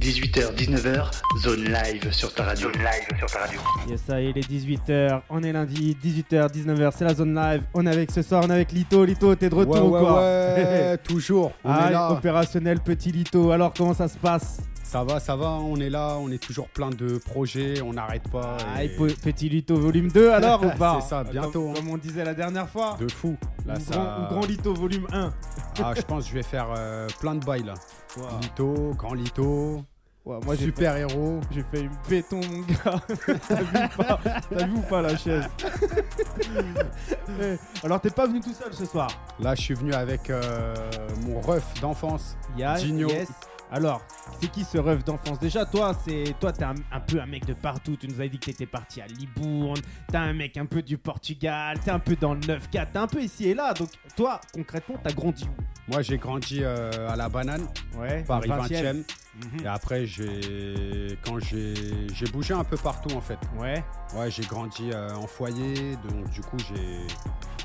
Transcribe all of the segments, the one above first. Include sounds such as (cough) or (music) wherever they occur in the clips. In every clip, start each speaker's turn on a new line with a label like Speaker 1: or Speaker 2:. Speaker 1: 18h, 19h, zone live sur ta radio.
Speaker 2: Zone live sur ta radio.
Speaker 3: Yes, ça y est, il est 18h, on est lundi, 18h, 19h, c'est la zone live. On est avec ce soir, on est avec Lito. Lito, t'es de retour
Speaker 4: ouais,
Speaker 3: ou
Speaker 4: ouais,
Speaker 3: quoi (laughs)
Speaker 4: ouais, toujours. On est
Speaker 3: Ah,
Speaker 4: là.
Speaker 3: opérationnel petit Lito. Alors, comment ça se passe
Speaker 4: Ça va, ça va, on est là, on est toujours plein de projets, on n'arrête pas.
Speaker 3: Ah,
Speaker 4: et
Speaker 3: et po- Petit Lito volume 2
Speaker 4: (laughs)
Speaker 3: alors ou pas
Speaker 4: C'est ça, bientôt,
Speaker 3: Comme,
Speaker 4: hein.
Speaker 3: comme on disait la dernière fois.
Speaker 4: De fou. Là,
Speaker 3: ou,
Speaker 4: ça-
Speaker 3: grand, ou Grand Lito volume 1.
Speaker 4: Ah, je pense que je vais faire euh, plein de bails là. Lito, grand Lito,
Speaker 3: Ouais, Ah. moi, j'ai
Speaker 4: super héros.
Speaker 3: J'ai fait une béton, mon gars. (laughs) T'as vu, ou pas T'as vu ou pas la
Speaker 4: (laughs)
Speaker 3: chaise Eh, Alors, t'es pas venu tout seul ce soir.
Speaker 4: Là, je suis venu avec euh, mon ref d'enfance.
Speaker 3: Ya,
Speaker 4: Gigno.
Speaker 3: Alors, c'est qui ce rêve d'enfance Déjà, toi, c'est toi, t'es un, un peu un mec de partout. Tu nous as dit que t'étais parti à Libourne. T'es un mec un peu du Portugal. T'es un peu dans le 9-4. T'es un peu ici et là. Donc, toi, concrètement, t'as grandi où
Speaker 4: Moi, j'ai grandi euh, à la banane,
Speaker 3: Ouais,
Speaker 4: Paris
Speaker 3: 20e.
Speaker 4: 20ème. Et après, j'ai quand j'ai j'ai bougé un peu partout en fait.
Speaker 3: Mhm. Ouais,
Speaker 4: Ouais, j'ai grandi euh, en foyer, donc du coup, j'ai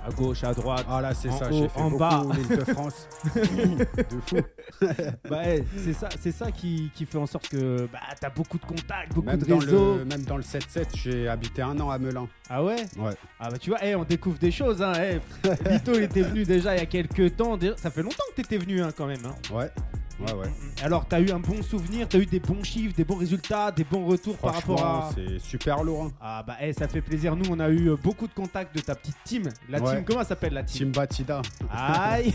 Speaker 3: à gauche, à droite.
Speaker 4: Ah là, c'est
Speaker 3: En
Speaker 4: ça,
Speaker 3: haut,
Speaker 4: j'ai fait
Speaker 3: en
Speaker 4: beaucoup
Speaker 3: bas.
Speaker 4: l'île de France. (laughs) de fou.
Speaker 3: Bah, eh, c'est ça, c'est ça qui, qui fait en sorte que bah, t'as beaucoup de contacts, beaucoup
Speaker 4: Même
Speaker 3: de
Speaker 4: dans,
Speaker 3: réseaux.
Speaker 4: le, même dans le 7-7, j'ai habité un an à Melun.
Speaker 3: Ah ouais
Speaker 4: Ouais.
Speaker 3: Ah bah tu vois, eh, on découvre des choses. Hein, eh. Lito était venu déjà il y a quelques temps. Déjà- Ça fait longtemps que t'étais venu hein, quand même. hein.
Speaker 4: Ouais. Ouais, ouais.
Speaker 3: Mm, Alors, t'as eu un bon souvenir, t'as eu des bons chiffres, des bons résultats, des bons retours par
Speaker 4: Franchement,
Speaker 3: rapport à.
Speaker 4: c'est super lourd. hein.
Speaker 3: Ah bah eh, ça fait plaisir. Nous, on a eu euh, beaucoup de contacts de ta petite team. La
Speaker 4: Ouais.
Speaker 3: team, comment elle s'appelle la team
Speaker 4: Team
Speaker 3: (laughs)
Speaker 4: Batida.
Speaker 3: Aïe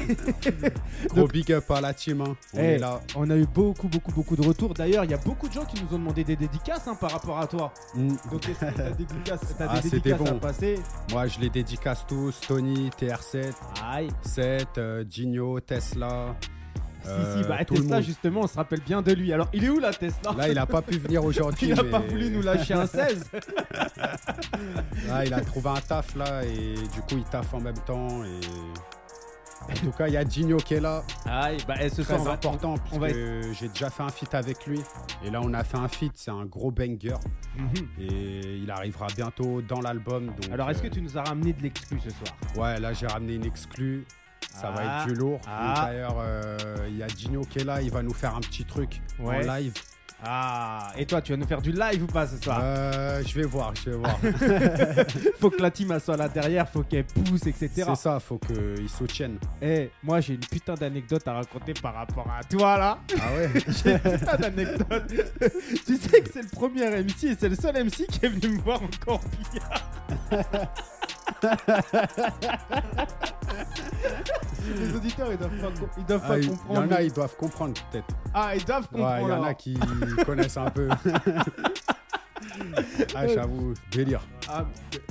Speaker 4: Gros big up à la team. hein. On
Speaker 3: Eh,
Speaker 4: est là.
Speaker 3: On a eu beaucoup, beaucoup, beaucoup de retours. D'ailleurs, il y a beaucoup de gens qui nous ont demandé des dédicaces hein, par rapport à toi.
Speaker 4: Mm.
Speaker 3: Donc, est-ce que t'as des dédicaces, t'as
Speaker 4: Ah,
Speaker 3: des
Speaker 4: c'était
Speaker 3: dédicaces à
Speaker 4: bon.
Speaker 3: passer
Speaker 4: Moi, je les dédicace tous. Tony, TR7,
Speaker 3: Aïe
Speaker 4: 7, euh, Gigno, Tesla.
Speaker 3: Si,
Speaker 4: euh,
Speaker 3: si, bah
Speaker 4: tout le
Speaker 3: Tesla,
Speaker 4: monde.
Speaker 3: justement, on se rappelle bien de lui. Alors, il est où la Tesla
Speaker 4: Là,
Speaker 3: (laughs)
Speaker 4: il a pas pu venir aujourd'hui.
Speaker 3: Il a
Speaker 4: mais
Speaker 3: pas voulu nous lâcher
Speaker 4: (laughs)
Speaker 3: un 16
Speaker 4: Là, Ah, il a trouvé un taf là et du coup, il taffe en même temps. Et... En tout cas, il y a Gigno qui est là.
Speaker 3: Aïe, bah eh, ce
Speaker 4: très
Speaker 3: soir, on va-
Speaker 4: important puisque
Speaker 3: on va-
Speaker 4: j'ai déjà fait un feat avec lui et là on a fait un feat, c'est un gros banger
Speaker 3: Mhm.
Speaker 4: et il arrivera bientôt dans l'album. donc,
Speaker 3: Alors, est-ce que
Speaker 4: euh,
Speaker 3: tu nous as ramené de l'exclu ce soir
Speaker 4: Ouais, là j'ai ramené une exclue. Ça va
Speaker 3: Ah.
Speaker 4: être du lourd.
Speaker 3: Ah.
Speaker 4: Donc, D'ailleurs, euh, il y a Gino qui est là, il va nous faire un petit truc
Speaker 3: Ouais.
Speaker 4: en live.
Speaker 3: Ah, et toi, tu vas nous faire du live ou pas ce soir
Speaker 4: Euh, je vais voir, je
Speaker 3: (laughs)
Speaker 4: vais voir.
Speaker 3: Faut que la team elle soit là derrière, faut qu'elle pousse, etc.
Speaker 4: c'est ça, faut qu'ils soutiennent.
Speaker 3: Eh, moi j'ai une putain d'anecdote à raconter par rapport à toi là.
Speaker 4: Ah (laughs) ouais
Speaker 3: J'ai une putain d'anecdote. tu sais que c'est le premier MC et c'est le seul MC qui est venu me voir en camping. Les auditeurs ils doivent pas, com- ils doivent
Speaker 4: Ah,
Speaker 3: pas
Speaker 4: Il il y
Speaker 3: comprendre.
Speaker 4: en a, ils doivent comprendre peut-être.
Speaker 3: Ah, ils doivent
Speaker 4: Ouais,
Speaker 3: comprendre.
Speaker 4: il y en a
Speaker 3: alors.
Speaker 4: qui connaissent
Speaker 3: (laughs)
Speaker 4: un peu. ah, j'avoue, délire.
Speaker 3: Ah,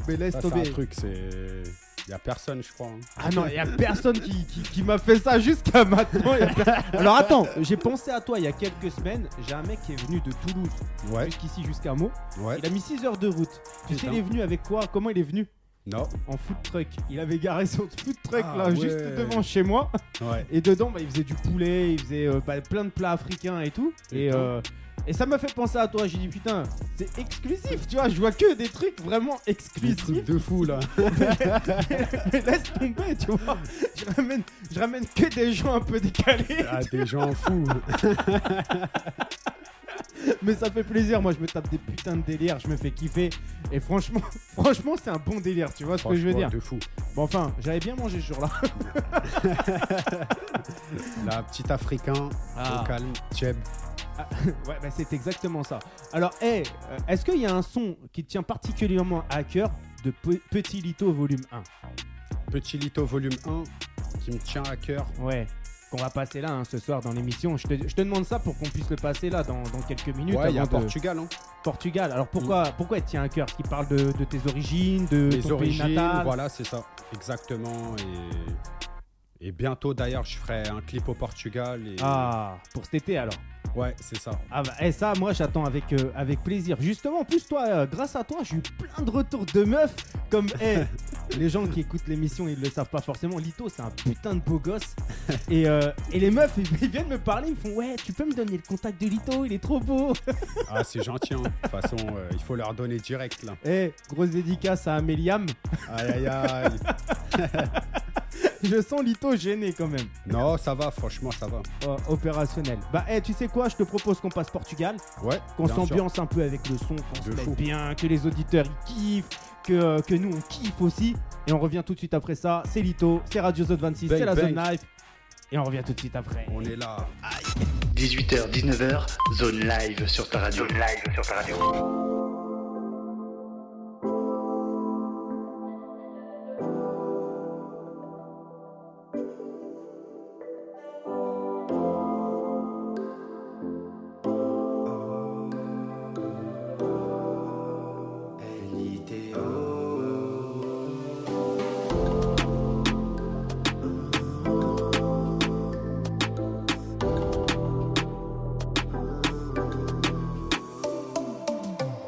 Speaker 3: mais laisse
Speaker 4: Ça, c'est
Speaker 3: tomber.
Speaker 4: un truc, c'est. Il a personne, je crois. hein.
Speaker 3: Ah non, il a personne qui, qui- qui m'a fait ça jusqu'à maintenant. y a per- (laughs) Alors attends, j'ai pensé à toi il y a quelques semaines. J'ai un mec qui est venu de Toulouse
Speaker 4: Ouais,
Speaker 3: jusqu'ici, jusqu'à Meaux.
Speaker 4: ouais.
Speaker 3: Il a mis 6 heures de route. Tu sais,
Speaker 4: Putain.
Speaker 3: il est venu avec quoi Comment il est venu
Speaker 4: Non,
Speaker 3: En food truck. Il avait garé son food truck
Speaker 4: Ah
Speaker 3: là,
Speaker 4: ouais.
Speaker 3: juste devant chez moi.
Speaker 4: ouais.
Speaker 3: Et dedans, bah, il faisait du poulet, il faisait euh, bah, plein de plats africains et tout. Et,
Speaker 4: Putain.
Speaker 3: euh, et ça m'a fait penser à toi. J'ai dit, putain, c'est exclusif, tu vois. Je vois que des trucs vraiment
Speaker 4: Des
Speaker 3: exclusifs.
Speaker 4: trucs de
Speaker 3: (laughs)
Speaker 4: fou, là.
Speaker 3: Mais laisse tomber, tu vois. Je ramène, je ramène que des gens un peu décalés.
Speaker 4: Ah, des gens fous.
Speaker 3: Mais ça fait plaisir. Moi, je me tape des putains de délires. Je me fais kiffer. Et franchement, (laughs) franchement, c'est un bon délire. Tu vois ce que je veux
Speaker 4: Franchement,
Speaker 3: dire
Speaker 4: De fou.
Speaker 3: Bon, enfin, j'avais bien mangé ce jour-là.
Speaker 4: Là, petit Africain,
Speaker 3: Ah. (laughs)
Speaker 4: au calme, Jeb.
Speaker 3: euh, Ouais, bah, c'est exactement ça. Alors, hey, euh, est-ce qu'il y a un son qui te tient particulièrement à cœur de Pe- Petit Lito Volume
Speaker 4: Petit Lito volume 1, qui me tient à cœur.
Speaker 3: 1 Ouais. Qu'on va passer là hein, ce soir dans l'émission. Je te, je te demande ça pour qu'on puisse le passer là dans, dans quelques minutes.
Speaker 4: Ouais, il y a
Speaker 3: avant de-
Speaker 4: Portugal, hein.
Speaker 3: Portugal. Alors
Speaker 4: Mm.
Speaker 3: pourquoi, pourquoi elle tient à cœur Parce qu'il parle de, de tes origines, de
Speaker 4: Les
Speaker 3: ton pays
Speaker 4: origines,
Speaker 3: natal.
Speaker 4: voilà, c'est ça. Exactement. Et. Et bientôt d'ailleurs, je ferai un clip au Portugal. Et...
Speaker 3: Ah, pour cet été alors.
Speaker 4: Ouais, c'est ça.
Speaker 3: Ah bah, eh, ça, moi j'attends avec, euh, avec plaisir. Justement, en plus, toi, euh, grâce à toi, j'ai eu plein de retours de meufs. Comme,
Speaker 4: (laughs)
Speaker 3: eh, les gens qui écoutent l'émission, ils le savent pas forcément. Lito, c'est un putain de beau gosse. Et, euh, et les meufs, ils, ils viennent me parler, ils me font, ouais, tu peux me donner le contact de Lito, il est trop beau. (laughs)
Speaker 4: Ah, c'est gentil, hein. De toute façon, euh, il faut leur donner direct, là.
Speaker 3: Eh, grosse dédicace à Améliam.
Speaker 4: Aïe, aïe, aïe.
Speaker 3: Je sens Lito gêné quand même.
Speaker 4: Non, ça va, franchement, ça va.
Speaker 3: Euh, opérationnel. Bah, eh, tu sais quoi Je te propose qu'on passe Portugal,
Speaker 4: Ouais.
Speaker 3: qu'on
Speaker 4: bien sûr.
Speaker 3: s'ambiance un peu avec le son, qu'on se
Speaker 4: De fou.
Speaker 3: mette bien, que les auditeurs ils kiffent, que, que nous on kiffe aussi. Et on revient tout de suite après ça. C'est Lito, c'est Radio Zone 26,
Speaker 4: Bang,
Speaker 3: c'est la Zone
Speaker 4: bang.
Speaker 3: Live. Et on revient tout de suite après.
Speaker 4: On est là.
Speaker 1: 18h, 19h, zone live sur ta radio. live sur ta radio.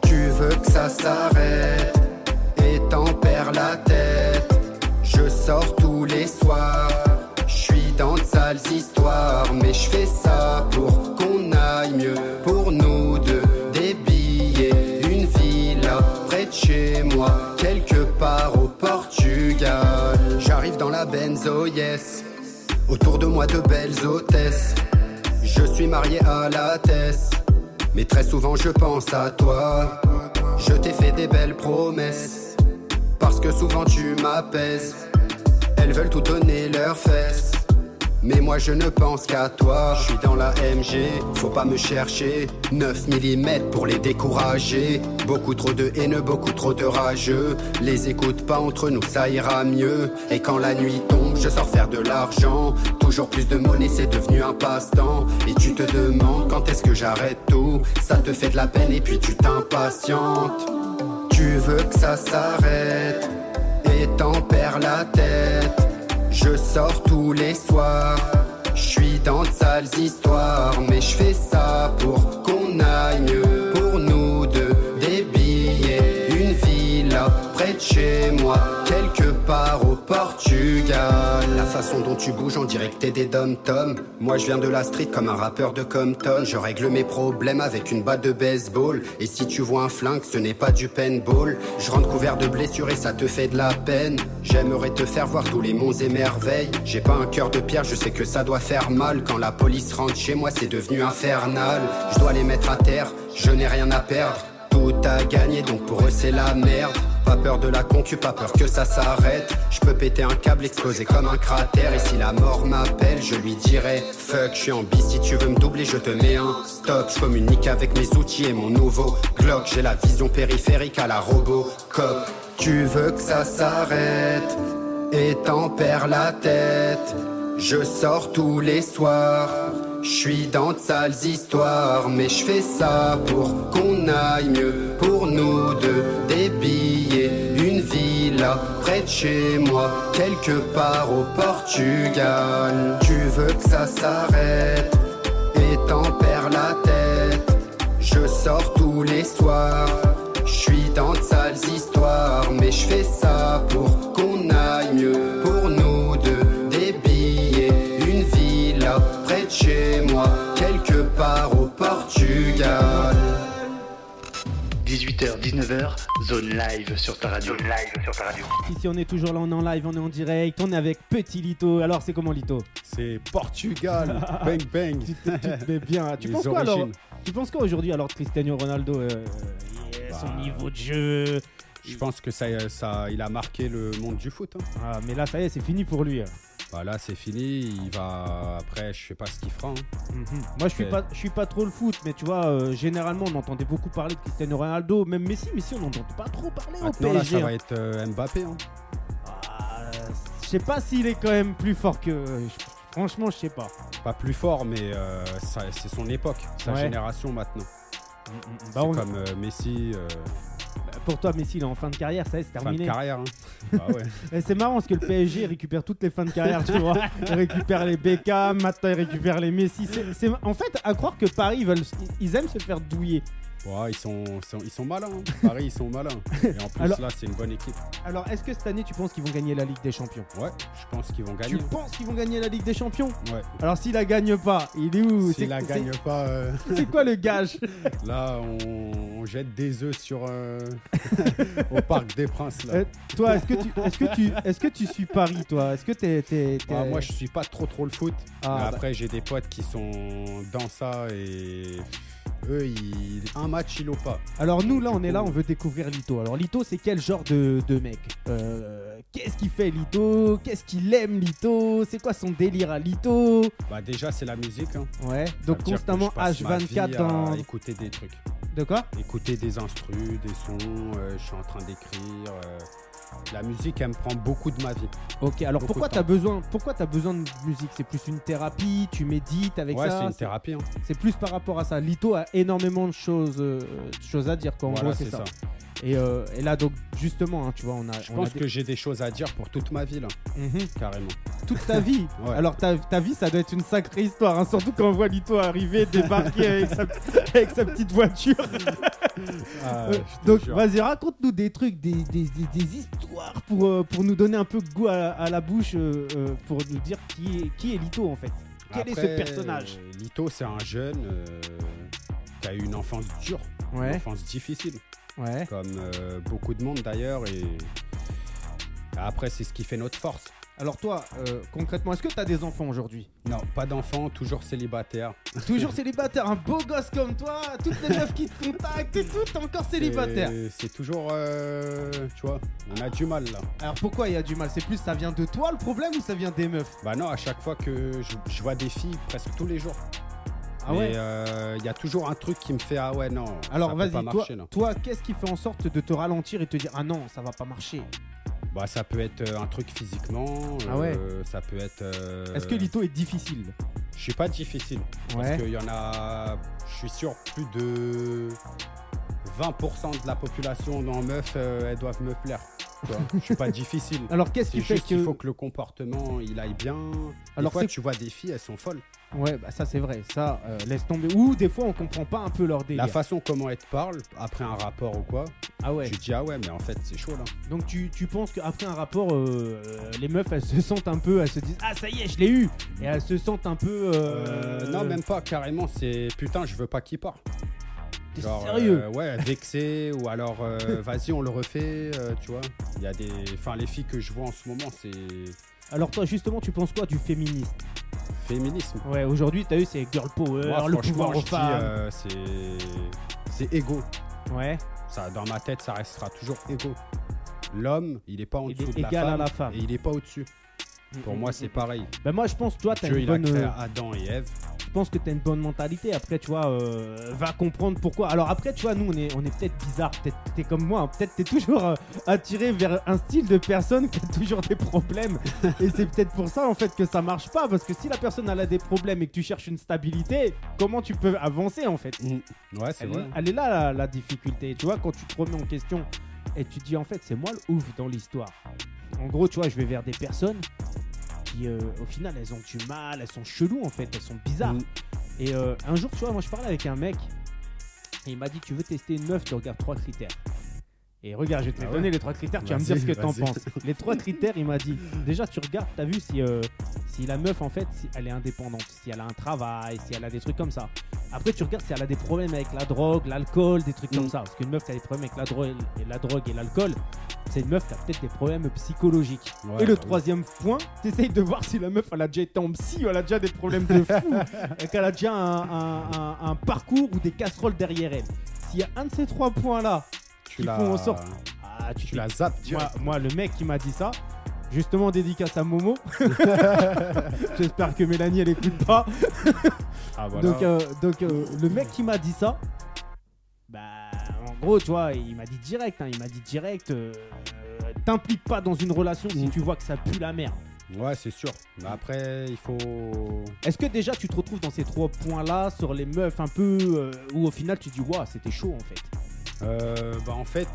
Speaker 2: Tu veux que ça s'arrête et t'en perds la tête. Je sors tous les soirs, je suis dans de sales histoires, mais je fais ça pour qu'on aille mieux pour nous deux. Des billets, une villa près de chez moi, quelque part au Portugal. J'arrive dans la Benzo, yes. Autour de moi de belles hôtesses. Je suis marié à la Tess, mais très souvent je pense à toi. Je t'ai fait des belles promesses, parce que souvent tu m'apaises. Elles veulent tout donner leurs fesses, mais moi je ne pense qu'à toi. Je suis dans la MG, faut pas me chercher. 9 mm pour les décourager. Beaucoup trop de haineux, beaucoup trop de rageux. Les écoute pas entre nous, ça ira mieux. Et quand la nuit tombe, je sors faire de l'argent. Toujours plus de monnaie, c'est devenu un passe-temps. Et tu te demandes quand est-ce que j'arrête tout. Ça te fait de la peine et puis tu t'impatientes. Tu veux que ça s'arrête et t'en perds la tête. Je sors tous les soirs, je suis dans de sales histoires, mais je fais ça pour qu'on aille mieux pour nous deux. Des billets, une villa près de chez moi, quelque part au Portugal. La façon dont tu bouges, on dirait que t'es des dom-toms. Moi, je viens de la street comme un rappeur de Compton. Je règle mes problèmes avec une batte de baseball. Et si tu vois un flingue, ce n'est pas du paintball. Je rentre couvert de blessures et ça te fait de la peine. J'aimerais te faire voir tous les monts et merveilles. J'ai pas un cœur de pierre, je sais que ça doit faire mal. Quand la police rentre chez moi, c'est devenu infernal. Je dois les mettre à terre, je n'ai rien à perdre. Tout à gagner, donc pour eux c'est la merde. Pas peur de la concu, pas peur que ça s'arrête. Je peux péter un câble, exploser comme un cratère. Et si la mort m'appelle, je lui dirai Fuck, je suis en bis, si tu veux me doubler, je te mets un stop. Je communique avec mes outils et mon nouveau Glock. J'ai la vision périphérique à la Robocop. Tu veux que ça s'arrête et t'en perds la tête. Je sors tous les soirs, je suis dans de sales histoires, mais je fais ça pour qu'on aille mieux pour nous deux. Des billets, une villa près de chez moi, quelque part au Portugal. Tu veux que ça s'arrête et t'en perds la tête. Je sors tous les soirs, je suis dans de sales histoires, mais je fais ça pour qu'on aille mieux pour nous deux. Des billets, une villa près de chez moi, quelque part au Portugal.
Speaker 1: 18h, 19h, zone live sur ta radio. live sur ta radio.
Speaker 3: Ici, on est toujours là, on est en live, on est en direct, on est avec Petit Lito. Alors, c'est comment
Speaker 4: (laughs)
Speaker 3: Lito
Speaker 4: C'est Portugal.
Speaker 3: (laughs)
Speaker 4: bang, bang.
Speaker 3: tu, te, tu te mets bien. Tu
Speaker 4: Les
Speaker 3: penses, quoi, alors,
Speaker 4: origines.
Speaker 3: tu penses quoi aujourd'hui alors de Cristiano Ronaldo euh, euh,
Speaker 4: Bah.
Speaker 3: Son niveau de jeu.
Speaker 4: Je pense que ça, ça, il a marqué le monde du foot. hein.
Speaker 3: Ah, mais là, ça y est, c'est fini pour lui. hein.
Speaker 4: Bah là, c'est fini. Il va. Après, je sais pas ce qu'il fera. hein.
Speaker 3: Mhm. Moi, je suis
Speaker 4: Ouais.
Speaker 3: pas, je suis pas trop le foot, mais tu vois, euh, généralement, on entendait beaucoup parler de Cristiano Ronaldo, même Messi, Messi, on n'entend pas trop parler
Speaker 4: Maintenant,
Speaker 3: au
Speaker 4: là,
Speaker 3: PSG.
Speaker 4: ça va
Speaker 3: hein.
Speaker 4: être euh, Mbappé. hein.
Speaker 3: Ah, je sais pas s'il est quand même plus fort que. euh, je- Franchement, je sais pas.
Speaker 4: Pas plus fort, mais euh, ça- c'est son époque, sa
Speaker 3: Ouais.
Speaker 4: génération maintenant.
Speaker 3: Bah,
Speaker 4: mm, C'est
Speaker 3: on-
Speaker 4: comme euh, Messi, euh,
Speaker 3: Pour toi, Messi, il est en fin de carrière, ça y est, c'est
Speaker 4: fin de
Speaker 3: terminé.
Speaker 4: carrière.
Speaker 3: (laughs)
Speaker 4: hein. Bah ouais.
Speaker 3: Et c'est marrant parce que le PSG récupère toutes les fins de carrière, tu vois. Il récupère les Beckham, maintenant il récupère les Messi. C'est- c'est- En fait, à croire que Paris, ils, veulent- ils aiment se faire douiller.
Speaker 4: Ouais, ils sont, sont- ils sont malins. hein. Paris, ils sont malins. Et en plus,
Speaker 3: Alors-
Speaker 4: là, c'est une bonne équipe.
Speaker 3: Alors, est-ce que cette année, tu penses qu'ils vont gagner la Ligue des Champions
Speaker 4: Ouais, je pense qu'ils vont
Speaker 3: Tu
Speaker 4: gagner.
Speaker 3: penses qu'ils vont gagner la Ligue des Champions
Speaker 4: Ouais.
Speaker 3: Alors, s'il la gagne pas, il est où C'est-
Speaker 4: S'ils la
Speaker 3: c'est- (laughs)
Speaker 4: gagnent pas, euh, (laughs)
Speaker 3: C'est quoi le gage
Speaker 4: là, on, on jette des œufs sur, euh, (laughs) au Parc des Princes. Là.
Speaker 3: Euh, toi, est-ce que tu, est-ce que tu, est-ce que tu suis Paris, toi Est-ce que t'es, t'es- t'es-
Speaker 4: Ah, moi, je suis pas trop trop le foot.
Speaker 3: Ah,
Speaker 4: Mais
Speaker 3: bah.
Speaker 4: après, j'ai des potes qui sont dans ça et eux, ils... un match, ils l'ont pas.
Speaker 3: Alors nous, là, on est là, on veut découvrir Lito. Alors Lito, c'est quel genre de, de mec Euh, Qu'est-ce qu'il fait Lito Qu'est-ce qu'il aime Lito C'est quoi son délire à Lito
Speaker 4: Bah, déjà, c'est la musique. hein.
Speaker 3: Ouais.
Speaker 4: Ça
Speaker 3: Donc
Speaker 4: veut dire que
Speaker 3: constamment
Speaker 4: je passe ma vie
Speaker 3: H24
Speaker 4: à
Speaker 3: dans.
Speaker 4: Écouter des trucs.
Speaker 3: De quoi
Speaker 4: Écouter des instrus, des sons, euh, je suis en train d'écrire. euh, La musique, elle me prend beaucoup de ma vie.
Speaker 3: Ok. Alors
Speaker 4: Beaucoup
Speaker 3: pourquoi
Speaker 4: de
Speaker 3: t'as
Speaker 4: temps.
Speaker 3: besoin Pourquoi t'as besoin de musique C'est plus une thérapie Tu médites avec
Speaker 4: ouais, c'est
Speaker 3: ça
Speaker 4: une thérapie. hein.
Speaker 3: C'est plus par rapport à ça. Lito a énormément de choses, euh, de choses à dire. Quoi. En
Speaker 4: Voilà,
Speaker 3: gros, c'est ça. Et, euh, et là, donc justement, hein, tu vois, on a.
Speaker 4: Je
Speaker 3: on a
Speaker 4: pense
Speaker 3: des-
Speaker 4: que j'ai des choses à dire pour toute ma vie, là,
Speaker 3: Mhm.
Speaker 4: carrément.
Speaker 3: (laughs) toute ta vie.
Speaker 4: (laughs) Ouais.
Speaker 3: Alors ta, ta vie, ça doit être une sacrée histoire, hein, surtout quand on voit Lito arriver, débarquer avec sa, (laughs) avec sa petite voiture.
Speaker 4: Ah, je te
Speaker 3: euh, Donc
Speaker 4: jure.
Speaker 3: vas-y, raconte-nous des trucs, des, des- des- des histoires pour, euh, pour nous donner un peu goût à, à la bouche, euh, euh, pour nous dire qui est, qui est Lito en fait. Quel est ce
Speaker 4: Après,
Speaker 3: personnage
Speaker 4: euh, Lito, c'est un jeune euh, qui a eu une enfance dure, une enfance difficile,
Speaker 3: ouais.
Speaker 4: comme euh, beaucoup de monde d'ailleurs. Et après, c'est ce qui fait notre force.
Speaker 3: Alors toi, euh, concrètement, est-ce que t'as des enfants aujourd'hui
Speaker 4: Non, pas d'enfant, toujours célibataire.
Speaker 3: Toujours célibataire, un beau gosse comme toi, toutes les meufs qui te contactent et tout, t'es encore célibataire.
Speaker 4: Et C'est toujours, euh, tu vois, on a du mal là.
Speaker 3: Alors pourquoi il y a du mal C'est plus ça vient de toi le problème ou ça vient des meufs
Speaker 4: Bah non, à chaque fois que je, je vois des filles, presque tous les jours. Mais, euh, Il y a toujours un truc qui me fait ah ouais non. ça
Speaker 3: Ah Alors
Speaker 4: peut
Speaker 3: vas-y,
Speaker 4: pas
Speaker 3: toi,
Speaker 4: marcher, là.
Speaker 3: toi, qu'est-ce qui fait en sorte de te ralentir et te dire ah non, ça va pas marcher
Speaker 4: Bah ça peut être euh, un truc physiquement.
Speaker 3: Ah ouais.
Speaker 4: euh, Ça peut être. euh,
Speaker 3: Est-ce que Lito est difficile
Speaker 4: Je suis pas difficile. Parce qu'il y en a, je suis sûr, plus de 20% de la population dans Meuf, euh, elles doivent me plaire. tu vois. Je suis pas
Speaker 3: (laughs)
Speaker 4: (laughs) difficile.
Speaker 3: Alors qu'est-ce
Speaker 4: C'est
Speaker 3: qui fait
Speaker 4: juste
Speaker 3: que
Speaker 4: qu'il faut que le comportement il aille bien.
Speaker 3: Alors,
Speaker 4: Alors fois,
Speaker 3: c'est-
Speaker 4: tu vois des filles, elles sont folles.
Speaker 3: ouais bah ça c'est vrai ça euh, laisse tomber ou des fois on comprend pas un peu leur délire
Speaker 4: La façon comment elles te parlent, après un rapport ou quoi,
Speaker 3: ah ouais
Speaker 4: tu te dis ah ouais mais en fait c'est chaud là.
Speaker 3: donc tu, tu penses qu'après un rapport euh, euh, les meufs elles se sentent un peu elles se disent ah ça y est je l'ai eu et elles se sentent un peu euh,
Speaker 4: Euh, non même pas, carrément c'est putain je veux pas qu'il part.
Speaker 3: t'es
Speaker 4: Genre,
Speaker 3: sérieux
Speaker 4: euh, Ouais, vexé (laughs) ou alors euh, vas-y on le refait, euh, tu vois. Il y a des, enfin les filles que je vois en ce moment c'est
Speaker 3: alors toi justement tu penses quoi du féminisme
Speaker 4: féminisme.
Speaker 3: ouais aujourd'hui t'as eu c'est girl power
Speaker 4: Moi,
Speaker 3: Euh, le
Speaker 4: franchement,
Speaker 3: pouvoir
Speaker 4: je
Speaker 3: aux
Speaker 4: dis,
Speaker 3: femmes
Speaker 4: euh, c'est c'est égo.
Speaker 3: ouais
Speaker 4: Ça, dans ma tête, ça restera toujours égo. L'homme, il n'est pas en
Speaker 3: Il
Speaker 4: dessous
Speaker 3: est
Speaker 4: de la
Speaker 3: égal à
Speaker 4: femme,
Speaker 3: la femme.
Speaker 4: et il n'est pas au-dessus. Pour moi, c'est pareil.
Speaker 3: bah moi je pense toi t'as
Speaker 4: Dieu,
Speaker 3: une
Speaker 4: il a
Speaker 3: bonne
Speaker 4: créé
Speaker 3: euh,
Speaker 4: Adam et Ève.
Speaker 3: je pense que t'as une bonne mentalité. Après, tu vois, euh, va comprendre pourquoi. Alors après, tu vois, nous, on est, on est peut-être bizarre. Peut-être que t'es comme moi. hein. Peut-être que t'es toujours euh, attiré vers un style de personne qui a toujours des problèmes. et c'est peut-être pour ça, en fait, que ça marche pas. Parce que si la personne elle a des problèmes et que tu cherches une stabilité, comment tu peux avancer, en fait
Speaker 4: Ouais, c'est
Speaker 3: elle,
Speaker 4: vrai.
Speaker 3: est- elle est là la, la difficulté. Tu vois, quand tu te remets en question et tu dis en fait, c'est moi le ouf dans l'histoire. En gros, tu vois, je vais vers des personnes qui, euh, au final, elles ont du mal, elles sont cheloues en fait, elles sont bizarres.
Speaker 4: Mm.
Speaker 3: Et euh, un jour, tu vois, moi je parlais avec un mec et il m'a dit Tu veux tester une meuf, tu regardes trois critères. Et regarde, je vais te les
Speaker 4: Ah ouais
Speaker 3: donner les trois critères, tu vas me dire
Speaker 4: Vas-y,
Speaker 3: ce que t'en
Speaker 4: vas-y.
Speaker 3: penses. Les trois critères, il m'a dit Déjà, tu regardes, t'as vu si, euh, si la meuf en fait, si elle est indépendante, si elle a un travail, si elle a des trucs comme ça. Après, tu regardes si elle a des problèmes avec la drogue, l'alcool, des trucs comme
Speaker 4: Mm.
Speaker 3: ça. Parce qu'une meuf qui a des problèmes avec la drogue et la drogue et l'alcool, c'est une meuf qui a peut-être des problèmes psychologiques.
Speaker 4: Ouais,
Speaker 3: et le
Speaker 4: bah oui.
Speaker 3: troisième point, t'essayes de voir si la meuf, elle a déjà été en psy, ou elle a déjà des problèmes de
Speaker 4: (laughs)
Speaker 3: fou, et qu'elle a déjà un, un- un- un parcours ou des casseroles derrière elle. S'il y a un de ces trois points-là,
Speaker 4: Tu
Speaker 3: qui
Speaker 4: la,
Speaker 3: font en sorte- ah, tu
Speaker 4: tu
Speaker 3: t'es-
Speaker 4: la zappes direct.
Speaker 3: moi, moi, le mec qui m'a dit ça, justement dédicace à
Speaker 4: (laughs)
Speaker 3: Momo. (laughs) J'espère que Mélanie, elle écoute pas.
Speaker 4: Ah, voilà.
Speaker 3: Donc, euh, donc euh, le mec qui m'a dit ça, bah en gros, tu vois, il m'a dit direct, hein, il m'a dit direct, euh, euh, t'impliques pas dans une relation si
Speaker 4: Mm.
Speaker 3: tu vois que ça pue la merde.
Speaker 4: Ouais, c'est sûr. Mais après, il faut.
Speaker 3: Est-ce que déjà tu te retrouves dans ces trois points-là sur les meufs un peu euh, où au final tu dis, waouh, c'était chaud en fait.
Speaker 4: Euh, bah, en fait,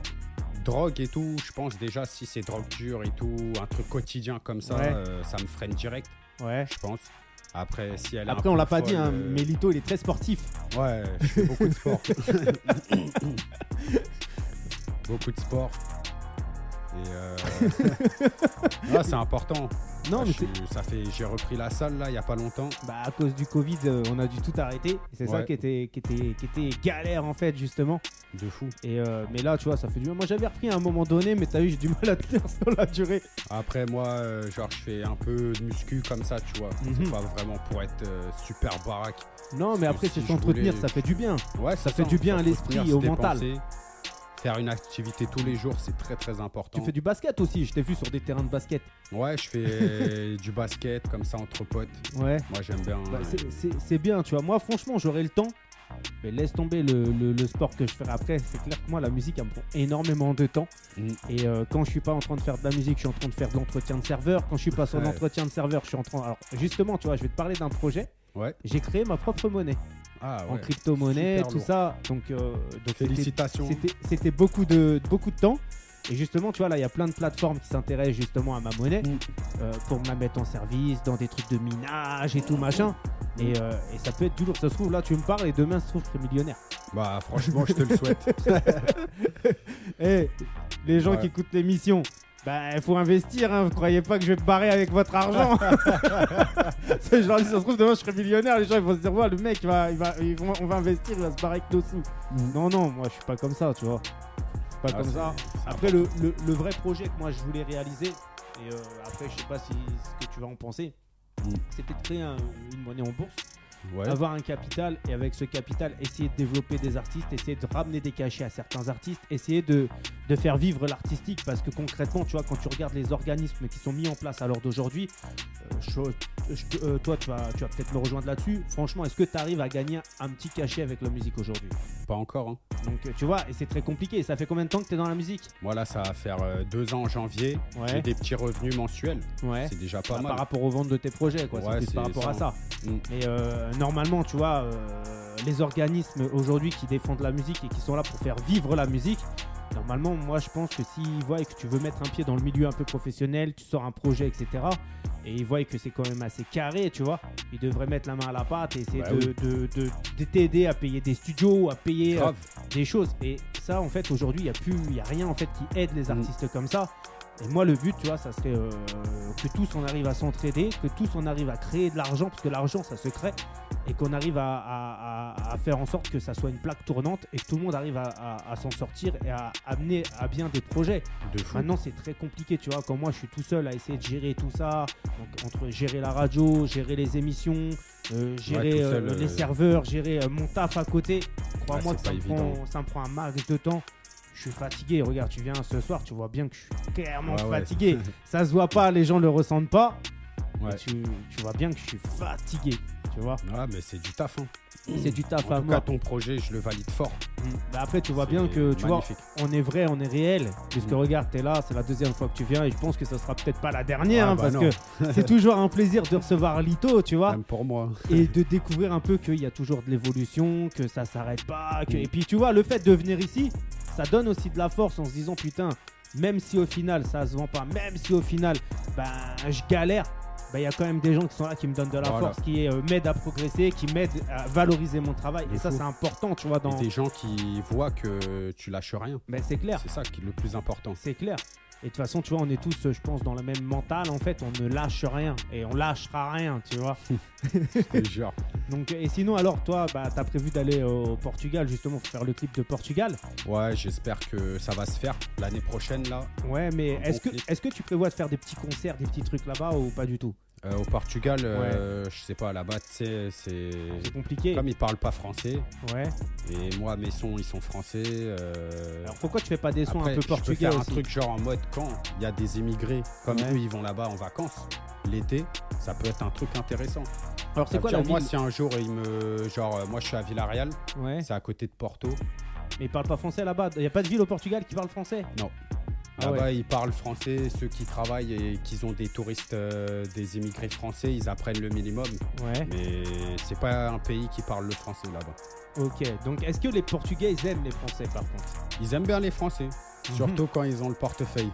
Speaker 4: drogue et tout, je pense déjà si c'est drogue dure et tout, un truc quotidien comme ça,
Speaker 3: Ouais.
Speaker 4: euh, ça me freine direct,
Speaker 3: Ouais.
Speaker 4: je pense. Après, si elle est
Speaker 3: Après,
Speaker 4: un
Speaker 3: on
Speaker 4: peu
Speaker 3: l'a pas dit,
Speaker 4: folle,
Speaker 3: hein,
Speaker 4: euh,
Speaker 3: mais Lito, il est très sportif.
Speaker 4: Ouais, je fais beaucoup
Speaker 3: (laughs)
Speaker 4: de sport.
Speaker 3: (laughs)
Speaker 4: beaucoup de sport. Et euh, non, Ah, c'est important.
Speaker 3: Non,
Speaker 4: Là,
Speaker 3: mais
Speaker 4: je suis- ça fait, j'ai repris la salle là il y a pas longtemps.
Speaker 3: Bah, à cause du Covid, euh, on a dû tout arrêter. Et C'est ça
Speaker 4: Ouais.
Speaker 3: qui était, qui, était, qui était galère en fait, justement.
Speaker 4: De fou.
Speaker 3: Et euh, mais là, tu vois, ça fait du bien. Moi, j'avais repris à un moment donné, mais t'as vu, j'ai du mal à tenir sur la durée.
Speaker 4: Après moi, euh, genre je fais un peu de muscu comme ça, tu vois.
Speaker 3: Mhm.
Speaker 4: C'est pas vraiment pour être euh, super baraque.
Speaker 3: Non, mais après,
Speaker 4: Si
Speaker 3: c'est
Speaker 4: je
Speaker 3: s'entretenir,
Speaker 4: voulais-
Speaker 3: ça fait du bien.
Speaker 4: Ouais, ça
Speaker 3: fait du bien à
Speaker 4: s'entretenir,
Speaker 3: l'esprit et au
Speaker 4: se
Speaker 3: mental.
Speaker 4: dépenser. Faire une activité tous les jours, c'est très très important.
Speaker 3: Tu fais du basket aussi. Je t'ai vu sur des terrains de basket.
Speaker 4: Ouais, je fais (laughs) du basket comme ça entre potes.
Speaker 3: Ouais.
Speaker 4: Moi j'aime bien.
Speaker 3: Bah,
Speaker 4: euh,
Speaker 3: c'est- c'est c'est bien, tu vois. Moi, franchement, j'aurais le temps. Mais laisse tomber le, le- le sport que je ferai après. C'est clair que moi, la musique, elle me prend énormément de temps.
Speaker 4: Mm.
Speaker 3: Et euh, quand je suis pas en train de faire de la musique, je suis en train de faire de l'entretien de serveur. Quand je suis pas sur
Speaker 4: Ouais.
Speaker 3: l'entretien de serveur, je suis en train. Alors, justement, tu vois, je vais te parler d'un projet.
Speaker 4: Ouais.
Speaker 3: J'ai créé ma propre monnaie
Speaker 4: Ah
Speaker 3: en
Speaker 4: ouais.
Speaker 3: crypto-monnaie,
Speaker 4: Super
Speaker 3: tout
Speaker 4: lourd.
Speaker 3: ça. Donc, euh, donc c'était-
Speaker 4: Félicitations.
Speaker 3: c'était c'était beaucoup de, beaucoup de temps. Et justement, tu vois, là, il y a plein de plateformes qui s'intéressent justement à ma monnaie
Speaker 4: Mm.
Speaker 3: euh, pour me la mettre en service, dans des trucs de minage et tout machin. Et, euh, et ça peut être douloureux. Ça se trouve, là, tu me parles et demain, ça se trouve, je serai millionnaire.
Speaker 4: Bah franchement, je te le souhaite.
Speaker 3: (laughs) Eh, les gens
Speaker 4: Ouais.
Speaker 3: qui écoutent l'émission, bah, il faut investir. Hein. Vous croyez pas que je vais me barrer avec votre
Speaker 4: (laughs)
Speaker 3: argent Ces gens-là, si ça se trouve, demain, je serai millionnaire. Les gens, ils vont se dire, ouais, le mec, il va, il va, ils vont- on va investir, il va se barrer avec nos sous. Non, non, moi, je suis pas comme ça, tu vois. Je suis Pas
Speaker 4: Mm. Ah,
Speaker 3: comme ça.
Speaker 4: c'est- c'est
Speaker 3: Après, le, le- le vrai projet que moi je voulais réaliser, et euh, après, je sais pas si, ce que tu vas en penser,
Speaker 4: Mm.
Speaker 3: c'était de créer un- une monnaie en bourse,
Speaker 4: Ouais.
Speaker 3: avoir un capital, et avec ce capital, essayer de développer des artistes, essayer de ramener des cachets à certains artistes, essayer de, de faire vivre l'artistique, parce que concrètement, tu vois, quand tu regardes les organismes qui sont mis en place à l'heure d'aujourd'hui, euh, je- je- euh, toi, tu vas, tu vas peut-être me rejoindre là-dessus. Franchement, est-ce que tu arrives à gagner un petit cachet avec la musique aujourd'hui
Speaker 4: Pas encore. Hein.
Speaker 3: Donc, euh, tu vois, et c'est très compliqué. Ça fait combien de temps que tu es dans la musique
Speaker 4: Moi là, ça va faire euh, deux ans en janvier.
Speaker 3: Ouais.
Speaker 4: J'ai des petits revenus mensuels.
Speaker 3: Ouais.
Speaker 4: C'est déjà pas
Speaker 3: Bah,
Speaker 4: mal.
Speaker 3: par rapport aux ventes de tes projets, quoi. c'est
Speaker 4: Ouais,
Speaker 3: plus par
Speaker 4: c'est
Speaker 3: rapport à
Speaker 4: ça.
Speaker 3: ça.
Speaker 4: Mm.
Speaker 3: Mais euh, normalement, tu vois, euh, les organismes aujourd'hui qui défendent la musique et qui sont là pour faire vivre la musique, normalement, moi, je pense que s'ils voient que tu veux mettre un pied dans le milieu un peu professionnel, tu sors un projet, etc., et ils voient que c'est quand même assez carré, tu vois, ils devraient mettre la main à la pâte et essayer
Speaker 4: Bah
Speaker 3: de, de- de- de t'aider à payer des studios, à payer euh,
Speaker 4: Grave.
Speaker 3: des choses. Et ça, en fait, aujourd'hui, il n'y a plus, il y a rien en fait qui aide les
Speaker 4: Mm.
Speaker 3: artistes comme ça. Et moi, le but, tu vois, ça serait euh, que tous on arrive à s'entraider, que tous on arrive à créer de l'argent, parce que l'argent, ça se crée, et qu'on arrive à, à- à- à faire en sorte que ça soit une plaque tournante et que tout le monde arrive à, à- à s'en sortir et à amener à bien des projets.
Speaker 4: De fou.
Speaker 3: Maintenant, c'est très compliqué, tu vois. Quand moi, je suis tout seul à essayer de gérer tout ça, donc entre gérer la radio, gérer les émissions, euh, gérer
Speaker 4: tout
Speaker 3: euh,
Speaker 4: seul,
Speaker 3: les
Speaker 4: euh,
Speaker 3: serveurs, gérer euh, mon taf à côté, crois-moi
Speaker 4: Ouais,
Speaker 3: que
Speaker 4: c'est
Speaker 3: ça
Speaker 4: pas
Speaker 3: me,
Speaker 4: évident.
Speaker 3: prend, ça me prend un max de temps. Je suis fatigué. Regarde, tu viens ce soir, tu vois bien que je suis clairement
Speaker 4: Ouais, ouais. (laughs)
Speaker 3: fatigué. ça se voit pas, les gens le ressentent pas. mais
Speaker 4: Ouais.
Speaker 3: Tu, tu vois bien que je suis fatigué. Tu vois,
Speaker 4: Ouais, mais c'est du taf. Hein.
Speaker 3: c'est du taf
Speaker 4: en
Speaker 3: à
Speaker 4: tout cas,
Speaker 3: mort.
Speaker 4: ton projet, je le valide fort.
Speaker 3: Mm. Bah après, tu vois
Speaker 4: C'est
Speaker 3: bien que tu vois,
Speaker 4: magnifique.
Speaker 3: on est vrai, on est réel. Puisque
Speaker 4: Mm.
Speaker 3: regarde, t'es là, c'est la deuxième fois que tu viens et je pense que ça sera peut-être pas la dernière
Speaker 4: Ah,
Speaker 3: hein,
Speaker 4: bah
Speaker 3: parce
Speaker 4: non. (laughs)
Speaker 3: que c'est toujours un plaisir de recevoir Lito, tu vois,
Speaker 4: Même pour moi.
Speaker 3: et de découvrir un peu qu'il y a toujours de l'évolution, que ça s'arrête pas. que-
Speaker 4: Mm.
Speaker 3: Et puis tu vois, le fait de venir ici, ça donne aussi de la force en se disant putain, même si au final ça se vend pas, même si au final ben je galère. bah, Il y a quand même des gens qui sont là qui me donnent de la
Speaker 4: Voilà.
Speaker 3: force, qui euh, m'aident à progresser, qui m'aident à valoriser mon travail.
Speaker 4: De
Speaker 3: et ça,
Speaker 4: fou.
Speaker 3: c'est important, tu vois.
Speaker 4: Il y
Speaker 3: Dans...
Speaker 4: a des gens qui voient que tu lâches rien.
Speaker 3: Ben, c'est clair.
Speaker 4: C'est ça qui est le plus
Speaker 3: (laughs)
Speaker 4: important.
Speaker 3: C'est clair. Et de toute façon, tu vois, on est tous, euh, je pense, dans la même mentale. En fait, on ne lâche rien et on lâchera rien, tu
Speaker 4: (laughs)
Speaker 3: vois.
Speaker 4: Je te jure.
Speaker 3: Donc, et sinon, alors, toi, bah, t'as prévu d'aller au Portugal justement pour faire le clip de Portugal.
Speaker 4: Ouais, j'espère que ça va se faire l'année prochaine là.
Speaker 3: Ouais, mais
Speaker 4: Un
Speaker 3: est-ce
Speaker 4: bon
Speaker 3: que,
Speaker 4: clip.
Speaker 3: est-ce que tu prévois de faire des petits concerts, des petits trucs là-bas ou pas du tout
Speaker 4: Euh, au Portugal, euh, je sais pas, là-bas, tu sais, c'est.
Speaker 3: C'est compliqué.
Speaker 4: Comme ils parlent pas français,
Speaker 3: Ouais.
Speaker 4: et moi, mes sons, ils sont français. euh,
Speaker 3: Alors, pourquoi tu fais pas des sons
Speaker 4: Après,
Speaker 3: un peu
Speaker 4: je peux
Speaker 3: portugais
Speaker 4: faire un
Speaker 3: aussi
Speaker 4: truc genre en mode quand il y a des émigrés, comme
Speaker 3: Ouais.
Speaker 4: eux, ils vont là-bas en vacances l'été, ça peut être un truc intéressant.
Speaker 3: Alors, c'est
Speaker 4: Ça
Speaker 3: quoi
Speaker 4: veut
Speaker 3: la
Speaker 4: dire, moi,
Speaker 3: ville
Speaker 4: si un jour ils me, genre, euh, moi je suis à Villarreal,
Speaker 3: Ouais.
Speaker 4: c'est à côté de Porto.
Speaker 3: Mais ils parlent pas français là-bas. Y a pas de ville au Portugal qui parle français Ah
Speaker 4: Là-bas, ils parlent français. Ceux qui travaillent et qui ont des touristes, euh, des émigrés français, ils apprennent le minimum.
Speaker 3: Ouais.
Speaker 4: Mais c'est pas un pays qui parle le français là-bas. (laughs)
Speaker 3: Ok. Donc, est-ce que les Portugais ils aiment les Français par contre
Speaker 4: Ils aiment bien les Français.
Speaker 3: Mhm.
Speaker 4: Surtout quand ils ont
Speaker 3: (laughs)
Speaker 4: le portefeuille.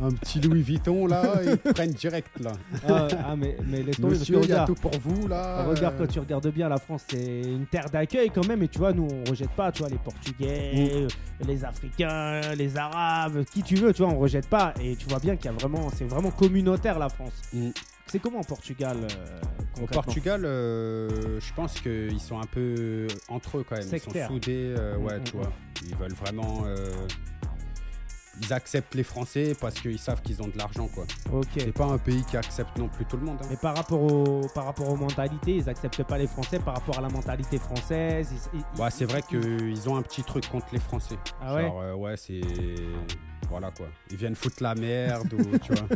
Speaker 4: un petit Louis Vuitton là, ils te prennent direct là.
Speaker 3: Ah, ah, mais, mais laisse tomber, parce que
Speaker 4: Monsieur, il y a
Speaker 3: regarde,
Speaker 4: tout pour vous là.
Speaker 3: regarde,
Speaker 4: euh,
Speaker 3: quand tu regardes bien, la France, c'est une terre d'accueil quand même. Et tu vois, nous, on rejette pas, tu vois, les
Speaker 4: Mm.
Speaker 3: Portugais, euh, les Africains, les Arabes, qui tu veux, tu vois, on rejette pas. Et tu vois bien qu'il y a vraiment, c'est vraiment communautaire la France.
Speaker 4: Mm.
Speaker 3: C'est comment au Portugal euh,
Speaker 4: Au
Speaker 3: concrètement
Speaker 4: Portugal, euh, je pense qu'ils sont un peu entre eux quand même. Ils
Speaker 3: Sectaires.
Speaker 4: sont soudés, euh, ouais,
Speaker 3: Mm,
Speaker 4: tu
Speaker 3: mm,
Speaker 4: vois. Ils veulent vraiment. euh, ils acceptent les Français parce qu'ils savent qu'ils ont de l'argent, quoi.
Speaker 3: Ok.
Speaker 4: C'est pas un pays qui accepte non plus tout le monde. hein.
Speaker 3: Mais par rapport, au, par rapport aux mentalités, ils acceptent pas les Français. Par rapport à la mentalité française, ils- ils-
Speaker 4: Bah, c'est vrai qu'ils ont un petit truc contre les Français.
Speaker 3: Ah ouais
Speaker 4: Genre, euh, ouais, c'est. Voilà quoi. Ils viennent foutre la merde ou tu vois.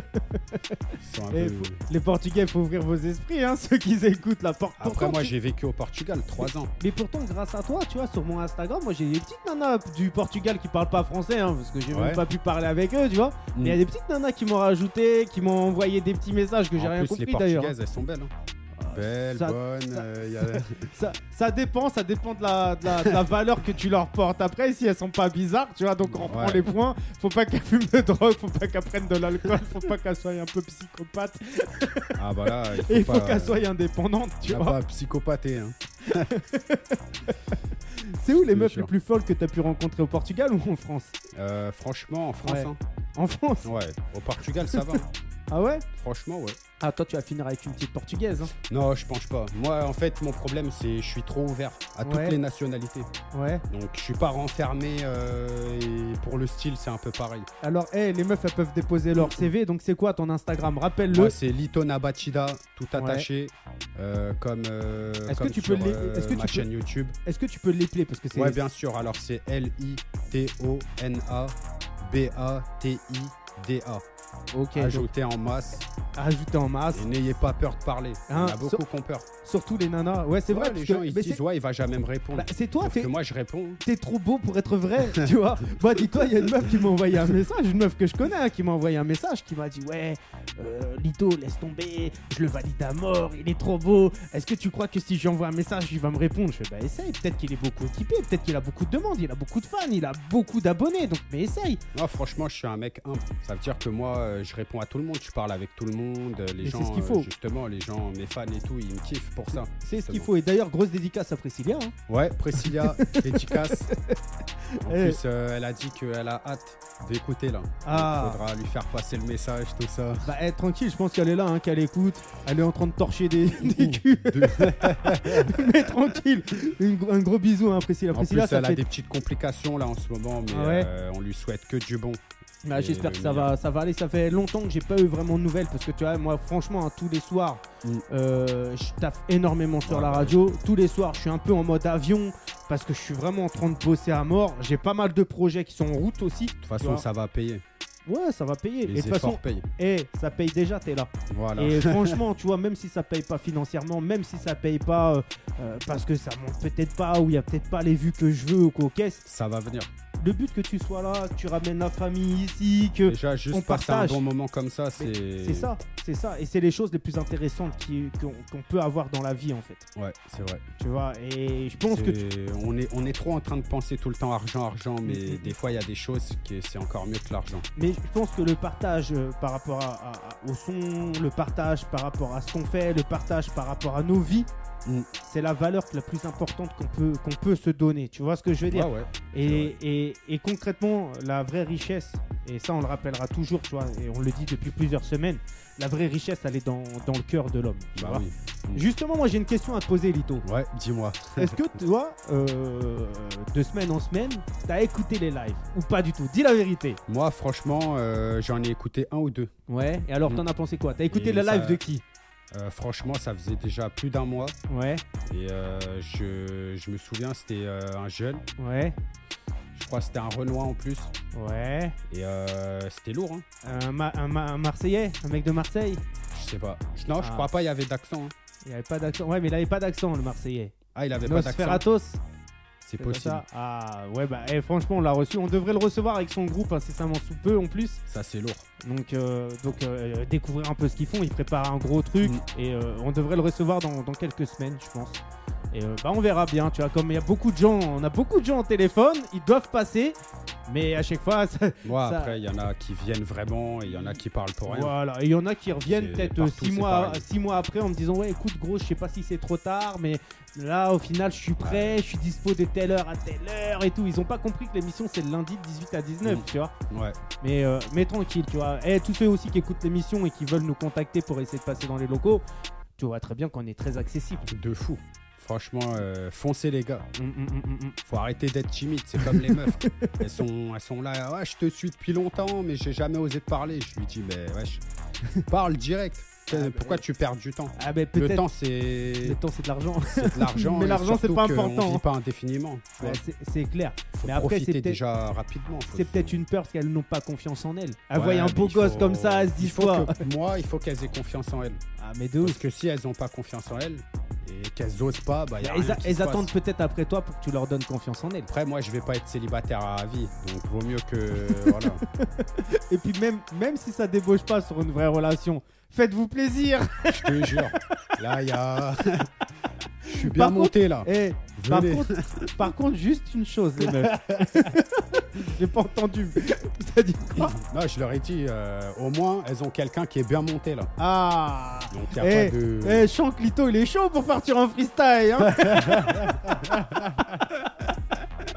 Speaker 4: Ils sont un
Speaker 3: Eh,
Speaker 4: peu-
Speaker 3: faut- Les Portugais, faut ouvrir vos esprits, hein, (laughs) ceux qui écoutent la porte.
Speaker 4: Après, moi, j'ai vécu au Portugal 3 ans.
Speaker 3: Mais pourtant, grâce à toi, tu vois, sur mon Instagram, moi j'ai des petites nanas du Portugal qui parlent pas français, hein, parce que j'ai
Speaker 4: Ouais. Mm.
Speaker 3: même pas pu parler avec eux, tu vois. Mais il y a des petites nanas qui m'ont rajouté, qui m'ont envoyé des petits messages que j'ai
Speaker 4: en
Speaker 3: rien
Speaker 4: plus, les
Speaker 3: compris d'ailleurs.
Speaker 4: Portugaises, elles sont belles. hein.
Speaker 3: Ah,
Speaker 4: Belles,
Speaker 3: ça,
Speaker 4: bonnes.
Speaker 3: ça-
Speaker 4: euh, il y a-
Speaker 3: ça, ça dépend, ça dépend de la, de la- de
Speaker 4: (laughs)
Speaker 3: la valeur que tu leur portes. Après, si elles sont pas bizarres, tu vois, donc on reprend
Speaker 4: Ouais.
Speaker 3: les points. Faut pas qu'elles fument de drogue, faut pas qu'elles prennent de l'alcool, faut pas qu'elles soient un peu psychopathes.
Speaker 4: Ah, bah là, il faut,
Speaker 3: Et il faut
Speaker 4: pas-
Speaker 3: qu'elles soient indépendantes, tu
Speaker 4: Là,
Speaker 3: vois.
Speaker 4: pas psychopathé. Hein.
Speaker 3: C'est où les
Speaker 4: C'est
Speaker 3: meufs
Speaker 4: sûr.
Speaker 3: les plus folles que t'as pu rencontrer au Portugal ou en France
Speaker 4: Euh, franchement, en France,
Speaker 3: Ouais.
Speaker 4: hein.
Speaker 3: En France
Speaker 4: ouais. Au Portugal, ça va.
Speaker 3: (laughs)
Speaker 4: hein.
Speaker 3: Ah ouais
Speaker 4: franchement, ouais.
Speaker 3: Ah, toi, tu vas finir avec une petite portugaise. Hein.
Speaker 4: Non, je pense pas. Moi, en fait, mon problème, c'est je suis trop ouvert à
Speaker 3: Ouais.
Speaker 4: toutes les nationalités.
Speaker 3: Ouais.
Speaker 4: Donc, je suis pas renfermé. euh, et pour le style, c'est un peu pareil.
Speaker 3: Alors, hé, les meufs, elles peuvent déposer leur CV. Donc, c'est quoi ton Instagram Rappelle-le.
Speaker 4: Moi, c'est Litona Batida, tout attaché, euh, comme, euh,
Speaker 3: Est-ce
Speaker 4: comme
Speaker 3: que tu
Speaker 4: sur,
Speaker 3: peux les-
Speaker 4: euh,
Speaker 3: est-ce que
Speaker 4: ma
Speaker 3: tu peux-
Speaker 4: chaîne YouTube.
Speaker 3: Est-ce que tu peux l'épeler Parce que c'est.
Speaker 4: Ouais, bien sûr. Alors, c'est L-I-T-O-N-A B-A-T-I-D-A.
Speaker 3: ok. donc,
Speaker 4: Ajoutez en masse
Speaker 3: Ajouter en masse.
Speaker 4: et n'ayez pas peur de parler.
Speaker 3: Hein,
Speaker 4: Il y en a beaucoup qui ont peur.
Speaker 3: Surtout les nanas. Ouais, c'est
Speaker 4: Ouais,
Speaker 3: vrai.
Speaker 4: les
Speaker 3: parce
Speaker 4: gens,
Speaker 3: que...
Speaker 4: ils se
Speaker 3: mais
Speaker 4: disent,
Speaker 3: c'est-
Speaker 4: ouais, il va jamais me répondre.
Speaker 3: Bah, c'est toi,
Speaker 4: Sauf
Speaker 3: t'es.
Speaker 4: que moi, je réponds.
Speaker 3: T'es trop beau pour être vrai, (laughs) tu vois. Bah dis-toi, il y a une meuf qui m'a envoyé un message, une meuf que je connais, hein, qui m'a envoyé un message, qui m'a dit ouais, euh, Lito laisse tomber, je le valide à mort, il est trop beau. Est-ce que tu crois que si j'envoie un message, il va me répondre Je fais bah essaye. Peut-être qu'il est beaucoup équipé, peut-être qu'il a beaucoup de demandes, il a beaucoup de fans, il a beaucoup d'abonnés, donc mais essaye.
Speaker 4: Non, franchement, je suis un mec humble. Ça veut dire que moi, euh, je réponds à tout le monde, je parle avec tout le monde. euh, Les
Speaker 3: Mais c'est
Speaker 4: gens,
Speaker 3: ce qu'il
Speaker 4: euh,
Speaker 3: faut.
Speaker 4: justement, les gens, mes fans et tout, ils me kiffent pour ça.
Speaker 3: C'est ce qu'il
Speaker 4: Justement.
Speaker 3: faut. Et d'ailleurs, grosse dédicace à Priscilla. hein.
Speaker 4: Ouais,
Speaker 3: (laughs)
Speaker 4: Priscilla, dédicace. En
Speaker 3: Eh.
Speaker 4: plus, euh, elle a dit qu'elle a hâte d'écouter là.
Speaker 3: Ah.
Speaker 4: Il faudra lui faire passer le message, tout ça.
Speaker 3: Bah eh, tranquille, je pense qu'elle est là, hein, qu'elle écoute. Elle est en train de torcher
Speaker 4: (laughs)
Speaker 3: des, des culs,
Speaker 4: De-
Speaker 3: (laughs) mais tranquille. Une gro- un gros bisou, hein, Priscilla.
Speaker 4: En
Speaker 3: Priscilla,
Speaker 4: plus,
Speaker 3: ça
Speaker 4: elle a
Speaker 3: fait
Speaker 4: des petites complications là en ce moment, mais
Speaker 3: Ah ouais.
Speaker 4: euh, on lui souhaite que du bon.
Speaker 3: Bah,
Speaker 4: Et
Speaker 3: j'espère
Speaker 4: le
Speaker 3: que ça
Speaker 4: meilleur.
Speaker 3: va, ça va aller. Ça fait longtemps que j'ai pas eu vraiment de nouvelles parce que tu vois, moi, franchement, hein, tous les soirs,
Speaker 4: Mm.
Speaker 3: euh, je taffe énormément sur
Speaker 4: Ouais,
Speaker 3: la
Speaker 4: bah
Speaker 3: radio. Tous les soirs, je suis un peu en mode avion parce que je suis vraiment en train de bosser à mort. J'ai pas mal de projets qui sont en route aussi.
Speaker 4: De toute
Speaker 3: vois.
Speaker 4: façon, ça va payer.
Speaker 3: Ouais, ça va payer.
Speaker 4: Les
Speaker 3: Et de toute façon,
Speaker 4: efforts payent.
Speaker 3: eh, ça paye déjà, t'es là.
Speaker 4: Voilà. (laughs)
Speaker 3: Et franchement, tu vois, même si ça paye pas financièrement, même si ça paye pas euh, euh, parce que ça monte peut-être pas ou il y a peut-être pas les vues que je veux ou qu'aux caisses,
Speaker 4: Ça va venir.
Speaker 3: le but que tu sois là, que tu ramènes la famille ici, que
Speaker 4: Déjà, juste
Speaker 3: on
Speaker 4: passer
Speaker 3: partage.
Speaker 4: un bon moment comme ça,
Speaker 3: Mais
Speaker 4: c'est.
Speaker 3: C'est ça, c'est ça. Et c'est les choses les plus intéressantes qui- qu'on qu'on peut avoir dans la vie, en fait.
Speaker 4: Ouais, c'est vrai.
Speaker 3: Tu vois, et je pense que. tu-
Speaker 4: C'est- on, est, on est trop en train de penser tout le temps argent, argent, mais
Speaker 3: Mm, mm,
Speaker 4: des fois, il y a des choses qui c'est encore mieux que l'argent.
Speaker 3: Mais je pense que le partage euh, par rapport à- à- à- au son, le partage par rapport à ce qu'on fait, le partage par rapport à nos vies,
Speaker 4: Mm.
Speaker 3: c'est la valeur la plus importante qu'on peut, qu'on peut se donner. Tu vois ce que je veux dire
Speaker 4: Ouais, ouais.
Speaker 3: et, et- et concrètement, la vraie richesse, et ça on le rappellera toujours, tu vois, et on le dit depuis plusieurs semaines, la vraie richesse, elle est dans, dans le cœur de l'homme. tu
Speaker 4: Bah
Speaker 3: vois.
Speaker 4: oui.
Speaker 3: Justement, moi j'ai une question à te poser, Lito.
Speaker 4: Ouais, dis-moi.
Speaker 3: Est-ce que toi, euh, de semaine en semaine, t'as écouté les lives ou pas du tout Dis la vérité.
Speaker 4: Moi, franchement, euh, j'en ai écouté un ou deux.
Speaker 3: Ouais. Et alors, t'en as pensé quoi T'as écouté
Speaker 4: Et
Speaker 3: les
Speaker 4: ça-
Speaker 3: lives de qui
Speaker 4: Euh, franchement, ça faisait déjà plus d'un mois.
Speaker 3: Ouais.
Speaker 4: Et euh, je, je me souviens, c'était euh, un jeune.
Speaker 3: Ouais.
Speaker 4: Je crois que c'était un Renoir en plus.
Speaker 3: Ouais.
Speaker 4: Et euh, c'était lourd, hein.
Speaker 3: Un, Ma- un Ma- un Marseillais, un mec de Marseille.
Speaker 4: Je sais pas. Je- Non, je
Speaker 3: Ah.
Speaker 4: crois pas, il y avait d'accent. hein.
Speaker 3: Il avait pas d'accent. Ouais, mais il avait pas d'accent le Marseillais.
Speaker 4: Ah, il avait pas d'accent.
Speaker 3: Nosferatos.
Speaker 4: C'est
Speaker 3: c'est
Speaker 4: possible.
Speaker 3: ça
Speaker 4: Ça,
Speaker 3: Ah ouais bah eh, franchement on l'a reçu. On devrait le recevoir avec son groupe incessamment sous peu en plus.
Speaker 4: c'est lourd.
Speaker 3: Donc, euh, donc euh, découvrir un peu ce qu'ils font. Ils préparent un gros truc
Speaker 4: Mm.
Speaker 3: et euh, on devrait le recevoir dans, dans quelques semaines, je pense. Et euh, bah on verra bien, tu vois, comme il y a beaucoup de gens, on a beaucoup de gens au téléphone, ils doivent passer, mais à chaque fois, ça-
Speaker 4: Moi,
Speaker 3: ça-
Speaker 4: après, il y en a qui viennent vraiment et il y en a qui parlent pour rien.
Speaker 3: voilà. Et il y en a qui reviennent
Speaker 4: C'est
Speaker 3: peut-être
Speaker 4: partout,
Speaker 3: 6
Speaker 4: c'est
Speaker 3: mois,
Speaker 4: pareil.
Speaker 3: six mois après en me disant ouais écoute gros je sais pas si c'est trop tard mais là au final je suis prêt, je suis dispo de telle heure à telle heure et tout. Ils ont pas compris que l'émission c'est le lundi de 18 à 19
Speaker 4: Mm.
Speaker 3: tu vois.
Speaker 4: Ouais.
Speaker 3: Mais, euh, mais tranquille tu vois. Et tous ceux aussi qui écoutent l'émission et qui veulent nous contacter pour essayer de passer dans les locaux, tu vois très bien qu'on est très accessible.
Speaker 4: De fou. Franchement, euh, foncez les gars.
Speaker 3: Mm, mm, mm, mm, mm.
Speaker 4: Faut arrêter d'être timide. C'est comme
Speaker 3: (laughs)
Speaker 4: les meufs. Elles sont, elles sont là. Ouais, je te suis depuis longtemps, mais j'ai jamais osé te parler. Je lui dis, mais
Speaker 3: (laughs)
Speaker 4: wesh, parle direct.
Speaker 3: Ah, bah,
Speaker 4: Pourquoi tu perds du temps
Speaker 3: Ah ben
Speaker 4: Le
Speaker 3: peut-être
Speaker 4: temps, c'est
Speaker 3: le temps c'est de l'argent.
Speaker 4: (laughs) c'est de l'argent.
Speaker 3: Mais
Speaker 4: et
Speaker 3: l'argent, c'est
Speaker 4: surtout
Speaker 3: pas
Speaker 4: qu'on
Speaker 3: important. hein.
Speaker 4: vit pas indéfiniment. tu vois.
Speaker 3: Ouais, c'est- c'est clair.
Speaker 4: Faut
Speaker 3: Mais après, c'est
Speaker 4: profiter
Speaker 3: peut-être-
Speaker 4: déjà rapidement.
Speaker 3: C'est peut-être une peur parce qu'elles n'ont pas confiance en elles. Ah, Elles
Speaker 4: Ouais,
Speaker 3: voient un
Speaker 4: mais
Speaker 3: beau
Speaker 4: il
Speaker 3: gosse
Speaker 4: faut-
Speaker 3: comme ça, elles se
Speaker 4: Il
Speaker 3: disent
Speaker 4: faut
Speaker 3: quoi
Speaker 4: que, moi, il faut qu'elles aient confiance en elles.
Speaker 3: Ah mais de ouf.
Speaker 4: Parce que si elles n'ont pas confiance en elles et qu'elles osent pas, bah, y a
Speaker 3: Elles,
Speaker 4: rien
Speaker 3: a-
Speaker 4: qui
Speaker 3: elles
Speaker 4: se passe.
Speaker 3: attendent peut-être après toi pour que tu leur donnes confiance en elles.
Speaker 4: Après, moi, je vais pas être célibataire à vie, donc vaut mieux que (laughs) voilà.
Speaker 3: Et puis même, même si ça débauche pas sur une vraie relation, faites-vous plaisir.
Speaker 4: Je te jure. Là, il y a. (laughs) Je suis bien
Speaker 3: Par contre-
Speaker 4: monté là.
Speaker 3: Eh, par,
Speaker 4: Venez.
Speaker 3: contre, par contre, juste une chose, les
Speaker 4: (laughs)
Speaker 3: meufs. J'ai pas entendu. T'as dit quoi
Speaker 4: Non, je leur ai dit, euh, au moins, elles ont quelqu'un qui est bien monté là.
Speaker 3: Ah
Speaker 4: Donc, il y a
Speaker 3: Eh,
Speaker 4: pas de.
Speaker 3: eh, je sens que Lito, il est chaud pour partir en freestyle. hein.
Speaker 4: (laughs)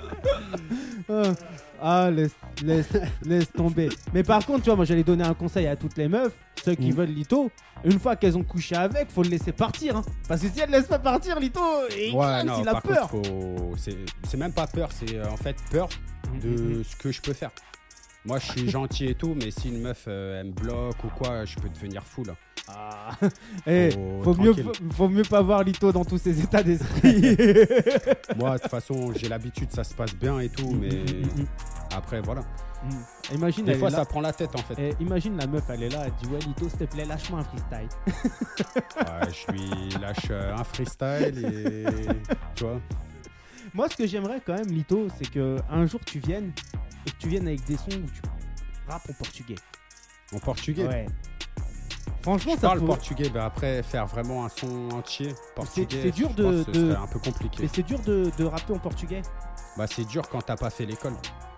Speaker 3: Euh, ah, laisse, laisse, laisse tomber. Mais par contre, tu vois, moi j'allais donner un conseil à toutes les meufs, ceux qui
Speaker 4: Mm.
Speaker 3: veulent Lito. Une fois qu'elles ont couché avec, faut le laisser partir. hein. Parce que si elle ne laisse pas partir, Lito, il,
Speaker 4: Ouais,
Speaker 3: grince,
Speaker 4: non,
Speaker 3: il a
Speaker 4: par
Speaker 3: peur.
Speaker 4: contre, faut- c'est c'est même pas peur, c'est euh, en fait peur
Speaker 3: Mm,
Speaker 4: de ce que je peux faire. Moi, je
Speaker 3: (laughs)
Speaker 4: suis gentil et tout, mais si une meuf, euh, elle me bloque ou quoi, je peux devenir fou là.
Speaker 3: Ah. (laughs) Eh,
Speaker 4: Faut-
Speaker 3: faut, mieux,
Speaker 4: Oh, tranquille.
Speaker 3: faut mieux pas voir Lito dans tous ses états d'esprit.
Speaker 4: Moi, de toute façon, j'ai l'habitude, ça se passe bien (laughs) et tout, mais après, voilà.
Speaker 3: Mm. Imagine,
Speaker 4: Des
Speaker 3: elle
Speaker 4: fois,
Speaker 3: mm, est là.
Speaker 4: ça prend la tête en
Speaker 3: (laughs)
Speaker 4: fait.
Speaker 3: Eh, imagine la meuf, elle est là, elle dit Ouais, Lito, s'il te plaît, lâche-moi un freestyle.
Speaker 4: Ouais, je lui lâche euh, un freestyle et. Tu vois
Speaker 3: Moi, ce que j'aimerais quand même, Lito, c'est que un jour tu viennes et que tu viennes avec des sons où tu rappes en portugais.
Speaker 4: En portugais.
Speaker 3: Ouais. Franchement,
Speaker 4: Je
Speaker 3: ça
Speaker 4: parle
Speaker 3: pourrait-
Speaker 4: portugais, mais après, faire vraiment un son entier portugais,
Speaker 3: c'est dur
Speaker 4: je
Speaker 3: de-
Speaker 4: pense que ce
Speaker 3: de-
Speaker 4: serait un peu compliqué.
Speaker 3: Mais c'est dur de, de rapper en portugais.
Speaker 4: Bah, c'est dur quand t'as pas fait l'école.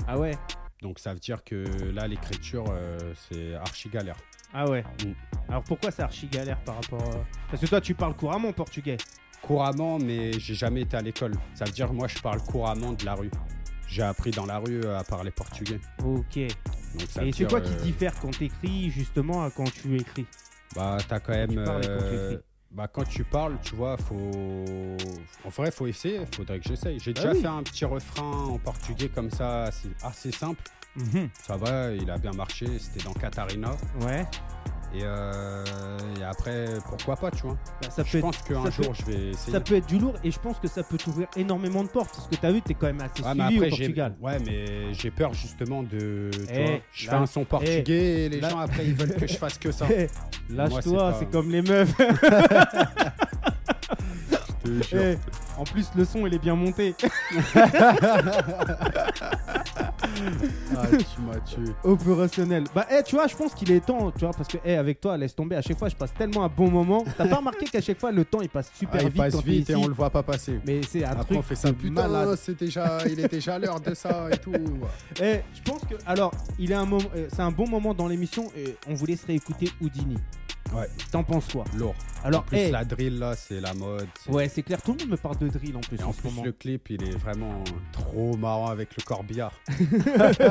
Speaker 3: Ah ouais.
Speaker 4: Donc ça veut dire que là, l'écriture, euh, c'est archi galère.
Speaker 3: Ah ouais.
Speaker 4: Mm.
Speaker 3: Alors pourquoi c'est archi galère par rapport. euh, Parce que toi, tu parles couramment portugais.
Speaker 4: Couramment, mais j'ai jamais été à l'école. Ça veut dire moi, je parle couramment de la rue. J'ai appris dans la rue euh, à parler portugais.
Speaker 3: Ok.
Speaker 4: Donc ça veut
Speaker 3: et c'est
Speaker 4: dire,
Speaker 3: quoi qui
Speaker 4: euh,
Speaker 3: diffère quand t'écris justement à quand tu écris
Speaker 4: Bah, t'as quand
Speaker 3: Quand tu
Speaker 4: même.
Speaker 3: parles et quand tu
Speaker 4: euh,
Speaker 3: écris.
Speaker 4: bah, quand tu parles, tu vois, faut. En vrai, faut essayer. Faudrait que j'essaye. J'ai
Speaker 3: Bah
Speaker 4: déjà
Speaker 3: oui.
Speaker 4: fait un petit refrain en portugais comme ça, assez, assez simple.
Speaker 3: Mhm.
Speaker 4: Ça va, il a bien marché. C'était dans Catarina.
Speaker 3: Ouais.
Speaker 4: Et, euh, et après, pourquoi pas, tu vois.
Speaker 3: Bah, ça peut
Speaker 4: Je
Speaker 3: être
Speaker 4: pense qu'un
Speaker 3: ça
Speaker 4: jour,
Speaker 3: peut-
Speaker 4: je vais essayer.
Speaker 3: Ça peut être du lourd et je pense que ça peut t'ouvrir énormément de portes. Parce que t'as vu, t'es quand même assez
Speaker 4: Ouais, Ah, mais
Speaker 3: suivi
Speaker 4: après,
Speaker 3: au
Speaker 4: j'ai-
Speaker 3: Portugal.
Speaker 4: Ouais, mais j'ai peur justement de. tu
Speaker 3: Eh,
Speaker 4: vois, je
Speaker 3: là- eh,
Speaker 4: fais un son portugais et les
Speaker 3: là-
Speaker 4: gens après ils veulent que je fasse
Speaker 3: (laughs)
Speaker 4: que ça.
Speaker 3: Eh,
Speaker 4: Moi, c'est
Speaker 3: Lâche-toi,
Speaker 4: pas-
Speaker 3: c'est comme les
Speaker 4: (laughs)
Speaker 3: meufs.
Speaker 4: Je te jure.
Speaker 3: Eh, (laughs) en plus, le son, il est bien monté. (laughs) Eh,
Speaker 4: Ah, tu m'as tué.
Speaker 3: Opérationnel. Bah, eh, tu vois, je pense qu'il est temps, tu vois, parce que, eh, avec toi, laisse tomber. À chaque fois, je passe tellement un bon moment. T'as pas remarqué qu'à chaque fois, le temps, il passe super
Speaker 4: Ah, il
Speaker 3: vite.
Speaker 4: passe
Speaker 3: quand t'es
Speaker 4: vite et
Speaker 3: ici
Speaker 4: on le voit pas passer.
Speaker 3: Mais c'est un
Speaker 4: Après,
Speaker 3: truc
Speaker 4: on fait ça.
Speaker 3: de (laughs)
Speaker 4: Putain,
Speaker 3: malade.
Speaker 4: c'est déjà, il est déjà l'heure de ça et tout.
Speaker 3: Eh, je pense que, alors, il est un moment, euh, c'est un bon moment dans l'émission. et on vous laisse réécouter Houdini.
Speaker 4: Ouais.
Speaker 3: T'en penses quoi
Speaker 4: (laughs) Lourd.
Speaker 3: Alors,
Speaker 4: en plus,
Speaker 3: eh,
Speaker 4: la drill là, c'est la mode. c'est-
Speaker 3: ouais, c'est clair. Tout le monde me parle de drill en plus
Speaker 4: Et
Speaker 3: en,
Speaker 4: en
Speaker 3: ce
Speaker 4: plus,
Speaker 3: moment.
Speaker 4: le clip, il est vraiment trop marrant avec le corbillard.
Speaker 3: (laughs)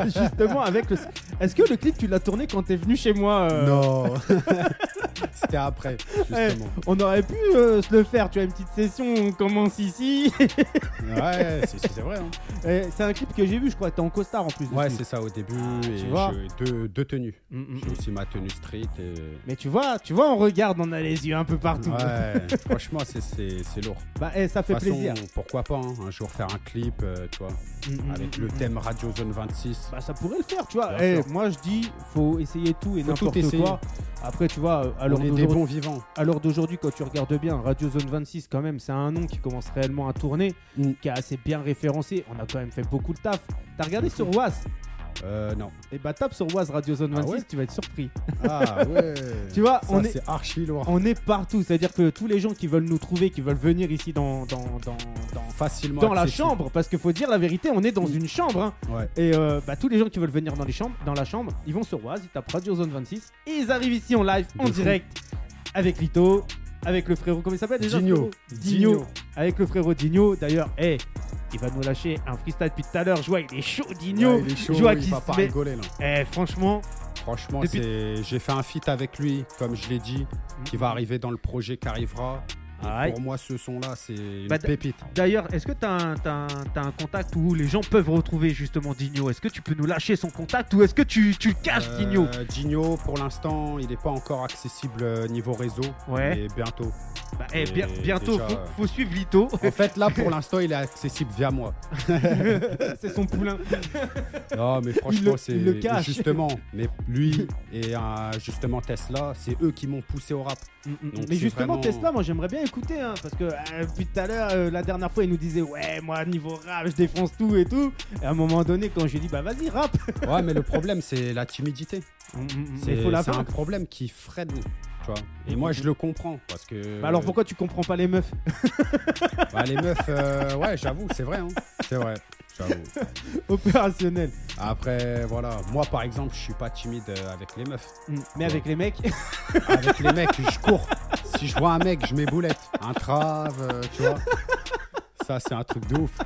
Speaker 3: Justement, avec le. Est-ce que le clip, tu l'as tourné quand t'es venu chez moi (laughs) euh, (laughs)
Speaker 4: Non C'était après, justement.
Speaker 3: On aurait pu euh, se le faire, tu as une petite session, on commence ici. (laughs)
Speaker 4: Ouais, c'est c'est vrai. hein.
Speaker 3: Eh, c'est un clip que j'ai vu, je crois, t'es en costard en plus.
Speaker 4: Ouais,
Speaker 3: dessus.
Speaker 4: c'est ça au début. Et
Speaker 3: Ah, vois
Speaker 4: je- deux, deux tenues.
Speaker 3: Mm, mm, mm.
Speaker 4: J'ai aussi ma tenue street. Et...
Speaker 3: Mais tu vois, tu vois, on regarde, on a les yeux un peu partout. (laughs)
Speaker 4: Ouais, franchement, c'est- c'est c'est lourd.
Speaker 3: Bah, eh, ça
Speaker 4: De
Speaker 3: fait
Speaker 4: toute façon,
Speaker 3: plaisir.
Speaker 4: pourquoi pas hein, un jour faire un clip, euh, tu vois,
Speaker 3: Mm, mm,
Speaker 4: avec
Speaker 3: mm,
Speaker 4: le
Speaker 3: mm.
Speaker 4: thème Radio Zone 26.
Speaker 3: Bah, ça pourrait le faire, tu vois.
Speaker 4: Bien
Speaker 3: Eh,
Speaker 4: sûr.
Speaker 3: moi, je dis, faut essayer tout et
Speaker 4: Faut tout
Speaker 3: n'importe
Speaker 4: essayer.
Speaker 3: quoi. Après, tu vois, euh, à l'heure
Speaker 4: on est des
Speaker 3: d'aujourd'hui-
Speaker 4: bons vivants.
Speaker 3: à l'heure d'aujourd'hui, quand tu regardes bien, Radio Zone 26, quand même, c'est un nom qui commence réellement à tourner,
Speaker 4: Mm.
Speaker 3: qui est assez bien référencé. On a quand même fait beaucoup de taf. T'as regardé sur Was
Speaker 4: Euh, non.
Speaker 3: Et bah tape sur Oise Radio Zone
Speaker 4: Ah
Speaker 3: 26,
Speaker 4: ouais
Speaker 3: tu vas être surpris.
Speaker 4: (laughs) Ah ouais.
Speaker 3: Tu vois,
Speaker 4: Ça,
Speaker 3: on est,
Speaker 4: c'est archi lourd.
Speaker 3: on est partout. C'est-à-dire que tous les gens qui veulent nous trouver, qui veulent venir ici dans, dans, dans, dans,
Speaker 4: Facilement.
Speaker 3: dans la
Speaker 4: accessible. Mm.
Speaker 3: chambre, parce qu'il faut dire la vérité, on est dans une chambre. hein.
Speaker 4: Ouais.
Speaker 3: Et euh, bah, tous les gens qui veulent venir dans, les chambres, dans la chambre, ils vont sur Oise, ils tapent Radio Zone 26 et ils arrivent ici en live, en
Speaker 4: De fou.
Speaker 3: direct, avec Lito, avec le frérot, comment il s'appelle déjà
Speaker 4: Digno.
Speaker 3: frérot Digno. Avec le frérot Digno. D'ailleurs, hey, il va nous lâcher un freestyle depuis tout à l'heure. Joie, il est chaud, Digno.
Speaker 4: Ouais, il est chaud,
Speaker 3: Joie
Speaker 4: il
Speaker 3: qui
Speaker 4: va
Speaker 3: se
Speaker 4: pas
Speaker 3: met-
Speaker 4: rigoler là.
Speaker 3: Eh, franchement,
Speaker 4: Franchement,
Speaker 3: Depuis-
Speaker 4: c'est- j'ai fait un feat avec lui, comme je l'ai dit, qui va arriver dans le projet qui arrivera. Et
Speaker 3: Aïe.
Speaker 4: pour moi, ce son-là, c'est une
Speaker 3: Bah, d-
Speaker 4: pépite.
Speaker 3: D'ailleurs, est-ce que tu as, un contact où les gens peuvent retrouver justement Digno Est-ce que tu peux nous lâcher son contact ou est-ce que tu, tu le caches,
Speaker 4: Euh,
Speaker 3: Digno
Speaker 4: Gigno, pour l'instant, il n'est pas encore accessible euh, niveau réseau.
Speaker 3: Ouais.
Speaker 4: Mais bientôt.
Speaker 3: Bah, eh, bien-
Speaker 4: et
Speaker 3: Bientôt,
Speaker 4: déjà,
Speaker 3: faut,
Speaker 4: euh,
Speaker 3: faut suivre Lito.
Speaker 4: En fait, là, pour l'instant, il est accessible via moi.
Speaker 3: (laughs) C'est son poulain.
Speaker 4: Non,
Speaker 3: (laughs)
Speaker 4: mais
Speaker 3: Il
Speaker 4: franchement,
Speaker 3: le-
Speaker 4: c'est
Speaker 3: il le cache.
Speaker 4: justement. Mais lui et euh, justement Tesla, c'est eux qui m'ont poussé au rap. Donc,
Speaker 3: Mm, Mais
Speaker 4: c'est
Speaker 3: justement,
Speaker 4: vraiment-
Speaker 3: Tesla, moi j'aimerais bien écouter hein, parce que euh, depuis tout à l'heure, euh, la dernière fois, il nous disait Ouais, moi niveau rap, je défonce tout et tout. Et à un moment donné, quand je lui ai dit Bah vas-y, rap
Speaker 4: Ouais, mais le problème, c'est la timidité.
Speaker 3: (laughs) Mais
Speaker 4: Mm, C'est
Speaker 3: faut la
Speaker 4: c'est un
Speaker 3: vaincre.
Speaker 4: problème qui freine. Tu vois. Et moi, je le comprends parce que.
Speaker 3: Bah, alors pourquoi tu comprends pas les meufs (laughs)
Speaker 4: Bah, les meufs, euh, ouais, j'avoue, c'est vrai. hein. C'est vrai. J'avoue.
Speaker 3: opérationnels
Speaker 4: Après, voilà. Moi, par exemple, je suis pas timide euh, avec les meufs.
Speaker 3: Mm. Mais avec les mecs, (laughs)
Speaker 4: Avec les mecs, je cours. Si je vois un mec, je mets boulette. Un trave, euh, tu vois. Ça, c'est un truc de ouf.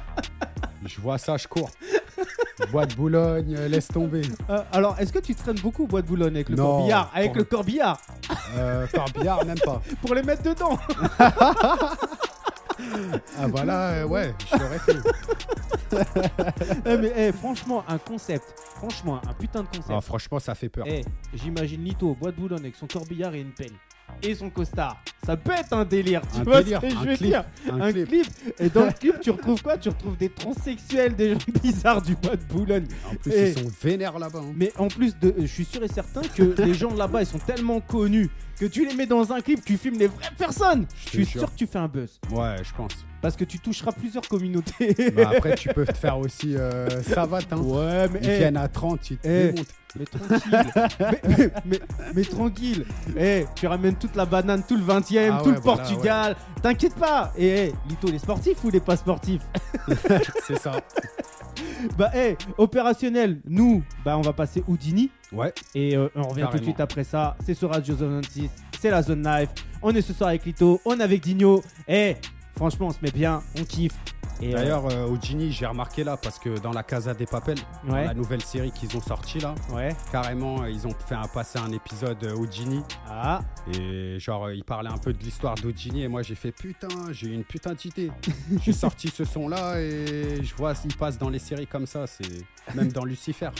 Speaker 4: Je vois ça, je cours. Bois de Boulogne, euh, laisse tomber.
Speaker 3: Euh, alors est-ce que tu traînes beaucoup au bois de Boulogne avec le
Speaker 4: Non.
Speaker 3: corbillard Avec
Speaker 4: Pour-
Speaker 3: le corbillard
Speaker 4: Euh, Corbillard, même pas.
Speaker 3: pour les mettre dedans (laughs)
Speaker 4: Ah bah là, euh, ouais, je l'aurais fait.
Speaker 3: Eh, mais eh, franchement, un concept. Franchement, un putain de concept.
Speaker 4: Ah, franchement, ça fait peur.
Speaker 3: Eh, J'imagine Lito au bois de Boulogne avec son corbillard et une pelle. Et son costard. Ça peut être un délire, tu
Speaker 4: Un
Speaker 3: vois
Speaker 4: délire,
Speaker 3: ce que je
Speaker 4: un
Speaker 3: veux
Speaker 4: clip,
Speaker 3: dire
Speaker 4: un,
Speaker 3: Un
Speaker 4: clip.
Speaker 3: clip. Et dans le clip, tu retrouves quoi Tu retrouves des transsexuels, des gens bizarres du bois de Boulogne.
Speaker 4: En plus,
Speaker 3: Eh.
Speaker 4: ils sont vénères là-bas. hein.
Speaker 3: Mais en plus, de, je suis sûr et certain
Speaker 4: (laughs)
Speaker 3: que les gens là-bas, ils sont tellement connus que tu les mets dans un clip, tu filmes les vraies personnes.
Speaker 4: Je te
Speaker 3: Je suis
Speaker 4: jure.
Speaker 3: sûr que tu fais un buzz.
Speaker 4: Ouais, je pense.
Speaker 3: Parce que tu toucheras plusieurs communautés.
Speaker 4: Bah après, tu peux te faire aussi euh, savate. Hein.
Speaker 3: (laughs) ouais, mais
Speaker 4: Ils
Speaker 3: eh,
Speaker 4: viennent à 30, ils te
Speaker 3: Eh.
Speaker 4: démontent.
Speaker 3: Mais tranquille. mais, mais- mais- mais tranquille. Eh, tu ramènes toute la banane, tout le 20 e
Speaker 4: Ah
Speaker 3: tout
Speaker 4: ouais,
Speaker 3: le
Speaker 4: voilà,
Speaker 3: Portugal. T'inquiète pas. Et eh, Lito, les sportifs ou les pas sportifs
Speaker 4: C'est ça.
Speaker 3: (laughs) Bah, eh, opérationnel, nous, bah, on va passer Houdini.
Speaker 4: Ouais.
Speaker 3: Et euh, on revient tout de
Speaker 4: Carrément.
Speaker 3: suite après ça. C'est sur Radio Zone 26. C'est la Zone Live. On est ce soir avec Lito. On est avec Digno. Eh, franchement, on se met bien. On kiffe. Et euh,
Speaker 4: D'ailleurs, euh, au Gini, j'ai remarqué là, parce que dans la Casa des Papel, dans
Speaker 3: Ouais.
Speaker 4: la nouvelle série qu'ils ont sortie là,
Speaker 3: ouais.
Speaker 4: carrément, euh, ils ont fait un, passer un épisode euh, au Gini.
Speaker 3: Ah,
Speaker 4: Et genre, euh, ils parlaient un peu de l'histoire d'Houdini. Et moi, j'ai fait putain, j'ai eu une putain d'idée. j'ai sorti ce son là et je vois s'il passe dans les séries comme ça. C'est Même dans Lucifer.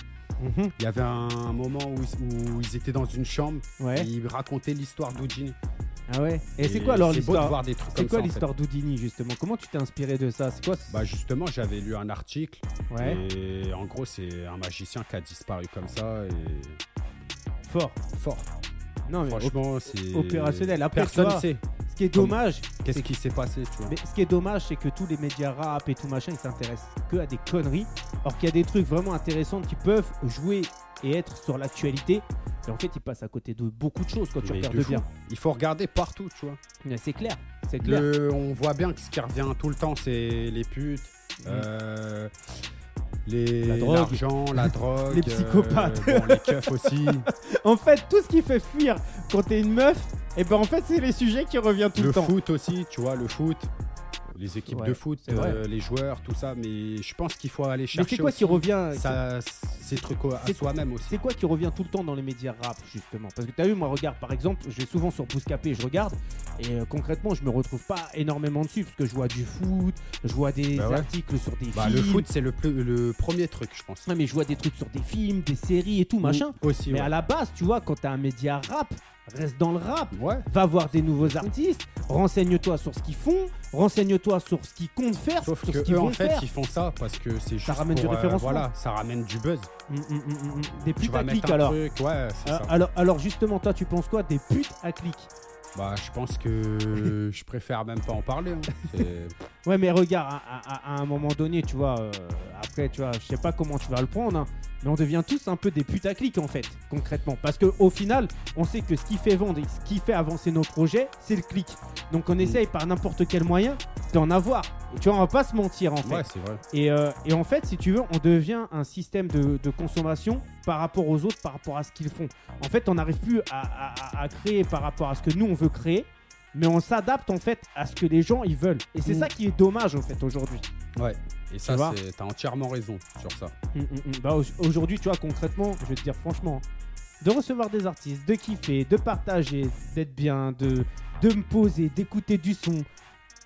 Speaker 3: mhm,
Speaker 4: Il y avait un moment où, ils- où ils étaient dans une chambre et
Speaker 3: ouais.
Speaker 4: ils racontaient l'histoire d'Houdini.
Speaker 3: Ah ouais. Et, c'est
Speaker 4: Et
Speaker 3: quoi alors
Speaker 4: C'est beau de
Speaker 3: l'histoire
Speaker 4: voir des trucs
Speaker 3: C'est
Speaker 4: comme
Speaker 3: quoi
Speaker 4: ça, en fait.
Speaker 3: l'histoire d'Houdini justement Comment tu t'es inspiré de ça C'est quoi ce-
Speaker 4: Bah euh, justement, j'avais lu un article
Speaker 3: Ouais.
Speaker 4: et en gros, c'est un magicien qui a disparu comme ça et
Speaker 3: Fort.
Speaker 4: fort.
Speaker 3: Non, mais
Speaker 4: Franchement, c'est
Speaker 3: opérationnel. Après, tu
Speaker 4: Personne
Speaker 3: vois,
Speaker 4: sait
Speaker 3: ce qui est dommage,
Speaker 4: qu'est-ce qui s'est passé, tu vois.
Speaker 3: mais ce qui est dommage, c'est que tous les médias rap et tout machin, ils s'intéressent que à des conneries, alors qu'il y a des trucs vraiment intéressants qui peuvent jouer et être sur l'actualité. Et en fait, ils passent à côté de beaucoup de choses quand tu
Speaker 4: Mais
Speaker 3: regardes
Speaker 4: de fou.
Speaker 3: bien.
Speaker 4: Il faut regarder partout, tu vois.
Speaker 3: Mais C'est clair, c'est clair.
Speaker 4: Le, on voit bien que ce qui revient tout le temps, c'est les putes, euh, les
Speaker 3: Mm. La drogue.
Speaker 4: l'argent,
Speaker 3: (laughs)
Speaker 4: la drogue,
Speaker 3: Les psychopathes.
Speaker 4: euh, bon, les keufs
Speaker 3: (laughs)
Speaker 4: aussi,
Speaker 3: En fait, tout ce qui fait fuir quand t'es une meuf, et ben en fait, c'est les sujets qui reviennent tout le,
Speaker 4: le
Speaker 3: temps.
Speaker 4: foot aussi, tu vois, le foot. Les équipes
Speaker 3: Ouais,
Speaker 4: de foot,
Speaker 3: c'est vrai.
Speaker 4: euh, les joueurs, tout ça, mais je pense qu'il faut aller
Speaker 3: Mais
Speaker 4: chercher
Speaker 3: c'est quoi
Speaker 4: aussi
Speaker 3: qui revient
Speaker 4: ça, ces trucs au- à
Speaker 3: C'est-
Speaker 4: soi-même aussi.
Speaker 3: C'est quoi qui revient tout le temps dans les médias rap justement Parce que t'as vu, moi regarde par exemple, je vais souvent sur Bouscapé, je regarde et euh, concrètement je me retrouve pas énormément dessus parce que je vois du foot, je vois des
Speaker 4: Bah ouais.
Speaker 3: articles sur des
Speaker 4: Bah,
Speaker 3: films,
Speaker 4: le foot, c'est le, plus- le premier truc, je pense.
Speaker 3: Ouais, mais je vois des trucs sur des films, des séries et tout machin.
Speaker 4: Ou- Aussi,
Speaker 3: Mais
Speaker 4: ouais.
Speaker 3: à la base, tu vois, quand t'as un média rap, reste dans le rap.
Speaker 4: Ouais.
Speaker 3: Va voir des nouveaux artistes, renseigne-toi sur ce qu'ils font, renseigne-toi sur ce qu'ils comptent faire,
Speaker 4: Sauf
Speaker 3: sur
Speaker 4: que
Speaker 3: ce qu'ils
Speaker 4: eux,
Speaker 3: vont
Speaker 4: en fait,
Speaker 3: faire.
Speaker 4: ils font ça parce que c'est juste.
Speaker 3: ramène du
Speaker 4: pour, euh,
Speaker 3: référencement.
Speaker 4: voilà, ça ramène du buzz.
Speaker 3: Hum, hum, hum, hum, hum. Des
Speaker 4: tu
Speaker 3: putes
Speaker 4: vas
Speaker 3: à clic
Speaker 4: mettre un
Speaker 3: alors.
Speaker 4: truc. Ouais, c'est
Speaker 3: Ah,
Speaker 4: ça.
Speaker 3: alors. Alors justement, toi tu penses quoi des putes à clic
Speaker 4: (laughs)
Speaker 3: (laughs)
Speaker 4: Bah, je pense que je préfère même pas en parler. hein. C'est-
Speaker 3: Ouais, mais regarde, à, à- à- à un moment donné, tu vois, euh, après, tu vois, je sais pas comment tu vas le prendre, hein, mais on devient tous un peu des putaclics, en fait, concrètement. Parce que au final, on sait que ce qui fait vendre et ce qui fait avancer nos projets, c'est le clic. Donc on essaye par n'importe quel moyen d'en avoir. Et tu vois, on va pas se mentir, en fait.
Speaker 4: Ouais, c'est vrai.
Speaker 3: Et, euh, et en fait, si tu veux, on devient un système de, de consommation par rapport aux autres, par rapport à ce qu'ils font. En fait, on n'arrive plus à, à- à- à créer par rapport à ce que nous, on veut créer, mais on s'adapte en fait à ce que les gens, ils veulent. Et c'est
Speaker 4: Mm.
Speaker 3: ça qui est dommage, en fait, aujourd'hui.
Speaker 4: Ouais. Et ça,
Speaker 3: vois
Speaker 4: c'est- t'as entièrement raison sur ça.
Speaker 3: Mm, mm, mm. Bah, au- aujourd'hui, tu vois, concrètement, je vais te dire franchement, de recevoir des artistes, de kiffer, de partager, d'être bien, de, de me poser, d'écouter du son,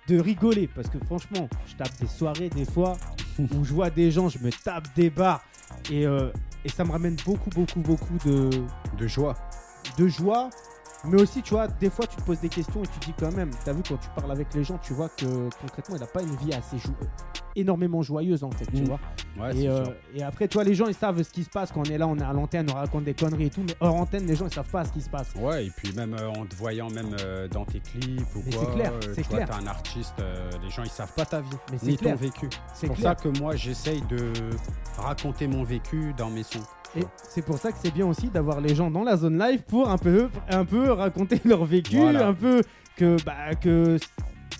Speaker 3: de rigoler. Parce que franchement, je tape des soirées des
Speaker 4: (laughs)
Speaker 3: fois où je vois des gens, je me tape des bars. Et, euh, et ça me ramène beaucoup, beaucoup, beaucoup de,
Speaker 4: De joie.
Speaker 3: de joie. Mais aussi, tu vois, des fois, tu te poses des questions et tu te dis quand même, t'as vu, quand tu parles avec les gens, tu vois que concrètement, il n'a pas une vie assez jou- énormément joyeuse, en fait, tu
Speaker 4: Mm.
Speaker 3: vois.
Speaker 4: Ouais,
Speaker 3: Et,
Speaker 4: c'est
Speaker 3: euh,
Speaker 4: sûr.
Speaker 3: et après, tu vois, les gens, ils savent ce qui se passe quand on est là, on est à l'antenne, on raconte des conneries et tout, mais hors antenne, les gens, ils savent pas ce qui se passe.
Speaker 4: Ouais, et puis même euh, en te voyant même euh, dans tes clips ou
Speaker 3: Mais
Speaker 4: quoi,
Speaker 3: c'est clair,
Speaker 4: euh,
Speaker 3: c'est
Speaker 4: tu vois,
Speaker 3: clair.
Speaker 4: t'es un artiste, euh, les gens ils savent pas ta vie,
Speaker 3: Mais c'est
Speaker 4: ni
Speaker 3: clair.
Speaker 4: ton vécu.
Speaker 3: C'est
Speaker 4: C'est pour
Speaker 3: clair.
Speaker 4: ça que moi j'essaye de raconter mon vécu dans mes sons.
Speaker 3: Et c'est pour ça que c'est bien aussi d'avoir les gens dans la zone live pour un peu, un peu raconter leur vécu,
Speaker 4: Voilà.
Speaker 3: un peu que, bah, que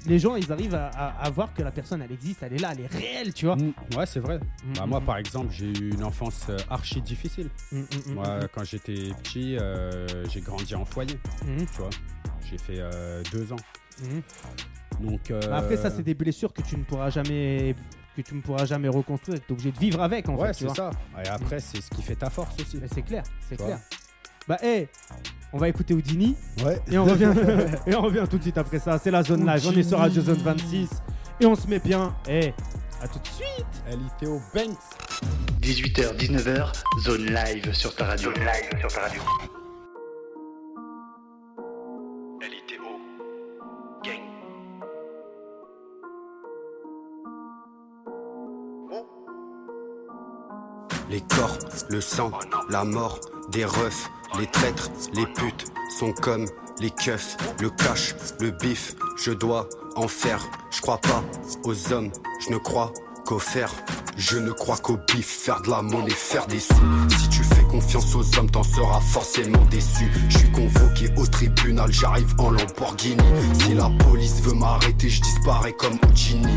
Speaker 3: les gens, ils arrivent à, à- à voir que la personne, elle existe, elle est là, elle est réelle, tu vois.
Speaker 4: Mm, Ouais, c'est vrai. Bah,
Speaker 3: Ah. Mm,
Speaker 4: moi
Speaker 3: mm,
Speaker 4: par exemple, j'ai eu une enfance euh, archi difficile.
Speaker 3: mm, mm, mm,
Speaker 4: Moi, quand j'étais petit, euh, j'ai grandi en foyer,
Speaker 3: mm, mm,
Speaker 4: tu vois. J'ai fait euh, deux ans.
Speaker 3: mm.
Speaker 4: Donc euh,
Speaker 3: Bah, Après, ça, c'est des blessures que tu ne pourras jamais que tu ne pourras jamais reconstruire, tu es obligé de vivre avec en
Speaker 4: ouais,
Speaker 3: fait. tu
Speaker 4: c'est
Speaker 3: vois. Mm.
Speaker 4: ça. Et après, c'est ce qui fait ta force aussi.
Speaker 3: Mais c'est clair, c'est
Speaker 4: Tu
Speaker 3: clair. Bah, hé, on va écouter Houdini.
Speaker 4: Ouais.
Speaker 3: Et on
Speaker 4: (laughs)
Speaker 3: revient, (laughs) et on revient tout de suite après ça. C'est la zone live. On est sur Radio Zone 26. Et on se met bien. Eh, à tout de suite.
Speaker 4: LITO Banks.
Speaker 1: 18h, 19h, zone live sur ta radio. live sur ta radio. LITO. Gang.
Speaker 2: Les corps, le sang, la mort, des refs, les traîtres, les putes sont comme les keufs, le cash, le bif, je dois en faire. Je crois pas aux hommes, je ne crois qu'aux fers. Je ne crois qu'au bif, faire de la monnaie, faire des sous. Si tu fais confiance aux hommes, t'en seras forcément déçu. Je suis convoqué au tribunal, j'arrive en Lamborghini. Si la police veut m'arrêter, je disparais comme Houdini.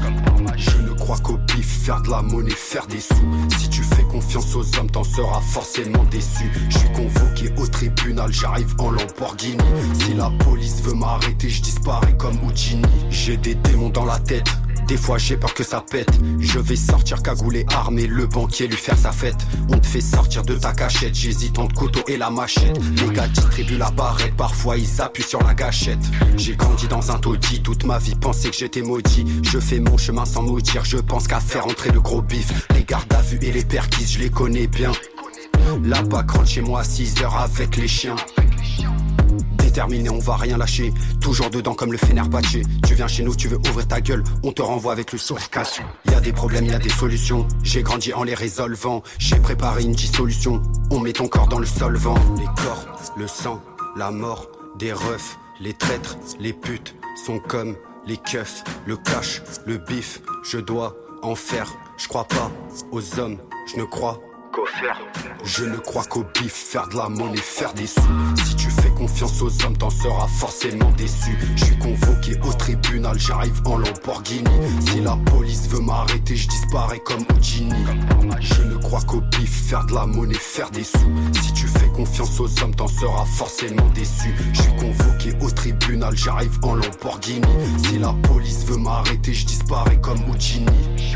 Speaker 2: Je ne crois qu'au bif, faire de la monnaie, faire des sous. Si tu fais confiance aux hommes, t'en seras forcément déçu. Je suis convoqué au tribunal, j'arrive en Lamborghini. Si la police veut m'arrêter, je disparais comme Houdini. J'ai des démons dans la tête. Des fois j'ai peur que ça pète Je vais sortir cagoulé armé Le banquier lui faire sa fête On te fait sortir de ta cachette J'hésite entre le couteau et la machette Les gars distribuent la barrette Parfois ils appuient sur la gâchette J'ai grandi dans un taudis Toute ma vie pensée que j'étais maudit Je fais mon chemin sans maudire Je pense qu'à faire entrer le gros bif Les gardes à vue et les perquises Je les connais bien La bac rentre chez moi à 6h avec les chiens Déterminé, on va rien lâcher. Toujours dedans comme le Fenerbahçe. Tu viens chez nous, tu veux ouvrir ta gueule. On te renvoie avec le sourire cassé. Y a des problèmes, y a des solutions. J'ai grandi en les résolvant. J'ai préparé une dissolution. On met ton corps dans le solvant. Les corps, le sang, la mort, des refs, les traîtres, les putes sont comme les keufs, le cash, le bif. Je dois en faire. Je crois pas aux hommes, je ne crois je ne crois qu'au bif, faire de la monnaie, faire des sous. Si tu fais confiance aux hommes, t'en seras forcément déçu. Je suis convoqué au tribunal, j'arrive en Lamborghini. Si la police veut m'arrêter, je disparais comme Houdini. Je ne crois qu'au bif, faire de la monnaie, faire des sous. Si tu fais confiance aux hommes, t'en seras forcément déçu. Je suis convoqué au tribunal, j'arrive en Lamborghini. Si la police veut m'arrêter, je disparais comme Houdini.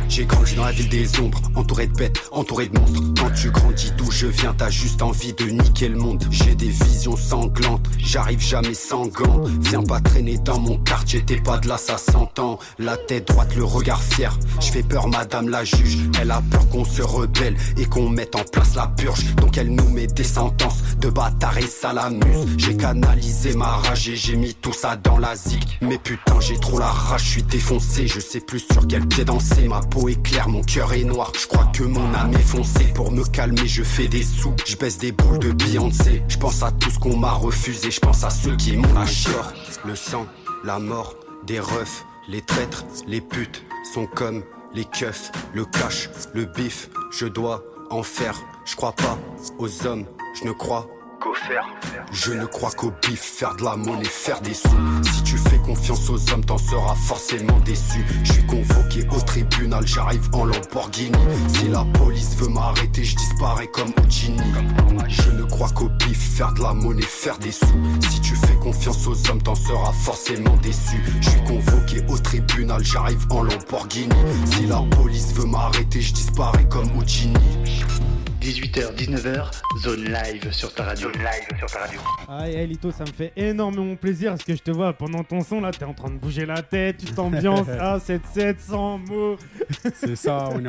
Speaker 2: J'ai grandi dans la ville des ombres, entouré de bêtes, entouré de monstres. Quand tu grandis d'où je viens, t'as juste envie de niquer le monde. J'ai des visions sanglantes, j'arrive jamais sans gants. Viens pas traîner dans mon quartier, t'es pas de là, ça s'entend. La tête droite, le regard fier. Je fais peur, madame la juge. Elle a peur qu'on se rebelle et qu'on mette en place la purge. Donc elle nous met des sentences de bâtard et ça l'amuse. J'ai canalisé ma rage et j'ai mis tout ça dans la zic. Mais putain, j'ai trop la rage, je suis défoncé. Je sais plus sur quel pied danser. Ma peau est claire, mon cœur est noir. Je crois que mon âme est foncée. Pour me calmer, je fais des sous. Je baisse des boules de Beyoncé. Je pense à tout ce qu'on m'a refusé. Je pense à ceux qui m'ont lâché. Le sang, la mort, des refs, Les traîtres, les putes sont comme les keufs, le cash, le bif, je dois en faire. Je crois pas aux hommes, je ne crois qu'au fer. Je ne crois qu'au bif, faire de la monnaie, faire des sous. Si tu fais confiance aux hommes, t'en seras forcément déçu. Je suis convoqué au tribunal, j'arrive en Lamborghini. Si la police veut m'arrêter, je disparais comme Houdini. Je ne crois qu'au bif, faire de la monnaie, faire des sous. Si tu fais confiance aux hommes, t'en seras forcément déçu. Je suis convoqué au tribunal, j'arrive en Lamborghini. Si la police veut m'arrêter, je disparais comme Houdini.
Speaker 1: 18h, 19h, zone live sur ta radio. live sur ta radio.
Speaker 3: Ah, eh, Lito, ça me fait énormément plaisir parce que je te vois pendant ton son là, t'es en train de bouger la tête, tu
Speaker 4: (laughs)
Speaker 3: t'ambiances. ah, 7 700 mots.
Speaker 4: C'est ça, on est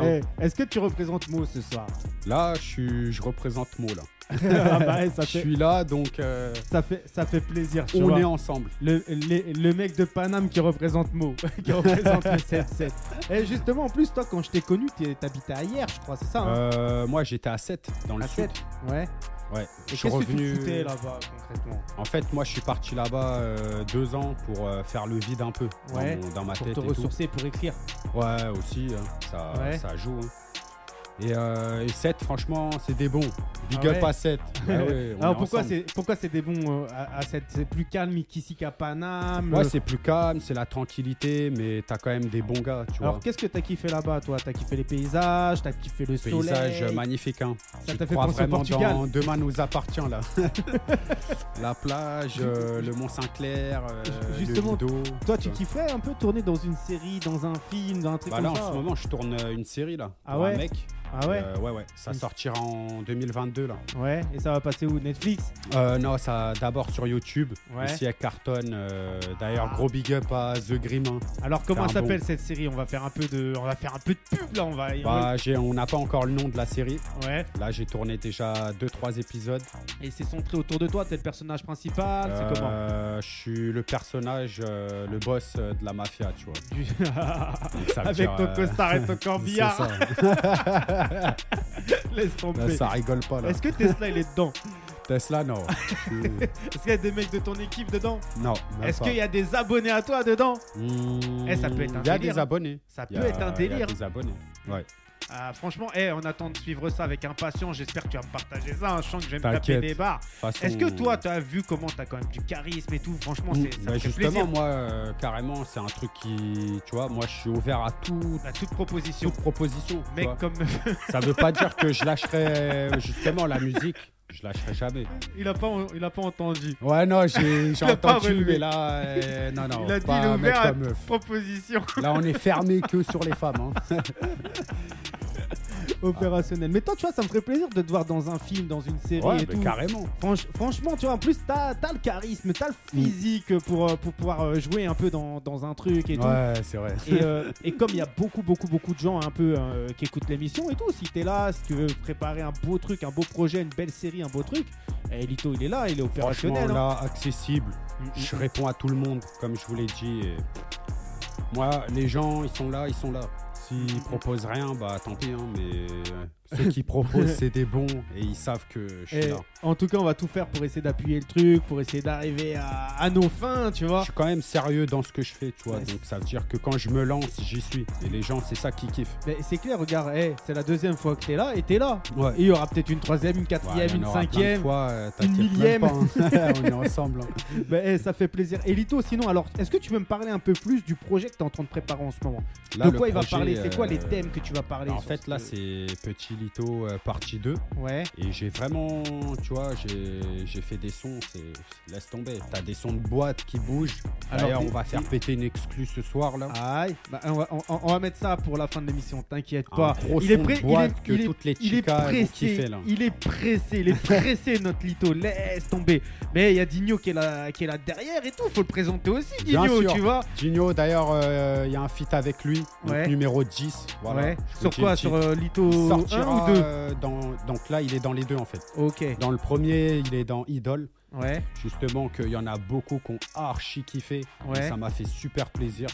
Speaker 3: (laughs)
Speaker 4: hein.
Speaker 3: Eh, Est-ce que tu représentes Mo ce
Speaker 4: (laughs)
Speaker 3: soir
Speaker 4: Là, je, suis- je représente Mo. Là.
Speaker 3: Ah bah, eh, ça,
Speaker 4: Je
Speaker 3: fait,
Speaker 4: suis là, donc euh,
Speaker 3: ça, fait, ça fait plaisir. Tu
Speaker 4: on
Speaker 3: vois.
Speaker 4: est ensemble.
Speaker 3: Le, les- le mec de Paname qui représente Mo, (laughs) qui représente le 7-7. Et justement, en plus, toi, quand je t'ai connu, t'es- t'habitais à hier, je crois, c'est ça hein
Speaker 4: Euh, moi, j'étais à 7 dans le
Speaker 3: À
Speaker 4: sud.
Speaker 3: 7 Ouais.
Speaker 4: Ouais. Je
Speaker 3: Et
Speaker 4: suis
Speaker 3: qu'est-ce que
Speaker 4: revenu.
Speaker 3: tu foutais là-bas, concrètement
Speaker 4: En fait, moi, je suis parti là-bas euh, deux ans pour euh, faire le vide un peu dans
Speaker 3: Ouais,
Speaker 4: mon- dans, ma
Speaker 3: Pour
Speaker 4: tête
Speaker 3: te
Speaker 4: et tout.
Speaker 3: ressourcer, pour écrire.
Speaker 4: Ouais, aussi, hein, ça,
Speaker 3: Ouais.
Speaker 4: ça joue. hein. Et, euh, et 7, franchement, c'est des bons. Big
Speaker 3: Ah
Speaker 4: up
Speaker 3: ouais.
Speaker 4: à 7. (laughs) Ouais, Bah
Speaker 3: (laughs)
Speaker 4: ouais, on
Speaker 3: Alors
Speaker 4: est
Speaker 3: pourquoi
Speaker 4: ensemble.
Speaker 3: c'est pourquoi c'est des bons euh, à, à cette c'est plus calme qu'ici qu'à Paname
Speaker 4: Ouais,
Speaker 3: euh,
Speaker 4: c'est plus calme, c'est la tranquillité, mais t'as quand même des bons gars, tu
Speaker 3: Alors
Speaker 4: vois.
Speaker 3: qu'est-ce que t'as kiffé là-bas toi T'as kiffé les paysages, t'as kiffé le
Speaker 4: Paysage
Speaker 3: soleil.
Speaker 4: magnifique, hein.
Speaker 3: Ça
Speaker 4: Tu
Speaker 3: t'a fait
Speaker 4: crois
Speaker 3: penser au
Speaker 4: vraiment
Speaker 3: Portugal.
Speaker 4: dans Demain nous appartient,
Speaker 3: (laughs)
Speaker 4: là. la plage, euh, le Mont-Saint-Clair, euh,
Speaker 3: Justement,
Speaker 4: le Lido.
Speaker 3: Toi tu kifferais un peu tourner dans une série, dans un film, dans un truc
Speaker 4: Bah
Speaker 3: comme
Speaker 4: là, en
Speaker 3: ça hein.
Speaker 4: ce moment, je tourne euh, une série, là.
Speaker 3: Ah
Speaker 4: pour un
Speaker 3: ouais
Speaker 4: mec.
Speaker 3: Ah ouais
Speaker 4: Euh, ouais, ouais. Ça
Speaker 3: Une-
Speaker 4: sortira en 2022, là.
Speaker 3: Ouais, et ça va passer où Netflix
Speaker 4: Euh, non, ça d'abord sur YouTube.
Speaker 3: Ouais.
Speaker 4: Ici, elle cartonne. euh, D'ailleurs, gros big up à The Grim. hein.
Speaker 3: Alors comment elle
Speaker 4: Faire un
Speaker 3: s'appelle cette série On va faire un peu de on va faire un peu de pub là, on va
Speaker 4: Bah, j'ai- on n'a pas encore le nom de la série.
Speaker 3: Ouais.
Speaker 4: Là, j'ai tourné déjà 2-3 épisodes.
Speaker 3: Et c'est centré autour de toi, t'es le personnage principal, Ah, c'est comment
Speaker 4: Euh, Je suis le personnage, euh, le boss euh, de la mafia, tu vois.
Speaker 3: Du-
Speaker 4: Donc, ça
Speaker 3: (laughs)
Speaker 4: veut
Speaker 3: Avec
Speaker 4: dire,
Speaker 3: ton
Speaker 4: euh,
Speaker 3: costard et ton
Speaker 4: (laughs) c'est
Speaker 3: corbillard, (laughs)
Speaker 4: ça.
Speaker 3: laisse
Speaker 4: Là,
Speaker 3: tomber.
Speaker 4: ça rigole pas, là.
Speaker 3: Est-ce que Tesla il est dedans
Speaker 4: Tesla,
Speaker 3: (laughs)
Speaker 4: non. Je suis-
Speaker 3: Est-ce qu'il y a des mecs de ton équipe dedans
Speaker 4: non, même
Speaker 3: Est-ce
Speaker 4: pas.
Speaker 3: qu'il y a des abonnés à toi dedans
Speaker 4: Mmh,
Speaker 3: Eh, ça peut être un
Speaker 4: Il y a
Speaker 3: délire,
Speaker 4: des
Speaker 3: hein.
Speaker 4: abonnés.
Speaker 3: Ça
Speaker 4: Il y
Speaker 3: peut
Speaker 4: a-
Speaker 3: être un
Speaker 4: Il y a
Speaker 3: délire.
Speaker 4: des abonnés. Ouais.
Speaker 3: Ah, franchement, eh, on attend de suivre ça avec impatience. J'espère que tu vas me partager ça. hein. Je sens que je vais me taper
Speaker 4: T'inquiète.
Speaker 3: des barres.
Speaker 4: De toute façon, Hmm.
Speaker 3: Est-ce que toi, tu as vu comment tu as quand même du charisme et tout Franchement,
Speaker 4: Mm,
Speaker 3: c'est, ça me
Speaker 4: bah
Speaker 3: fait
Speaker 4: justement,
Speaker 3: plaisir.
Speaker 4: moi, euh, carrément, c'est un truc qui, tu vois, moi, je suis ouvert à tout,
Speaker 3: La toute proposition.
Speaker 4: toute proposition. tu
Speaker 3: Mec
Speaker 4: vois.
Speaker 3: comme meuf,
Speaker 4: Ça veut pas dire
Speaker 3: (laughs)
Speaker 4: que je lâcherai, euh, justement, la musique. Je lâcherai jamais.
Speaker 3: il a pas, il a pas entendu.
Speaker 4: Ouais, non, j'ai j'ai
Speaker 3: Il a pas
Speaker 4: entendu,
Speaker 3: relevé.
Speaker 4: mais là, euh, non, non,
Speaker 3: il a dit il est
Speaker 4: pas mec
Speaker 3: ouvert à
Speaker 4: comme meuf.
Speaker 3: (laughs) proposition
Speaker 4: Là, on est fermé que sur les femmes. hein.
Speaker 3: opérationnelle. Mais toi, tu vois, ça me ferait plaisir de te voir dans un film, dans une série (laughs)
Speaker 4: Ouais,
Speaker 3: et
Speaker 4: mais
Speaker 3: tout.
Speaker 4: carrément.
Speaker 3: Franch- franchement, tu vois, en plus, t'as as le charisme, t'as le
Speaker 4: Mm.
Speaker 3: physique pour, euh, pour pouvoir euh, jouer un peu dans, dans un truc et tout.
Speaker 4: Ouais, c'est vrai.
Speaker 3: Et, euh,
Speaker 4: (laughs)
Speaker 3: et comme il y a beaucoup, beaucoup, beaucoup de gens un peu euh, qui écoutent l'émission et tout, si t'es là, si tu veux préparer un beau truc, un beau projet, une belle série, un beau truc, eh, Lito il est là, il est
Speaker 4: Franchement,
Speaker 3: opérationnel. hein.
Speaker 4: là, accessible.
Speaker 3: Mm, mm.
Speaker 4: Je réponds à tout le monde, comme je vous l'ai dit. et Moi, les gens, ils sont là, ils sont là. S'ils
Speaker 3: Mm.
Speaker 4: proposent rien, bah tant pis. hein, mais euh, ceux
Speaker 3: (laughs)
Speaker 4: qui proposent, c'est des bons et ils savent que je suis
Speaker 3: Eh,
Speaker 4: là.
Speaker 3: en tout cas, on va tout faire pour essayer d'appuyer le truc, pour essayer d'arriver à, à nos fins, tu
Speaker 4: Je
Speaker 3: vois.
Speaker 4: suis quand même sérieux dans ce que je fais, tu vois.
Speaker 3: Ouais,
Speaker 4: Donc ça veut dire que quand je me lance, j'y suis. Et les gens, c'est ça qui kiffe.
Speaker 3: Mais c'est clair, regarde, eh, c'est la deuxième fois que t'es là et t'es là.
Speaker 4: Ouais.
Speaker 3: Et il y aura peut-être une troisième, une
Speaker 4: Ouais,
Speaker 3: quatrième,
Speaker 4: Bah, il y en
Speaker 3: une
Speaker 4: aura plein de
Speaker 3: cinquième.
Speaker 4: fois, euh, t'inquiète même
Speaker 3: millième.
Speaker 4: pas, hein. (laughs) On est ensemble.
Speaker 3: (laughs)
Speaker 4: hein.
Speaker 3: Bah, eh, ça fait plaisir. Et Lito, sinon, alors, est-ce que tu veux me parler un peu plus du projet que t'es en train de préparer en ce moment
Speaker 4: Là,
Speaker 3: De
Speaker 4: le
Speaker 3: quoi il va
Speaker 4: projet,
Speaker 3: parler C'est quoi les
Speaker 4: euh,
Speaker 3: thèmes que tu vas parler
Speaker 4: En
Speaker 3: sur
Speaker 4: fait,
Speaker 3: ce-
Speaker 4: là, c'est Petit Lito euh, partie 2.
Speaker 3: Ouais.
Speaker 4: Et j'ai vraiment, tu vois, j'ai j'ai fait des sons, c'est- laisse tomber. T'as des sons de boîte qui bougent.
Speaker 3: Alors,
Speaker 4: D'ailleurs,
Speaker 3: des-
Speaker 4: on va faire péter une exclue ce soir là.
Speaker 3: Aïe, Bah, on, va, on- on- on va mettre ça pour la fin de l'émission, t'inquiète pas.
Speaker 4: Un gros
Speaker 3: il est
Speaker 4: son
Speaker 3: prêt,
Speaker 4: de
Speaker 3: il
Speaker 4: boîte
Speaker 3: est,
Speaker 4: que
Speaker 3: il est-
Speaker 4: toutes les
Speaker 3: il est
Speaker 4: chicas vont
Speaker 3: pressé,
Speaker 4: kiffer, là.
Speaker 3: il est pressé, il est pressé notre Lito, laisse tomber. Mais il y a Digno qui est là, qui est là derrière et tout, faut le présenter aussi
Speaker 4: Bien
Speaker 3: Digno,
Speaker 4: sûr.
Speaker 3: tu vois.
Speaker 4: Gino, d'ailleurs, euh, il y a un feat avec lui, donc
Speaker 3: Ouais.
Speaker 4: numéro 10. Voilà.
Speaker 3: ouais.
Speaker 4: Je vous
Speaker 3: Sur
Speaker 4: dis
Speaker 3: quoi
Speaker 4: le
Speaker 3: Sur
Speaker 4: titre.
Speaker 3: euh, Lito
Speaker 4: Il sortira
Speaker 3: ou deux
Speaker 4: euh, dans- Donc là, il est dans les deux en fait.
Speaker 3: Ok.
Speaker 4: Dans le premier, il est dans Idol.
Speaker 3: Ouais.
Speaker 4: Justement, qu'il y en a beaucoup qui ont archi kiffé. Et
Speaker 3: Ouais.
Speaker 4: Ça m'a fait super plaisir.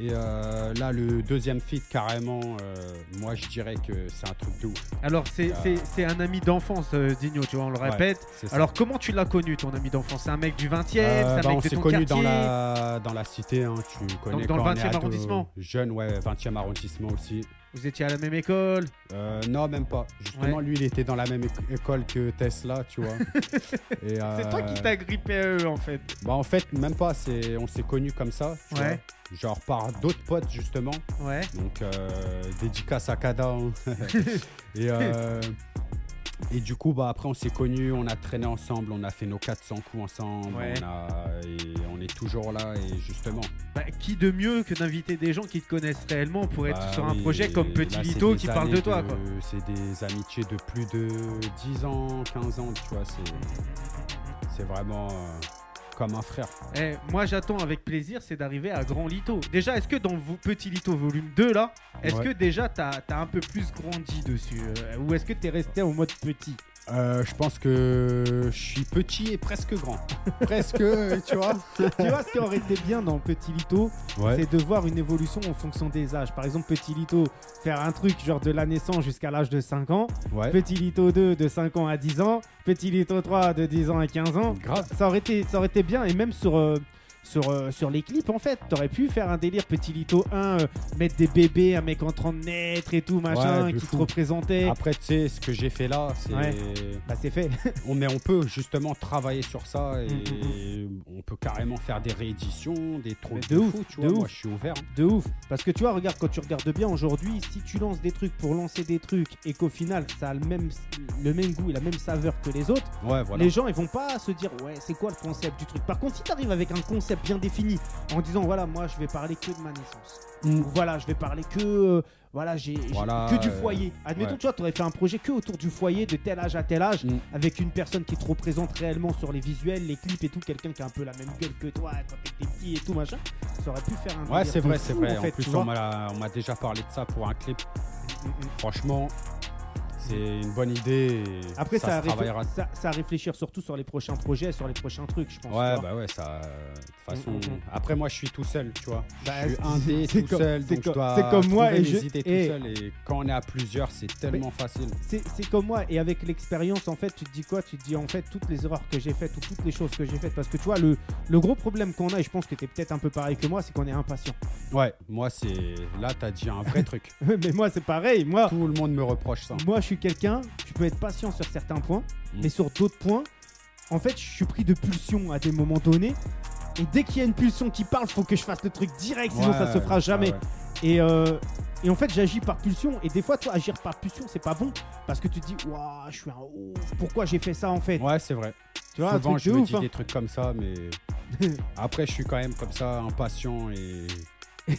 Speaker 4: Et euh, là, le deuxième feat, carrément, euh, moi je dirais que c'est un truc de ouf.
Speaker 5: Alors, c'est-
Speaker 4: Ah.
Speaker 5: c'est c'est un ami d'enfance, euh, Digno, tu vois, on le
Speaker 4: Ouais,
Speaker 5: répète.
Speaker 4: c'est ça.
Speaker 5: Alors, comment tu l'as connu, ton ami d'enfance C'est un mec du 20 e
Speaker 4: Euh,
Speaker 5: c'est un
Speaker 4: bah,
Speaker 5: mec
Speaker 4: on
Speaker 5: de
Speaker 4: s'est
Speaker 5: ton
Speaker 4: connus
Speaker 5: quartier
Speaker 4: dans la, dans la cité, hein, tu connais.
Speaker 5: dans le
Speaker 4: quand on est
Speaker 5: 20e
Speaker 4: ado,
Speaker 5: arrondissement.
Speaker 4: Jeune, ouais, 20e arrondissement aussi.
Speaker 5: Vous étiez à la même école
Speaker 4: Euh, non, même pas. Justement,
Speaker 5: Ouais.
Speaker 4: lui, il était dans la même éc- école que Tesla, tu
Speaker 5: (laughs)
Speaker 4: vois. Et,
Speaker 5: C'est
Speaker 4: euh,
Speaker 5: toi qui t'as grippé à eux, en fait.
Speaker 4: Bah, en fait, même pas. C'est, on s'est connus comme ça. tu
Speaker 5: Ouais.
Speaker 4: vois. Genre par d'autres potes, justement.
Speaker 5: Ouais.
Speaker 4: Donc, euh, dédicace à Kada.
Speaker 5: (laughs)
Speaker 4: hein. et, euh, et du coup, bah, après, on s'est connus, on a traîné ensemble, on a fait nos 400 coups ensemble.
Speaker 5: Ouais.
Speaker 4: On, a, et on est toujours là. Et justement,
Speaker 5: Bah, qui de mieux que d'inviter des gens qui te connaissent réellement pour être
Speaker 4: Bah
Speaker 5: sur un
Speaker 4: oui,
Speaker 5: projet comme
Speaker 4: et
Speaker 5: Petit
Speaker 4: là, c'est
Speaker 5: Lito
Speaker 4: des
Speaker 5: qui parle
Speaker 4: années
Speaker 5: de toi, quoi.
Speaker 4: C'est des amitiés de plus de 10 ans, 15 ans, tu vois. c'est- C'est vraiment euh, comme un frère.
Speaker 5: Eh, moi, j'attends avec plaisir, c'est d'arriver à Grand Lito. Déjà, est-ce que dans vos Petit Lito volume 2, là, est-ce
Speaker 4: Ouais.
Speaker 5: que déjà t'as as un peu plus grandi dessus euh, Ou est-ce que t'es resté en mode petit
Speaker 4: Euh, je pense que je suis petit et
Speaker 5: (laughs)
Speaker 4: presque grand. Presque, tu vois.
Speaker 3: tu vois, ce qui aurait été bien dans Petit Lito,
Speaker 4: Ouais.
Speaker 3: c'est de voir une évolution en fonction des âges. Par exemple, Petit Lito, faire un truc genre de la naissance jusqu'à l'âge de 5 ans.
Speaker 4: ouais.
Speaker 3: Petit Lito 2 de 5 ans à 10 ans. Petit Lito 3 de 10 ans à 15 ans.
Speaker 4: Grave.
Speaker 3: Ça aurait été, ça aurait été bien. Et même sur, euh, sur, euh, sur les clips, en fait, t'aurais pu faire un délire Petit Lito 1, euh, mettre des bébés, un mec en train de naître et tout, machin,
Speaker 4: Ouais, de
Speaker 3: qui te
Speaker 4: fou. Ah.
Speaker 3: représentait.
Speaker 4: Après, tu sais, ce que j'ai fait là, c'est.
Speaker 3: Ouais. Bah, c'est fait. (laughs)
Speaker 4: On, mais on peut justement travailler sur ça et
Speaker 3: Mm,
Speaker 4: on peut carrément faire des rééditions, des trucs
Speaker 3: de
Speaker 4: de,
Speaker 3: ouf,
Speaker 4: fou, tu
Speaker 3: de
Speaker 4: vois. Moi,
Speaker 3: ouf.
Speaker 4: je suis ouvert. hein.
Speaker 3: De ouf. Parce que tu vois, regarde, quand tu regardes bien aujourd'hui, si tu lances des trucs pour lancer des trucs et qu'au final, ça a le même, le même goût et la même saveur que les autres,
Speaker 4: hein. Ouais, voilà.
Speaker 3: les gens, ils vont pas se dire, ouais, c'est quoi le concept du truc. Par contre, si t'arrives avec un concept bien défini, en disant, voilà, moi, je vais parler que de ma naissance.
Speaker 4: Mm.
Speaker 3: Ou voilà, je vais parler que. euh, voilà, j'ai j'ai-
Speaker 4: Voilà,
Speaker 3: que du
Speaker 4: euh,
Speaker 3: foyer. Admettons,
Speaker 4: ouais.
Speaker 3: tu vois, t'aurais fait un projet que autour du foyer, de tel âge à tel âge,
Speaker 4: Mm.
Speaker 3: avec une personne qui te représente réellement sur les visuels, les clips et tout, quelqu'un qui a un peu la même gueule que toi quand t'étais petit et tout, machin. Ça aurait pu faire un
Speaker 4: Ouais,
Speaker 3: délire
Speaker 4: c'est
Speaker 3: de
Speaker 4: vrai, c'est
Speaker 3: fou,
Speaker 4: vrai. En,
Speaker 3: fait, tu
Speaker 4: plus,
Speaker 3: vois. Mm,
Speaker 4: on m'a on m'a déjà parlé de ça pour un clip. Franchement, c'est une bonne idée. et
Speaker 3: Après, ça,
Speaker 4: se
Speaker 3: à réfl-
Speaker 4: travaillera.
Speaker 3: ça- ça à réfléchir surtout sur les prochains projets, sur les prochains trucs, je pense. tu
Speaker 4: Ouais,
Speaker 3: vois.
Speaker 4: bah ouais, ça. euh, De toute façon,
Speaker 3: Mm, mm, mm.
Speaker 4: après, moi, je suis tout seul, tu vois.
Speaker 3: Bah,
Speaker 4: je suis
Speaker 3: c'est-
Speaker 4: indé,
Speaker 3: c'est
Speaker 4: tout
Speaker 3: comme-
Speaker 4: seul.
Speaker 3: c'est
Speaker 4: donc je
Speaker 3: comme-
Speaker 4: dois
Speaker 3: c'est comme moi
Speaker 4: trouver
Speaker 3: et
Speaker 4: mes
Speaker 3: je- eh.
Speaker 4: idées tout
Speaker 3: et-
Speaker 4: seul. Et quand on est à plusieurs, c'est tellement facile.
Speaker 3: C'est c'est comme moi, et avec l'expérience, en fait, tu te dis quoi Tu te dis, en fait, toutes les erreurs que j'ai faites ou toutes les choses que j'ai faites. Parce que tu vois, le, le gros problème qu'on a, et je pense que t'es peut-être un peu pareil que moi, c'est qu'on est impatient. (laughs)
Speaker 4: Ouais, moi, c'est. Là, t'as dit un vrai truc.
Speaker 3: Mais moi, c'est pareil. Moi,
Speaker 4: Tout le monde me reproche ça.
Speaker 3: moi, je suis quelqu'un, je peux être patient sur certains points,
Speaker 4: Mm.
Speaker 3: mais sur d'autres points, en fait, je suis pris de pulsion à des moments donnés. Et dès qu'il y a une pulsion qui parle, faut que je fasse le truc direct, sinon
Speaker 4: Ouais,
Speaker 3: ça se fera
Speaker 4: ouais,
Speaker 3: jamais.
Speaker 4: ouais.
Speaker 3: Et, euh, et en fait, j'agis par pulsion. Et des fois, toi, agir par pulsion, c'est pas bon. Parce que tu te dis, waouh, je suis un ouf. Pourquoi j'ai fait ça en fait
Speaker 4: Ouais, c'est vrai.
Speaker 3: Tu vois, un
Speaker 4: Souvent,
Speaker 3: truc
Speaker 4: je
Speaker 3: de
Speaker 4: me
Speaker 3: ouf,
Speaker 4: dis
Speaker 3: hein.
Speaker 4: des trucs comme ça,
Speaker 3: (laughs)
Speaker 4: mais. Après, je suis quand même comme ça,
Speaker 3: (laughs)
Speaker 4: impatient et.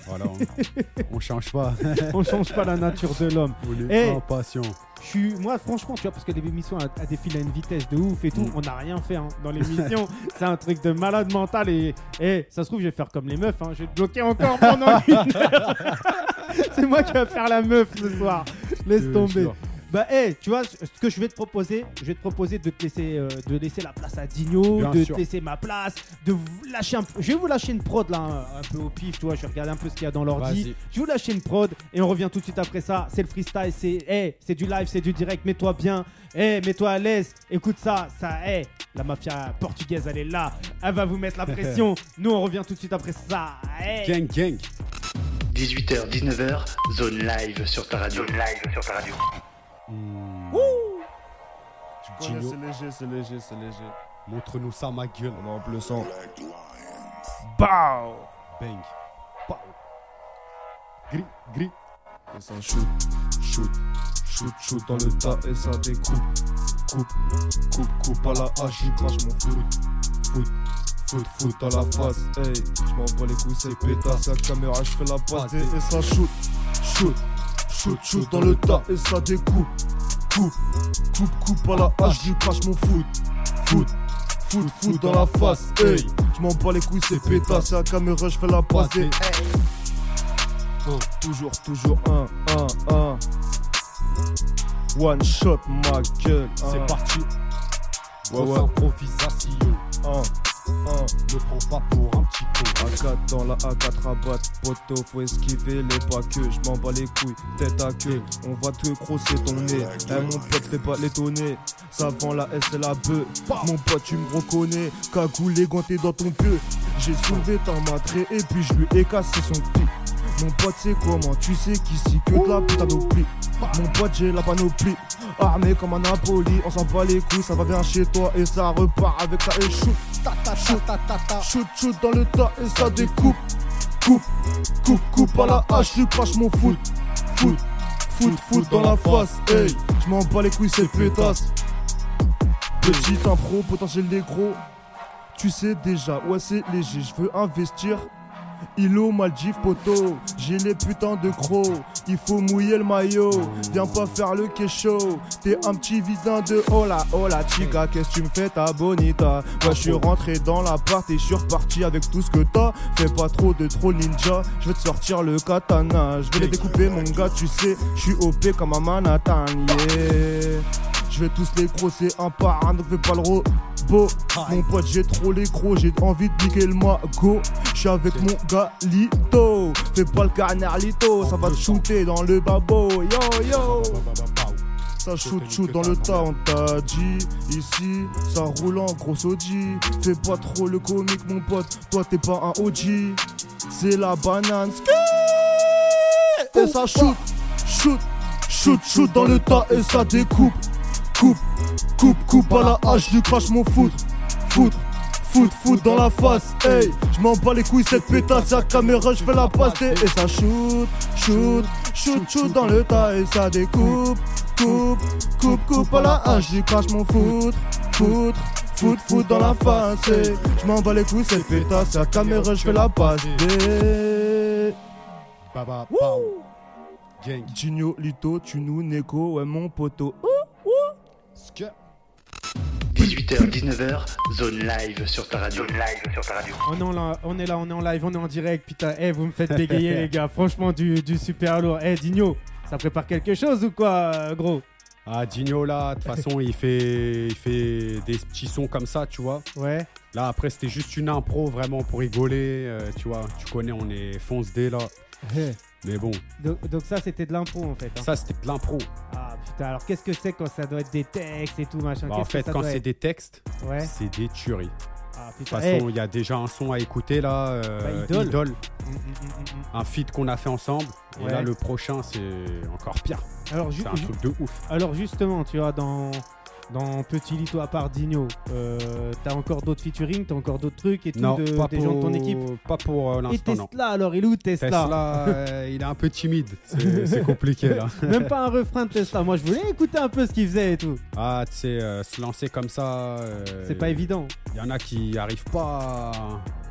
Speaker 4: Voilà, on, on change pas.
Speaker 3: On change pas la nature de l'homme.
Speaker 4: On
Speaker 3: Eh.
Speaker 4: est impatient.
Speaker 3: Je suis, moi, franchement, tu vois, parce que l'émission a, a défilé à une vitesse de ouf et tout.
Speaker 4: Mm.
Speaker 3: On n'a rien fait hein, dans
Speaker 4: (laughs)
Speaker 3: l'émission. c'est un truc de malade mental. Et, et ça se trouve, je vais faire comme les meufs. hein. Je vais te bloquer encore pendant une heure. (laughs) c'est moi qui vais faire la meuf ce soir. Laisse
Speaker 4: Euh,
Speaker 3: tomber.
Speaker 4: jure.
Speaker 3: Bah, hey, tu vois, ce ce que je vais te proposer, je vais te proposer de te laisser, euh, de laisser la place à Digno,
Speaker 4: Bien
Speaker 3: de
Speaker 4: sûr.
Speaker 3: te laisser ma place, de vous lâcher un p- Je vais vous lâcher une prod là, un, un peu au pif, tu vois, je vais regarder un peu ce qu'il y a dans l'ordi.
Speaker 4: Vas-y.
Speaker 3: Je vais vous lâcher une prod et on revient tout de suite après ça. C'est le freestyle, c'est, hey, c'est du live, c'est du direct, mets-toi bien, hey, mets-toi à l'aise, écoute ça, ça, hey, la mafia portugaise, elle est là, elle va vous mettre la (laughs) pression. Nous, on revient tout de suite après ça, hey.
Speaker 4: Gang, gang.
Speaker 1: 18h, 19h, zone live sur ta radio. Zone live sur ta radio.
Speaker 6: Ouais,
Speaker 4: Gino.
Speaker 6: C'est léger, c'est léger, c'est léger.
Speaker 4: Montre-nous ça, ma gueule.
Speaker 6: On en le sang.
Speaker 4: Bang. Pow. Gris, gris.
Speaker 6: Et ça shoot, shoot, shoot, shoot dans le tas et ça découpe. Coupe, coupe, coupe à la hache, j'y crache mon foot. Foot, foot, foot à la face. Hey, je m'en bats les couilles, c'est pétasse. La caméra, je fais la passe. Et, et ça shoot, shoot, shoot, shoot dans le tas et ça découpe. Coupe, coupe, coupe à la hache, j'y crache mon foot. Foot. Foot, foot dans la face, hey, je m'en bats les couilles, c'est pétasse, la caméra, je fais la passe, Oh, et- Toujours, toujours un, un, un. One shot, ma gueule.
Speaker 4: C'est parti,
Speaker 6: Ouais,
Speaker 4: grosse
Speaker 6: ouais.
Speaker 4: improvisation.
Speaker 6: Un, un.
Speaker 4: Ne prends pas pour un petit con.
Speaker 6: A4 dans la A4 rabat, poteau, faut esquiver les pas que je m'en bats les couilles, tête à queue, on va te crosser ton nez. Eh mon pote, fais pas l'étonner, ça vend la S et la B. Mon pote, tu me reconnais, cagoulé, ganté dans ton pieu. J'ai sauvé ta matrée et puis je lui ai cassé son pied. Mon pote, c'est comment Tu sais qu'ici que de la putain d'oubli. Mon pote, j'ai la panoplie. Armé comme un Napoli, on s'en bat les couilles, ça va bien chez toi et ça repart avec ta échoue.
Speaker 4: Ta ta ta ta ta ta.
Speaker 6: Shoot, shoot dans le tas et ça découpe. Coupe, coupe, coupe à la hache, je crache mon foot. Foot, foot, foot dans la face. Hey, je m'en bats les couilles, c'est pétasse. Petite impro, potentiel des gros. Tu sais déjà, ouais, c'est léger, je veux investir. Ilo Maldives poto, j'ai les putains de crocs, il faut mouiller le maillot, viens pas faire le kécho, t'es un petit visin de hola hola chica, qu'est-ce que tu me fais ta bonita Ouais je suis rentré dans l'appart et je suis reparti avec tout ce que t'as Fais pas trop de trop ninja, je vais te sortir le katana, je vais les découper mon gars tu sais, je suis OP comme un Manhattan, yeah Je vais tous les crosser un par un, donc fais pas le robot Mon pote j'ai trop les crocs, j'ai envie de niquer le magot je suis avec mon gars Lito, fais pas le canard Lito, ça va te shooter dans le babo, yo yo ça shoot shoot dans le tas, on t'a dit Ici, ça roule en gros Audi Fais pas trop le comique mon pote, toi t'es pas un OG C'est la banane, ski. Et ça shoot, shoot, shoot, shoot dans le tas et ça découpe Coupe, coupe, coupe à la hache, du crash mon foot Foot, foot, foot dans la face, hey Je m'en bats les couilles cette pétasse, la caméra je vais la passer Et ça shoot, shoot, shoot, shoot dans le tas et ça découpe Coupe, coupe, coupe à la hache, j'y crache mon foot, foot, foot, foot dans la face. eh. Je m'en bats les couilles, cette pétasse, la caméra, je fais la passe. eh.
Speaker 4: Ba, ba, pow. Gang.
Speaker 6: Gino, Lito, tu nous, Neko, ouais, mon poteau.
Speaker 1: 18h, 19h, zone live sur ta radio. live sur ta radio.
Speaker 3: On est, en la- on est là, on est en live, on est en direct. Putain, eh, vous me faites (laughs) bégayer, les gars. Franchement, du, du super lourd. Eh, Digno, ça prépare quelque chose ou quoi, euh, gros
Speaker 4: Ah, Digno, là, de toute façon, il fait, il fait des petits sons comme ça, tu vois.
Speaker 3: Ouais.
Speaker 4: Là, après, c'était juste une impro vraiment pour rigoler, euh, tu vois. Tu connais, on est fonce dé là. Mais bon,
Speaker 3: Donc, donc ça, c'était de l'impro, en fait. hein.
Speaker 4: ça, c'était de l'impro.
Speaker 3: Ah, putain, alors qu'est-ce que c'est quand ça doit être des textes et tout, machin
Speaker 4: Bah, en
Speaker 3: Qu'est-ce que
Speaker 4: fait,
Speaker 3: ça
Speaker 4: quand
Speaker 3: doit
Speaker 4: c'est
Speaker 3: être
Speaker 4: des textes,
Speaker 3: Ouais.
Speaker 4: c'est des tueries.
Speaker 3: Ah,
Speaker 4: De
Speaker 3: putain,
Speaker 4: toute
Speaker 3: eh.
Speaker 4: façon, il y a déjà un son à écouter là, euh,
Speaker 3: Bah, Idole.
Speaker 4: Idole,
Speaker 3: Mm, mm, mm, mm, mm.
Speaker 4: un feat qu'on a fait ensemble.
Speaker 3: Ouais.
Speaker 4: Et là, le prochain, c'est encore pire.
Speaker 3: Alors, ju-
Speaker 4: C'est un
Speaker 3: ju-
Speaker 4: truc de ouf.
Speaker 3: Alors justement, tu vois, dans, dans Petit Lito à part Digno, euh, t'as encore d'autres featuring, t'as encore d'autres trucs et tout
Speaker 4: Non,
Speaker 3: de-
Speaker 4: pas
Speaker 3: des
Speaker 4: pour,
Speaker 3: gens de ton équipe.
Speaker 4: Pas pour euh,
Speaker 3: Et
Speaker 4: l'instant, non.
Speaker 3: Tesla alors, il est où Tesla,
Speaker 4: Tesla, euh, il est un peu timide.
Speaker 3: (laughs)
Speaker 4: C'est c'est compliqué là.
Speaker 3: Même pas un refrain de Tesla, moi je voulais écouter un peu ce qu'il faisait et tout.
Speaker 4: Ah, tu sais, euh, se lancer comme ça. euh,
Speaker 3: C'est pas évident.
Speaker 4: Il y en a qui n'arrivent pas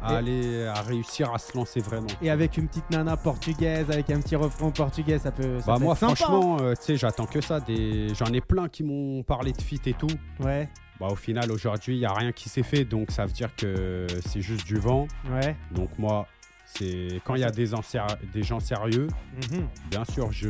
Speaker 4: à, à
Speaker 3: Et-
Speaker 4: aller, à réussir à se lancer vraiment.
Speaker 3: Et avec une petite nana portugaise, avec un petit refrain portugais, ça peut. ça
Speaker 4: Bah
Speaker 3: peut
Speaker 4: moi
Speaker 3: être sympa, hein.
Speaker 4: franchement, euh, tu sais, j'attends que ça. Des... J'en ai plein qui m'ont parlé de fit et tout.
Speaker 3: hein. Ouais,
Speaker 4: Bah au final aujourd'hui, il n'y a rien qui s'est fait, donc ça veut dire que c'est juste du vent.
Speaker 3: ouais.
Speaker 4: Donc moi, c'est quand il y a des, enser- des gens sérieux,
Speaker 3: Mhm.
Speaker 4: bien sûr, je,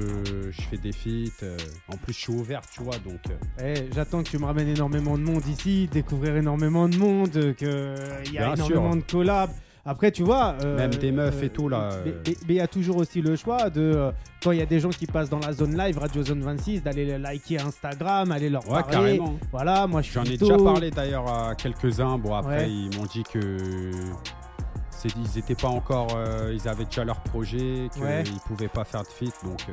Speaker 4: je fais des feats. euh, En plus, je suis ouvert, tu vois, donc euh,
Speaker 3: Eh, J'attends que tu me ramènes énormément de monde ici, découvrir énormément de monde, euh, que il y a
Speaker 4: Bien sûr.
Speaker 3: énormément de collabs. Après, tu vois. euh,
Speaker 4: Même des meufs et tout, là,
Speaker 3: Mais
Speaker 4: euh.
Speaker 3: mais- mais il y a toujours aussi le choix de. euh, quand il y a des gens qui passent dans la zone live, Radio Zone 26, d'aller les liker Instagram, aller leur
Speaker 4: ouais,
Speaker 3: parler.
Speaker 4: carrément.
Speaker 3: Voilà, moi je suis.
Speaker 4: J'en ai
Speaker 3: plutôt-
Speaker 4: déjà parlé d'ailleurs à quelques-uns. Bon, après,
Speaker 3: Ouais.
Speaker 4: ils m'ont dit que. c'est- Ils étaient pas encore, euh, ils avaient déjà leur projet, qu'ils
Speaker 3: Ouais.
Speaker 4: pouvaient pas faire de feat, donc euh,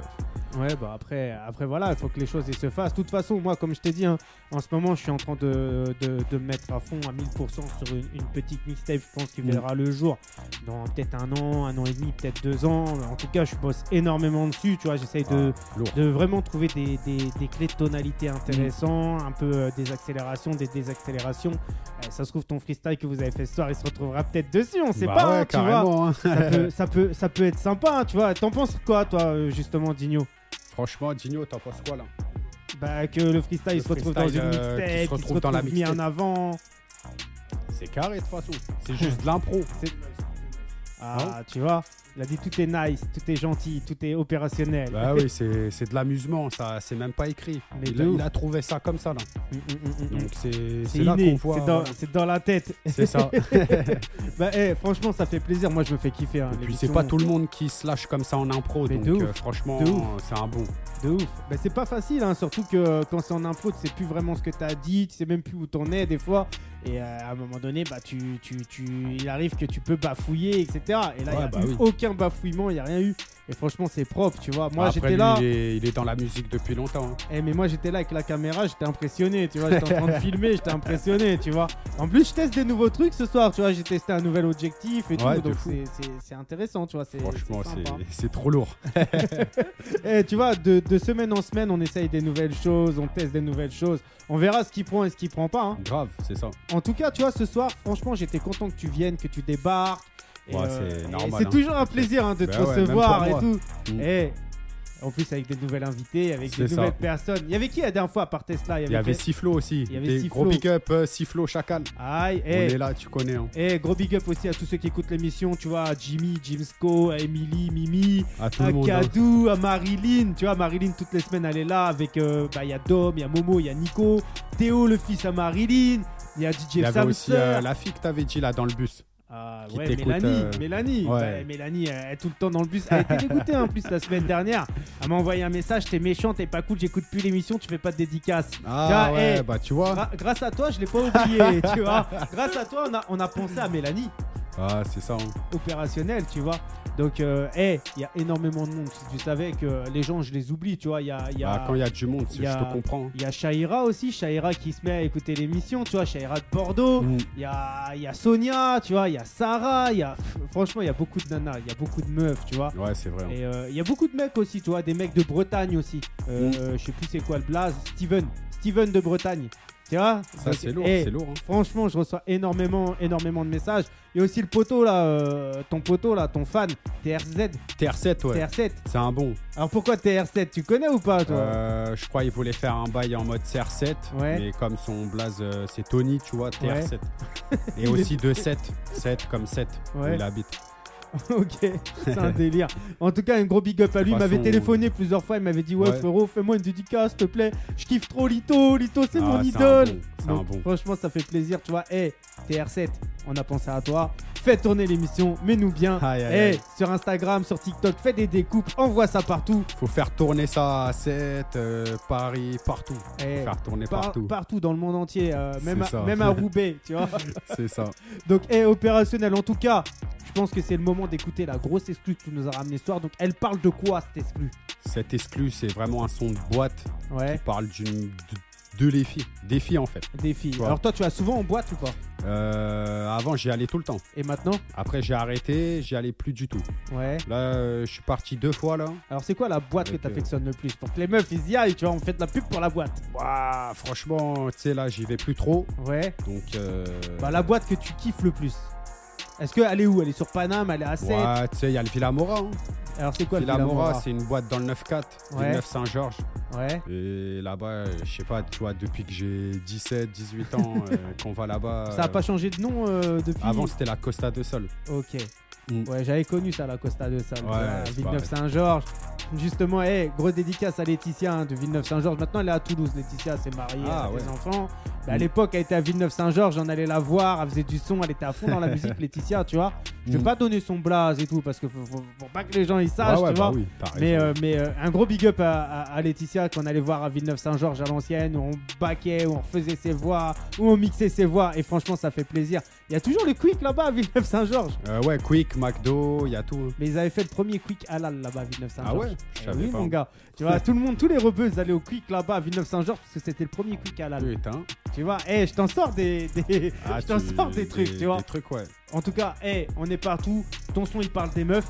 Speaker 3: Ouais, bah après, après voilà, il faut que les choses elles se fassent. De toute façon, moi, comme je t'ai dit, hein, en ce moment, je suis en train de, de, de me mettre à fond à 1000% sur une, une petite mixtape, je pense, qui
Speaker 4: Mm.
Speaker 3: verra le jour dans peut-être un an, un an et demi, peut-être deux ans. En tout cas, je bosse énormément dessus, tu vois, j'essaye de,
Speaker 4: ah, lourd.
Speaker 3: de vraiment trouver des, des- des clés de tonalité intéressantes,
Speaker 4: Mm.
Speaker 3: un peu euh, des accélérations, des désaccélérations. Euh, ça se trouve, ton freestyle que vous avez fait ce soir, il se retrouvera peut-être dessus, on sait
Speaker 4: Bah
Speaker 3: pas,
Speaker 4: ouais,
Speaker 3: hein, tu vois.
Speaker 4: carrément, hein.
Speaker 3: Ça
Speaker 4: (laughs)
Speaker 3: peut, ça, peut, ça peut être sympa, hein, tu vois. T'en penses quoi, toi, euh, justement, Digno
Speaker 4: Franchement, Digno, t'en penses quoi là
Speaker 3: bah, que le freestyle
Speaker 4: Le
Speaker 3: se retrouve dans
Speaker 4: freestyle,
Speaker 3: une
Speaker 4: euh,
Speaker 3: mixtape,
Speaker 4: qui se
Speaker 3: qui se
Speaker 4: retrouve dans la
Speaker 3: retrouve mis en
Speaker 4: mixtape.
Speaker 3: avant. (laughs)
Speaker 4: C'est carré de toute façon. C'est juste de l'impro.
Speaker 3: Ah, tu vois. Il a dit tout est nice, tout est gentil, tout est opérationnel.
Speaker 4: Bah oui, c'est c'est de l'amusement, ça, c'est même pas écrit.
Speaker 3: Mais
Speaker 4: il,
Speaker 3: de
Speaker 4: a,
Speaker 3: ouf.
Speaker 4: il a trouvé ça comme ça, là.
Speaker 3: (laughs) Mm, mm, mm, mm, mm.
Speaker 4: Donc c'est
Speaker 3: C'est
Speaker 4: c'est là qu'on
Speaker 3: inné,
Speaker 4: voit. hein.
Speaker 3: c'est dans, c'est dans la tête.
Speaker 4: C'est ça.
Speaker 3: (laughs) bah, eh, franchement, ça fait plaisir. Moi, je me fais kiffer. hein,
Speaker 4: Et puis
Speaker 3: l'émission.
Speaker 4: c'est pas tout le monde qui se lâche comme ça en impro,
Speaker 3: Mais
Speaker 4: donc
Speaker 3: de ouf.
Speaker 4: euh, franchement,
Speaker 3: De ouf.
Speaker 4: c'est un bon.
Speaker 3: De ouf. Bah, c'est pas facile, hein, surtout que euh, quand c'est en impro, tu sais plus vraiment ce que t'as dit, tu sais même plus où t'en es des fois. Et euh, à un moment donné, bah, tu, tu, tu, il arrive que tu peux bafouiller, etc. Et là, il
Speaker 4: Ouais,
Speaker 3: n'y a
Speaker 4: bah
Speaker 3: eu
Speaker 4: oui.
Speaker 3: aucun bafouillement, il n'y a rien eu. Et franchement, c'est propre, tu vois. Moi,
Speaker 4: Bah, Après,
Speaker 3: j'étais
Speaker 4: lui,
Speaker 3: là.
Speaker 4: Il est, il est dans la musique depuis longtemps. hein.
Speaker 3: Eh, mais moi j'étais là avec la caméra, j'étais impressionné, tu vois, j'étais en
Speaker 4: (laughs)
Speaker 3: train de filmer, j'étais impressionné, tu vois. En plus je teste des nouveaux trucs ce soir, tu vois, j'ai testé un nouvel objectif et
Speaker 4: Ouais,
Speaker 3: tout,
Speaker 4: de
Speaker 3: donc
Speaker 4: fou.
Speaker 3: c'est- c'est- c'est intéressant, tu vois, c'est
Speaker 4: Franchement,
Speaker 3: c'est sympa.
Speaker 4: c'est- c'est trop lourd.
Speaker 3: Eh, tu vois, de, de semaine en semaine on essaye des nouvelles choses, on teste des nouvelles choses, on verra ce qui prend et ce qui prend pas. hein.
Speaker 4: Grave, c'est ça.
Speaker 3: En tout cas, tu vois, ce soir, franchement j'étais content que tu viennes, que tu débarques. Et,
Speaker 4: Ouais,
Speaker 3: euh,
Speaker 4: c'est
Speaker 3: et
Speaker 4: normal,
Speaker 3: C'est
Speaker 4: hein.
Speaker 3: toujours un plaisir hein, de
Speaker 4: (laughs) Bah
Speaker 3: te
Speaker 4: ouais, même
Speaker 3: recevoir et
Speaker 4: pour
Speaker 3: tout.
Speaker 4: Mm.
Speaker 3: Eh, en plus avec des nouvelles invités, avec des
Speaker 4: C'est ça.
Speaker 3: nouvelles personnes. Il y avait qui la dernière fois à part Tesla
Speaker 4: Il y avait
Speaker 3: quel-
Speaker 4: Sifflo aussi.
Speaker 3: Il y avait
Speaker 4: Des
Speaker 3: Sifflo.
Speaker 4: Gros pick-up, euh, Sifflo, Chacal.
Speaker 3: Aïe,
Speaker 4: On
Speaker 3: eh,
Speaker 4: est là, tu connais. hein.
Speaker 3: eh, gros big up aussi à tous ceux qui écoutent l'émission, tu vois, à Jimmy, Jimsco, à Emily, Mimi,
Speaker 4: À tout
Speaker 3: à
Speaker 4: le monde. hein.
Speaker 3: Kadou, à Marilyn, tu vois, Marilyn toutes les semaines elle est là avec, euh, bah, il y a Dom, il y a Momo, il y a Nico, Théo le fils à Marilyn, il y a
Speaker 4: Il y
Speaker 3: DJ
Speaker 4: avait aussi
Speaker 3: Samson.
Speaker 4: euh, la fille que t'avais dit là dans le bus.
Speaker 3: Ah
Speaker 4: qui
Speaker 3: ouais,
Speaker 4: t'écoute,
Speaker 3: Mélanie,
Speaker 4: euh,
Speaker 3: Mélanie,
Speaker 4: ouais.
Speaker 3: Bah, Mélanie, elle est tout le temps dans le bus. Elle était dégoûtée en plus la semaine dernière. Elle m'a envoyé un message, t'es méchant, t'es pas cool, j'écoute plus l'émission, tu fais pas de dédicace.
Speaker 4: Ah
Speaker 3: Tiens,
Speaker 4: ouais,
Speaker 3: eh,
Speaker 4: bah tu vois.
Speaker 3: Gra- grâce à toi, je l'ai pas
Speaker 4: (laughs)
Speaker 3: oublié, tu vois. Grâce à toi, on a, on a pensé à Mélanie.
Speaker 4: Ah, c'est ça. hein.
Speaker 3: opérationnel, tu vois. Donc, euh, hey, il y a énormément de monde. Si tu savais que les gens, je les oublie, tu vois. Il y a, il y a-
Speaker 4: Bah, quand il y a du monde,
Speaker 3: il y a-
Speaker 4: je te comprends. hein.
Speaker 3: il y a Shaira aussi, Shaira qui se met à écouter l'émission, tu vois. Shaira de Bordeaux.
Speaker 4: Mm.
Speaker 3: Il y a, il y a Sonia, tu vois. Il y a Sarah. Il y a, pff, franchement, il y a beaucoup de nanas. Il y a beaucoup de meufs, tu vois.
Speaker 4: Ouais, c'est vrai. hein.
Speaker 3: Et euh, il y a beaucoup de mecs aussi, tu vois, des mecs de Bretagne aussi. Euh,
Speaker 4: Mm.
Speaker 3: Je sais plus c'est quoi le blaze. Steven, Steven de Bretagne. Tu vois
Speaker 4: Ça,
Speaker 3: Donc,
Speaker 4: c'est lourd,
Speaker 3: hey,
Speaker 4: c'est lourd. hein.
Speaker 3: Franchement, je reçois énormément, énormément de messages. Il y a aussi le poteau là, euh, ton poteau là, ton fan, TRZ,
Speaker 4: TR7, ouais.
Speaker 3: TR7.
Speaker 4: C'est un bon.
Speaker 3: Alors pourquoi TR7 Tu connais ou pas toi
Speaker 4: Euh, je crois qu'il voulait faire un bail en mode CR7,
Speaker 3: Ouais.
Speaker 4: mais comme son blaze euh, c'est Tony, tu vois, (laughs) TR7. Et aussi de 7, 7 comme 7,
Speaker 3: Ouais.
Speaker 4: où il habite.
Speaker 3: (laughs) Ok, c'est un
Speaker 4: (laughs)
Speaker 3: délire. En tout cas, un gros big up à lui. Il
Speaker 4: De toute
Speaker 3: m'avait
Speaker 4: façon,
Speaker 3: téléphoné plusieurs fois. Il m'avait dit Ouais,
Speaker 4: Ouais.
Speaker 3: frérot, fais-moi une dédicace, s'il te plaît. Je kiffe trop Lito. Lito, c'est
Speaker 4: Ah,
Speaker 3: mon
Speaker 4: un
Speaker 3: idole.
Speaker 4: bon, C'est un
Speaker 3: Donc,
Speaker 4: bon.
Speaker 3: Franchement, ça fait plaisir, tu vois. Eh, TR7, on a pensé à toi. Fais tourner l'émission, mets-nous bien.
Speaker 4: Aïe, aïe,
Speaker 3: Eh,
Speaker 4: aïe.
Speaker 3: sur Instagram, sur TikTok, fais des découpes, envoie ça partout.
Speaker 4: Faut faire tourner ça à 7, euh, Paris, partout.
Speaker 3: Eh,
Speaker 4: Faut faire tourner
Speaker 3: Par-
Speaker 4: partout.
Speaker 3: dans le monde entier, euh, même,
Speaker 4: C'est
Speaker 3: à,
Speaker 4: ça.
Speaker 3: même
Speaker 4: (laughs)
Speaker 3: à Roubaix, tu vois.
Speaker 4: C'est ça.
Speaker 3: Donc, est opérationnel. En tout cas, je pense que c'est le moment d'écouter la grosse exclue que tu nous as ramenée ce soir. Donc, elle parle de quoi cette exclue
Speaker 4: Cet exclu, c'est vraiment un son de boîte qui
Speaker 3: Ouais,
Speaker 4: parle d'une. de- De les filles, des filles en fait.
Speaker 3: des filles.
Speaker 4: Ouais.
Speaker 3: Alors, toi, tu vas souvent en boîte ou pas
Speaker 4: Euh, avant j'y allais tout le temps.
Speaker 3: Et maintenant
Speaker 4: Après j'ai arrêté, j'y allais plus du tout.
Speaker 3: Ouais.
Speaker 4: Là euh, je suis parti deux fois là.
Speaker 3: Alors, c'est quoi la boîte que
Speaker 4: Avec, euh,
Speaker 3: t'affectionnes le plus Pour que les meufs, ils y aillent, tu vois, on fait de la pub pour la boîte.
Speaker 4: Ouah, franchement, tu sais là j'y vais plus trop.
Speaker 3: Ouais.
Speaker 4: Donc euh,
Speaker 3: Bah, la boîte que tu kiffes le plus. Est-ce qu'elle est où Elle est sur Paname, elle est à 7.
Speaker 4: Ouais, tu sais, il y a le Villa Mora. Hein.
Speaker 3: Alors, c'est quoi le
Speaker 4: Villa Mora,
Speaker 3: Villamora
Speaker 4: c'est une boîte dans le 9-4,
Speaker 3: Ouais.
Speaker 4: du 9 Saint-Georges.
Speaker 3: Ouais.
Speaker 4: Et là-bas, euh, je sais pas, tu vois, depuis que j'ai 17, 18 ans,
Speaker 3: (laughs)
Speaker 4: euh, qu'on va là-bas.
Speaker 3: Ça a
Speaker 4: euh,
Speaker 3: pas changé de nom euh, depuis
Speaker 4: Avant, c'était la Costa de Sol.
Speaker 3: Ok.
Speaker 4: Mm.
Speaker 3: Ouais, j'avais connu ça, la Costa de Sal,
Speaker 4: Ouais,
Speaker 3: à
Speaker 4: c'est
Speaker 3: Villeneuve-Saint-Georges. Justement, hey, gros dédicace à Laetitia hein, de Villeneuve-Saint-Georges. Maintenant, elle est à Toulouse. Laetitia s'est mariée,
Speaker 4: Ah,
Speaker 3: elle a des
Speaker 4: ouais.
Speaker 3: enfants. Mais à
Speaker 4: Mm.
Speaker 3: l'époque, elle était à Villeneuve-Saint-Georges. On allait la voir, elle faisait du son, elle était à fond dans
Speaker 4: (laughs)
Speaker 3: la musique, Laetitia, tu vois. Je vais
Speaker 4: Mm.
Speaker 3: pas donner son blaze et tout parce que faut, faut- faut pas que les gens ils sachent,
Speaker 4: ouais, ouais,
Speaker 3: tu
Speaker 4: bah
Speaker 3: vois.
Speaker 4: oui, t'as raison.
Speaker 3: Mais, euh, mais euh, un gros big up à, à- à Laetitia qu'on allait voir à Villeneuve-Saint-Georges à l'ancienne, où on baquait, où on refaisait ses voix, où on mixait ses voix. Et franchement, ça fait plaisir. Il y a toujours le quick là-bas à Villeneuve-Saint-Georges.
Speaker 4: Euh, ouais, Quick, McDo, il y a tout. hein.
Speaker 3: Mais ils avaient fait le premier quick halal là-bas à Villeneuve-Saint-Georges.
Speaker 4: Ah ouais Je
Speaker 3: Eh
Speaker 4: savais
Speaker 3: Oui,
Speaker 4: pas.
Speaker 3: mon gars. Tu vois, tout le monde, tous les rebeux, ils allaient au quick là-bas à Villeneuve-Saint-Georges parce que c'était le premier quick halal.
Speaker 4: Putain.
Speaker 3: Tu vois, eh, je t'en sors des. des-
Speaker 4: Ah,
Speaker 3: Ah, (laughs) je t'en
Speaker 4: tu-
Speaker 3: sors des trucs, tu vois.
Speaker 4: Des trucs, ouais.
Speaker 3: En tout cas, eh, on est partout. Ton son, il parle des meufs.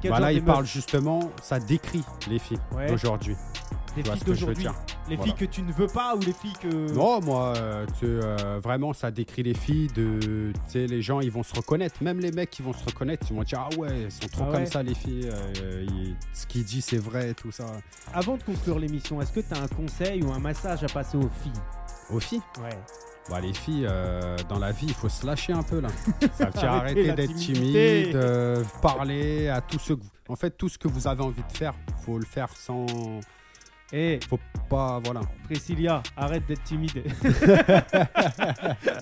Speaker 3: Quel
Speaker 4: Bah
Speaker 3: genre
Speaker 4: là,
Speaker 3: des
Speaker 4: il
Speaker 3: meufs
Speaker 4: parle justement, ça décrit les filles
Speaker 3: Ouais.
Speaker 4: d'aujourd'hui.
Speaker 3: des
Speaker 4: tu vois
Speaker 3: filles
Speaker 4: ce que je veux
Speaker 3: d'aujourd'hui.
Speaker 4: dire.
Speaker 3: Les
Speaker 4: Voilà.
Speaker 3: filles que tu ne veux pas ou les filles que.
Speaker 4: Non, moi, euh, tu sais, euh, vraiment, ça décrit les filles. De, tu sais, les gens, ils vont se reconnaître. Même les mecs, qui vont se reconnaître. Ils vont dire Ah ouais, elles sont trop
Speaker 3: Ah ouais.
Speaker 4: comme ça, les filles. euh, ils- ce qu'il dit, c'est vrai, tout ça.
Speaker 3: Avant de conclure l'émission, est-ce que tu as un conseil ou un message à passer aux filles
Speaker 4: Aux filles
Speaker 3: Ouais.
Speaker 4: Bah, les filles, euh, dans la vie, il faut se lâcher un peu là.
Speaker 3: (laughs)
Speaker 4: Ça veut dire
Speaker 3: Arrêtez
Speaker 4: arrêter
Speaker 3: la
Speaker 4: d'être
Speaker 3: timidité.
Speaker 4: timide, euh, parler à tout ce que vous... En fait, tout ce que vous avez envie de faire, faut le faire sans.
Speaker 3: Eh,
Speaker 4: Faut pas. Voilà.
Speaker 3: Priscilla, arrête d'être
Speaker 4: (laughs)
Speaker 3: timide.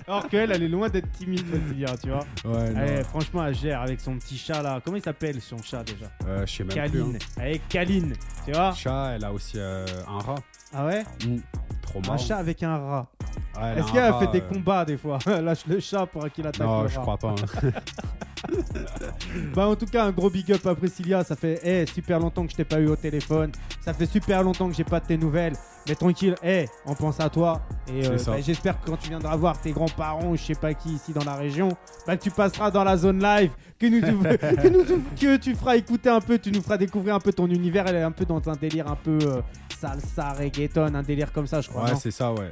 Speaker 3: Alors qu'elle, elle est loin d'être timide, Priscilla, tu vois.
Speaker 4: Ouais, non.
Speaker 3: Eh, franchement, elle gère avec son petit chat là. Comment il s'appelle son chat déjà
Speaker 4: Euh, je sais même
Speaker 3: Caline.
Speaker 4: plus. hein.
Speaker 3: Elle est Caline, tu vois.
Speaker 4: Chat, elle a aussi euh, un rat.
Speaker 3: Ah ouais
Speaker 4: Trop marrant.
Speaker 3: Un chat avec un rat.
Speaker 4: Ouais, Oh, bah, elle a
Speaker 3: Est-ce
Speaker 4: un
Speaker 3: qu'elle a
Speaker 4: rat,
Speaker 3: fait des
Speaker 4: euh,
Speaker 3: combats des fois (laughs) Lâche le chat pour qu'il attaque
Speaker 4: Non,
Speaker 3: le
Speaker 4: je
Speaker 3: rat.
Speaker 4: crois pas. hein.
Speaker 3: Bah en tout cas un gros big up à Priscilla, ça fait eh, super longtemps que je t'ai pas eu au téléphone, ça fait super longtemps que j'ai pas de tes nouvelles, mais tranquille, eh, on pense à toi et euh,
Speaker 4: C'est ça.
Speaker 3: bah, j'espère que quand tu viendras voir tes grands-parents ou je sais pas qui ici dans la région, bah que tu passeras dans la zone live, que, nous,
Speaker 4: (laughs)
Speaker 3: que, nous- que tu feras écouter un peu, tu nous feras découvrir un peu ton univers, elle est un peu dans un délire un peu euh, salsa, reggaeton, un délire comme ça je crois.
Speaker 4: Ouais,
Speaker 3: non
Speaker 4: c'est ça, ouais.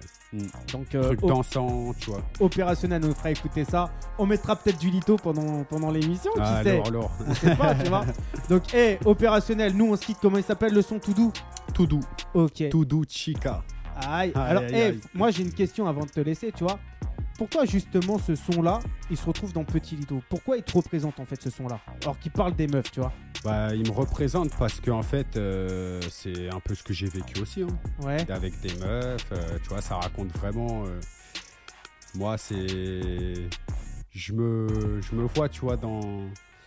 Speaker 3: Donc euh,
Speaker 4: Truc
Speaker 3: au-
Speaker 4: dansant, tu vois.
Speaker 3: opérationnel, on nous fera écouter ça, on mettra peut-être du lito pendant, pendant l'émission,
Speaker 4: Ah,
Speaker 3: qui sait
Speaker 4: lourd, lourd.
Speaker 3: on sait pas, tu vois. Donc, hé, opérationnel, nous on se quitte, comment il s'appelle le son tout doux
Speaker 4: Tout doux,
Speaker 3: Ok.
Speaker 4: tout doux, chica.
Speaker 3: Aïe. Alors,
Speaker 4: aïe,
Speaker 3: hé,
Speaker 4: aïe.
Speaker 3: moi j'ai une question avant de te laisser, tu vois. Pourquoi justement ce son-là, il se retrouve dans Petit Lido Pourquoi il te représente en fait ce son-là Alors qu'il parle des meufs, tu vois.
Speaker 4: Bah, il me représente parce que en fait, euh, c'est un peu ce que j'ai vécu aussi, hein.
Speaker 3: Ouais.
Speaker 4: avec des meufs. euh, tu vois, ça raconte vraiment. euh, moi, c'est. Je me, je me vois, tu vois, dans.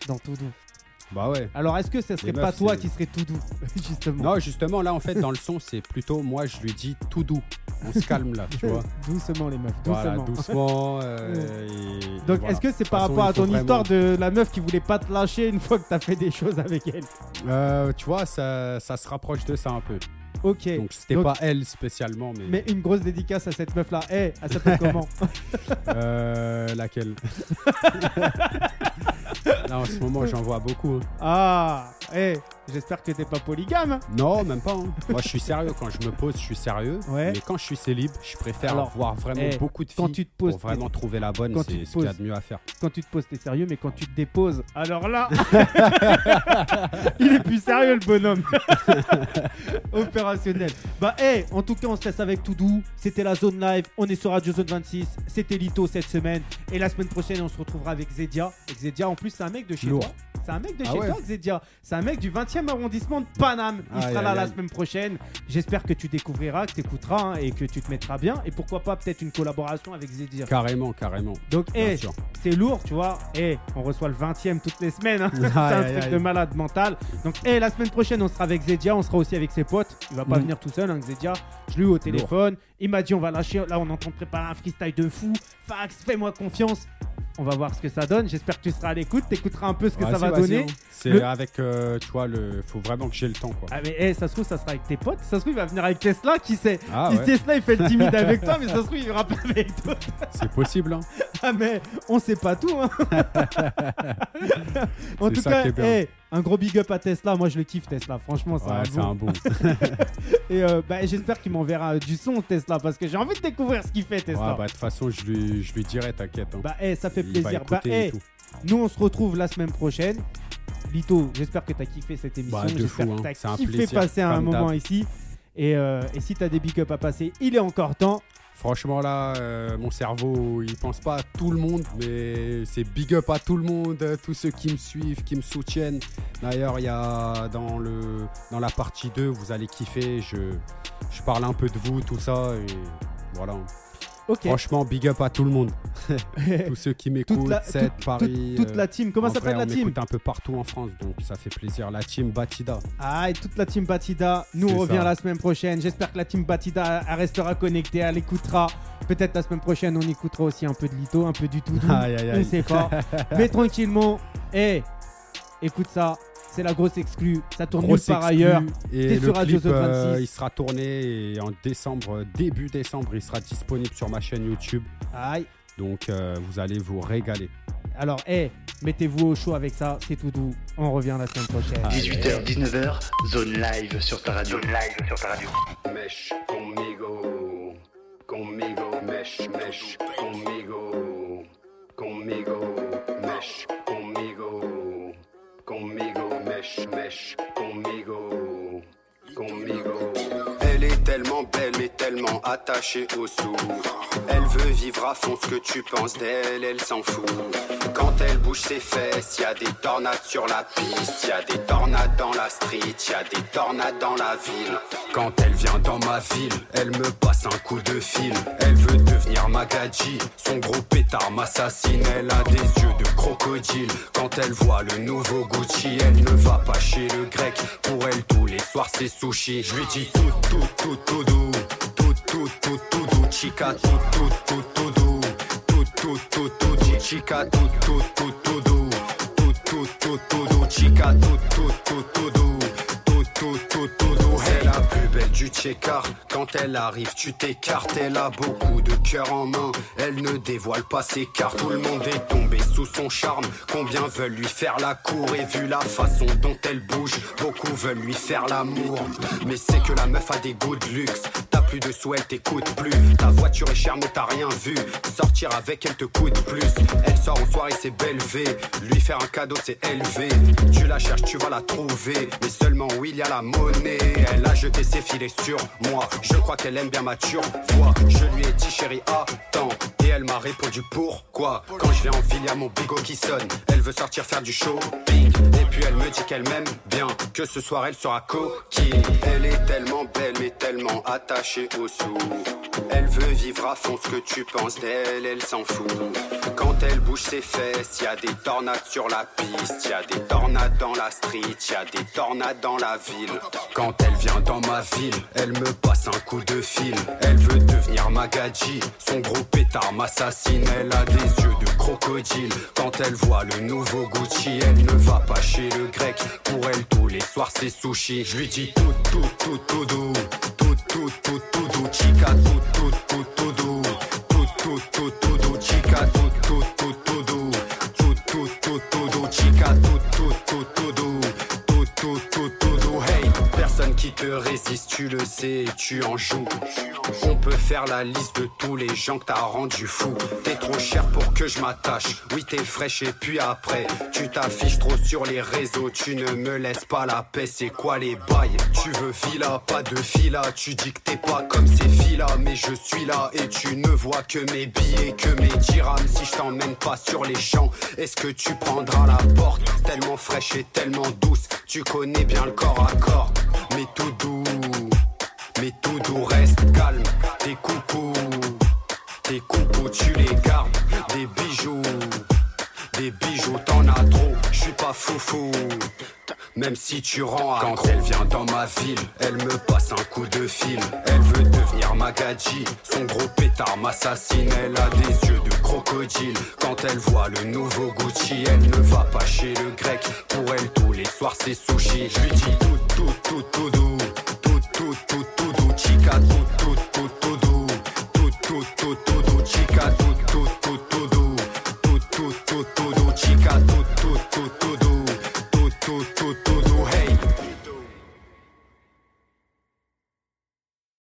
Speaker 3: Dans tout doux.
Speaker 4: Bah ouais.
Speaker 3: Alors, est-ce que ce serait pas
Speaker 4: meufs,
Speaker 3: toi
Speaker 4: c'est-
Speaker 3: qui serais tout doux (laughs) Justement.
Speaker 4: Non, justement, là, en fait, dans le son, c'est plutôt moi, je lui dis tout doux. On se calme là,
Speaker 3: (laughs)
Speaker 4: tu vois.
Speaker 3: Doucement, les meufs, doucement.
Speaker 4: Voilà, doucement. euh, et-
Speaker 3: Donc,
Speaker 4: voilà.
Speaker 3: est-ce que c'est par
Speaker 4: façon,
Speaker 3: rapport
Speaker 4: il
Speaker 3: à ton
Speaker 4: faut
Speaker 3: histoire de la meuf qui voulait pas te lâcher une fois que t'as fait des choses avec elle
Speaker 4: Euh, tu vois, ça, ça se rapproche de ça un peu.
Speaker 3: Ok.
Speaker 4: Donc, c'était
Speaker 3: donc-
Speaker 4: pas elle spécialement, mais.
Speaker 3: Mais une grosse dédicace à cette meuf là. Eh, elle s'appelle
Speaker 4: (laughs)
Speaker 3: comment
Speaker 4: Euh,
Speaker 3: (laughs)
Speaker 4: laquelle Là, en ce moment, j'en vois beaucoup. hein.
Speaker 3: Ah, eh, j'espère que t'es pas polygame. hein.
Speaker 4: Non, même pas. hein. Moi, je suis sérieux. Quand je me pose, je suis sérieux.
Speaker 3: Ouais.
Speaker 4: Mais quand je suis célib, je préfère
Speaker 3: Alors,
Speaker 4: voir vraiment
Speaker 3: eh,
Speaker 4: beaucoup de filles
Speaker 3: Quand tu te poses,
Speaker 4: pour vraiment trouver la bonne.
Speaker 3: quand tu
Speaker 4: C'est
Speaker 3: te
Speaker 4: ce qu'il y a
Speaker 3: poses.
Speaker 4: de mieux à faire.
Speaker 3: t'es- quand tu te poses, t'es sérieux, mais quand tu te déposes, alors
Speaker 4: (laughs)
Speaker 3: là, (laughs) il est plus sérieux le bonhomme. (laughs) Opérationnel. Bah, eh, en tout cas, on se laisse avec tout doux. C'était la zone live. On est sur Radio Zone 26. C'était Lito cette semaine. Et la semaine prochaine, on se retrouvera avec Zedia. Et Zedia, en plus, c'est un mec de chez
Speaker 4: Lourd.
Speaker 3: toi. C'est un mec de
Speaker 4: Ah
Speaker 3: chez
Speaker 4: ouais.
Speaker 3: toi, Xedia. C'est un mec du 20e arrondissement de Paname. Il
Speaker 4: Aïe,
Speaker 3: sera là
Speaker 4: aïe,
Speaker 3: la
Speaker 4: aïe.
Speaker 3: semaine prochaine. J'espère que tu découvriras, que tu écouteras et que tu te mettras bien. Et pourquoi pas peut-être une collaboration avec Xedia.
Speaker 4: Carrément, carrément.
Speaker 3: Donc,
Speaker 4: Bien
Speaker 3: eh,
Speaker 4: sûr.
Speaker 3: c'est lourd, tu vois. Eh, on reçoit le 20e toutes les semaines. hein. c'est
Speaker 4: (laughs) Aïe,
Speaker 3: un
Speaker 4: aïe,
Speaker 3: truc
Speaker 4: aïe.
Speaker 3: de malade mental. Donc, eh, la semaine prochaine, on sera avec Zedia. On sera aussi avec ses potes. Il va pas
Speaker 4: Mhm.
Speaker 3: venir tout seul, hein, Zedia. Je l'ai eu au téléphone. Il m'a dit, on va lâcher. Là, on entend préparer un freestyle de fou. Fax, fais-moi confiance. On va voir ce que ça donne. J'espère que tu seras à l'écoute. T'écouteras un peu ce que ça
Speaker 4: Vas-y,
Speaker 3: va
Speaker 4: vas-y,
Speaker 3: donner.
Speaker 4: hein. C'est
Speaker 3: Le-
Speaker 4: avec, euh, tu vois, le. Faut vraiment que j'ai le temps, quoi.
Speaker 3: Ah mais eh, ça se trouve ça sera avec tes potes, ça se trouve il va venir avec Tesla, qui sait
Speaker 4: Ah
Speaker 3: Si
Speaker 4: ouais.
Speaker 3: Tesla il fait le timide avec toi, mais ça se trouve il ira pas avec toi.
Speaker 4: C'est possible. Hein.
Speaker 3: Ah mais on sait pas tout
Speaker 4: (laughs)
Speaker 3: hein. en
Speaker 4: C'est
Speaker 3: tout
Speaker 4: ça
Speaker 3: cas,
Speaker 4: qui est bien.
Speaker 3: eh, un gros big up à Tesla, moi je le kiffe Tesla, franchement (laughs) c'est un
Speaker 4: Ouais, c'est
Speaker 3: bon. (laughs)
Speaker 4: un bon.
Speaker 3: Et euh, bah, j'espère qu'il m'enverra euh, du son Tesla parce que j'ai envie de découvrir ce qu'il fait
Speaker 4: Ouais,
Speaker 3: Tesla.
Speaker 4: bah, De toute façon, je lui, je lui dirai, t'inquiète. hein.
Speaker 3: Bah, eh, ça fait
Speaker 4: Il va
Speaker 3: plaisir. Bah,
Speaker 4: écouter
Speaker 3: eh,
Speaker 4: et tout.
Speaker 3: nous, on se retrouve la semaine prochaine. Lito, j'espère que t'as kiffé cette émission.
Speaker 4: Bah, de
Speaker 3: j'espère
Speaker 4: fou, hein.
Speaker 3: que t'as
Speaker 4: C'est un
Speaker 3: kiffé
Speaker 4: plaisir,
Speaker 3: passer un
Speaker 4: comme
Speaker 3: moment
Speaker 4: d'hab.
Speaker 3: ici. Et, euh, et si t'as des big up à passer, il est encore temps.
Speaker 4: Franchement, là, euh, mon cerveau, il pense pas à tout le monde, mais c'est big up à tout le monde, euh, tous ceux qui me suivent, qui me soutiennent. D'ailleurs, il y a dans, le, dans la partie 2, vous allez kiffer. Je, je parle un peu de vous, tout ça. Et voilà.
Speaker 3: Ok.
Speaker 4: Franchement, big up à tout
Speaker 3: (laughs)
Speaker 4: le monde. tous ceux qui
Speaker 3: Toute
Speaker 4: m'écoutent,
Speaker 3: la-
Speaker 4: 7, Paris.
Speaker 3: Toute
Speaker 4: euh,
Speaker 3: la team. Comment
Speaker 4: en
Speaker 3: s'appelle
Speaker 4: vrai,
Speaker 3: la
Speaker 4: on
Speaker 3: team
Speaker 4: m'écoute un peu partout en France, donc ça fait plaisir. La team Batida.
Speaker 3: Ah, et toute la team Batida nous
Speaker 4: C'est
Speaker 3: revient
Speaker 4: ça.
Speaker 3: la semaine prochaine. J'espère que la team Batida elle restera connectée, elle écoutera. Peut-être la semaine prochaine, on écoutera aussi un peu de Lito, un peu du tout.
Speaker 4: (laughs) Aïe, aïe,
Speaker 3: on
Speaker 4: aïe.
Speaker 3: sait
Speaker 4: (laughs)
Speaker 3: pas. Mais tranquillement, eh, écoute ça. C'est la grosse exclue. Ça tourne nulle
Speaker 4: Grosse
Speaker 3: par
Speaker 4: exclu.
Speaker 3: ailleurs. T'es
Speaker 4: Et
Speaker 3: sur
Speaker 4: le
Speaker 3: Radio
Speaker 4: clip,
Speaker 3: Zone
Speaker 4: euh,
Speaker 3: 26.
Speaker 4: il sera tourné et en décembre, euh, début décembre, il sera disponible sur ma chaîne YouTube.
Speaker 3: Aïe.
Speaker 4: Donc euh, vous allez vous régaler.
Speaker 3: Alors, eh, mettez-vous au chaud avec ça, c'est tout doux. On revient la semaine prochaine.
Speaker 1: 18h, 19h, zone live sur ta radio. Zone live sur ta radio.
Speaker 7: Mesh conmigo, conmigo, mesh, mesh conmigo, conmigo, mesh conmigo, conmigo, mesh, mesh conmigo, conmigo. Elle est tellement belle, mais
Speaker 4: tellement attachée au sous. Elle veut vivre à fond ce que tu penses d'elle, elle s'en fout. Quand elle bouge ses fesses, y a des tornades sur la piste, y a des tornades dans la street, y a des tornades dans la ville. Quand elle vient dans ma ville, elle me passe un coup de fil. Elle veut devenir Magadji, son gros pétard m'assassine. Elle a des yeux de crocodile. Quand elle voit le nouveau Gucci, elle ne va pas chez le grec. Pour elle, tous les soirs, c'est sushi. Je lui dis tout, tout, tout, tout doux. Tout, tout, tout, tout doux. Chica, tout, tout, tout, tout doux. Tout, tout, tout, tout doux. Chica, tout, tout, tout, tout doux. Tout, tout, tout, tout doux. Chica, tout, tout, tout, tout doux. Tout, tout, tout, tout doux. C'est la plus belle du checker. Quand elle arrive, tu t'écartes. Elle a beaucoup de cœur en main. Elle ne dévoile pas ses cartes. Tout le monde est tombé sous son charme. Combien veulent lui faire la cour et vu la façon dont elle bouge, beaucoup veulent lui faire l'amour. Mais c'est que la meuf a des goûts de luxe. T'as plus de sous, elle t'écoute plus. Ta voiture est chère, mais t'as rien vu. Sortir avec elle te coûte plus. Elle sort en soirée, c'est belle V. Lui faire un cadeau, c'est élevé. Tu la cherches, tu vas la trouver. Mais seulement oui, il y a la monnaie. Elle a jeté ses filets sur moi. Je crois qu'elle aime bien ma Vois, Je lui ai dit, chérie, attends. Et elle m'a répondu pourquoi. Quand je vais en ville, y a mon bigot qui sonne. Elle veut sortir faire du shopping. Et puis elle me dit qu'elle m'aime bien. Que ce soir, elle sera coquille. Elle est tellement belle, mais tellement attachée au sou. Elle veut vivre à fond ce que tu penses d'elle, elle s'en fout. Quand elle bouge ses fesses, y a des tornades sur la piste, y a des tornades dans la street, y a des tornades dans la ville. Quand elle vient dans ma ville, elle me passe un coup de fil. Elle veut devenir Magadji, son gros pétard m'assassine. Elle a des yeux de crocodile. Quand elle voit le nouveau Gucci, elle ne va pas chez le grec. Pour elle, tous les soirs, c'est sushi. Je lui dis tout, tout, tout, tout doux. Tout, tout, tout, tout doux. Chica, tout, tout, tout, tout doux. Tout, tout, tout, tout doux. Chica, tout, tout, tout, tout doux. Tout, tout, tout, tout doux. Chica, tout, tout, tout, tout doux. Tout, tout, tout, tout doux. Hey, personne qui te résiste, tu le sais, et tu en joues. On peut faire la liste de tous les gens que t'as rendu fou. T'es trop cher pour que je m'attache. Oui, t'es fraîche et puis après, tu t'affiches trop sur les réseaux. Tu ne me laisses pas la paix, c'est quoi les bails Tu veux fila, pas de fila. Tu dis que t'es pas comme ces filles-là, mais je suis là et tu ne vois que mes billets, que mes dirhams. Si je t'emmène pas sur les champs, est-ce que tu prendras la porte Tellement fraîche et tellement douce, tu connais bien le corps à corps, mais tout doux. Mais tout doux reste calme, tes coucous, tes coucous tu les gardes, des bijoux, des bijoux t'en as trop, je suis pas foufou. Même si tu rends à Quand elle vient dans ma ville, elle me passe un coup de fil. Elle veut devenir Magadji, son gros pétard m'assassine. Elle a des yeux de crocodile. Quand elle voit le nouveau Gucci, elle ne va pas chez le grec. Pour elle, tous les soirs, c'est sushi. Je lui dis tout, tout, tout, tout doux. Tout, tout, tout, tout doux. Chica, tout, tout, tout, tout doux. Tout, tout, tout, tout doux. Chica,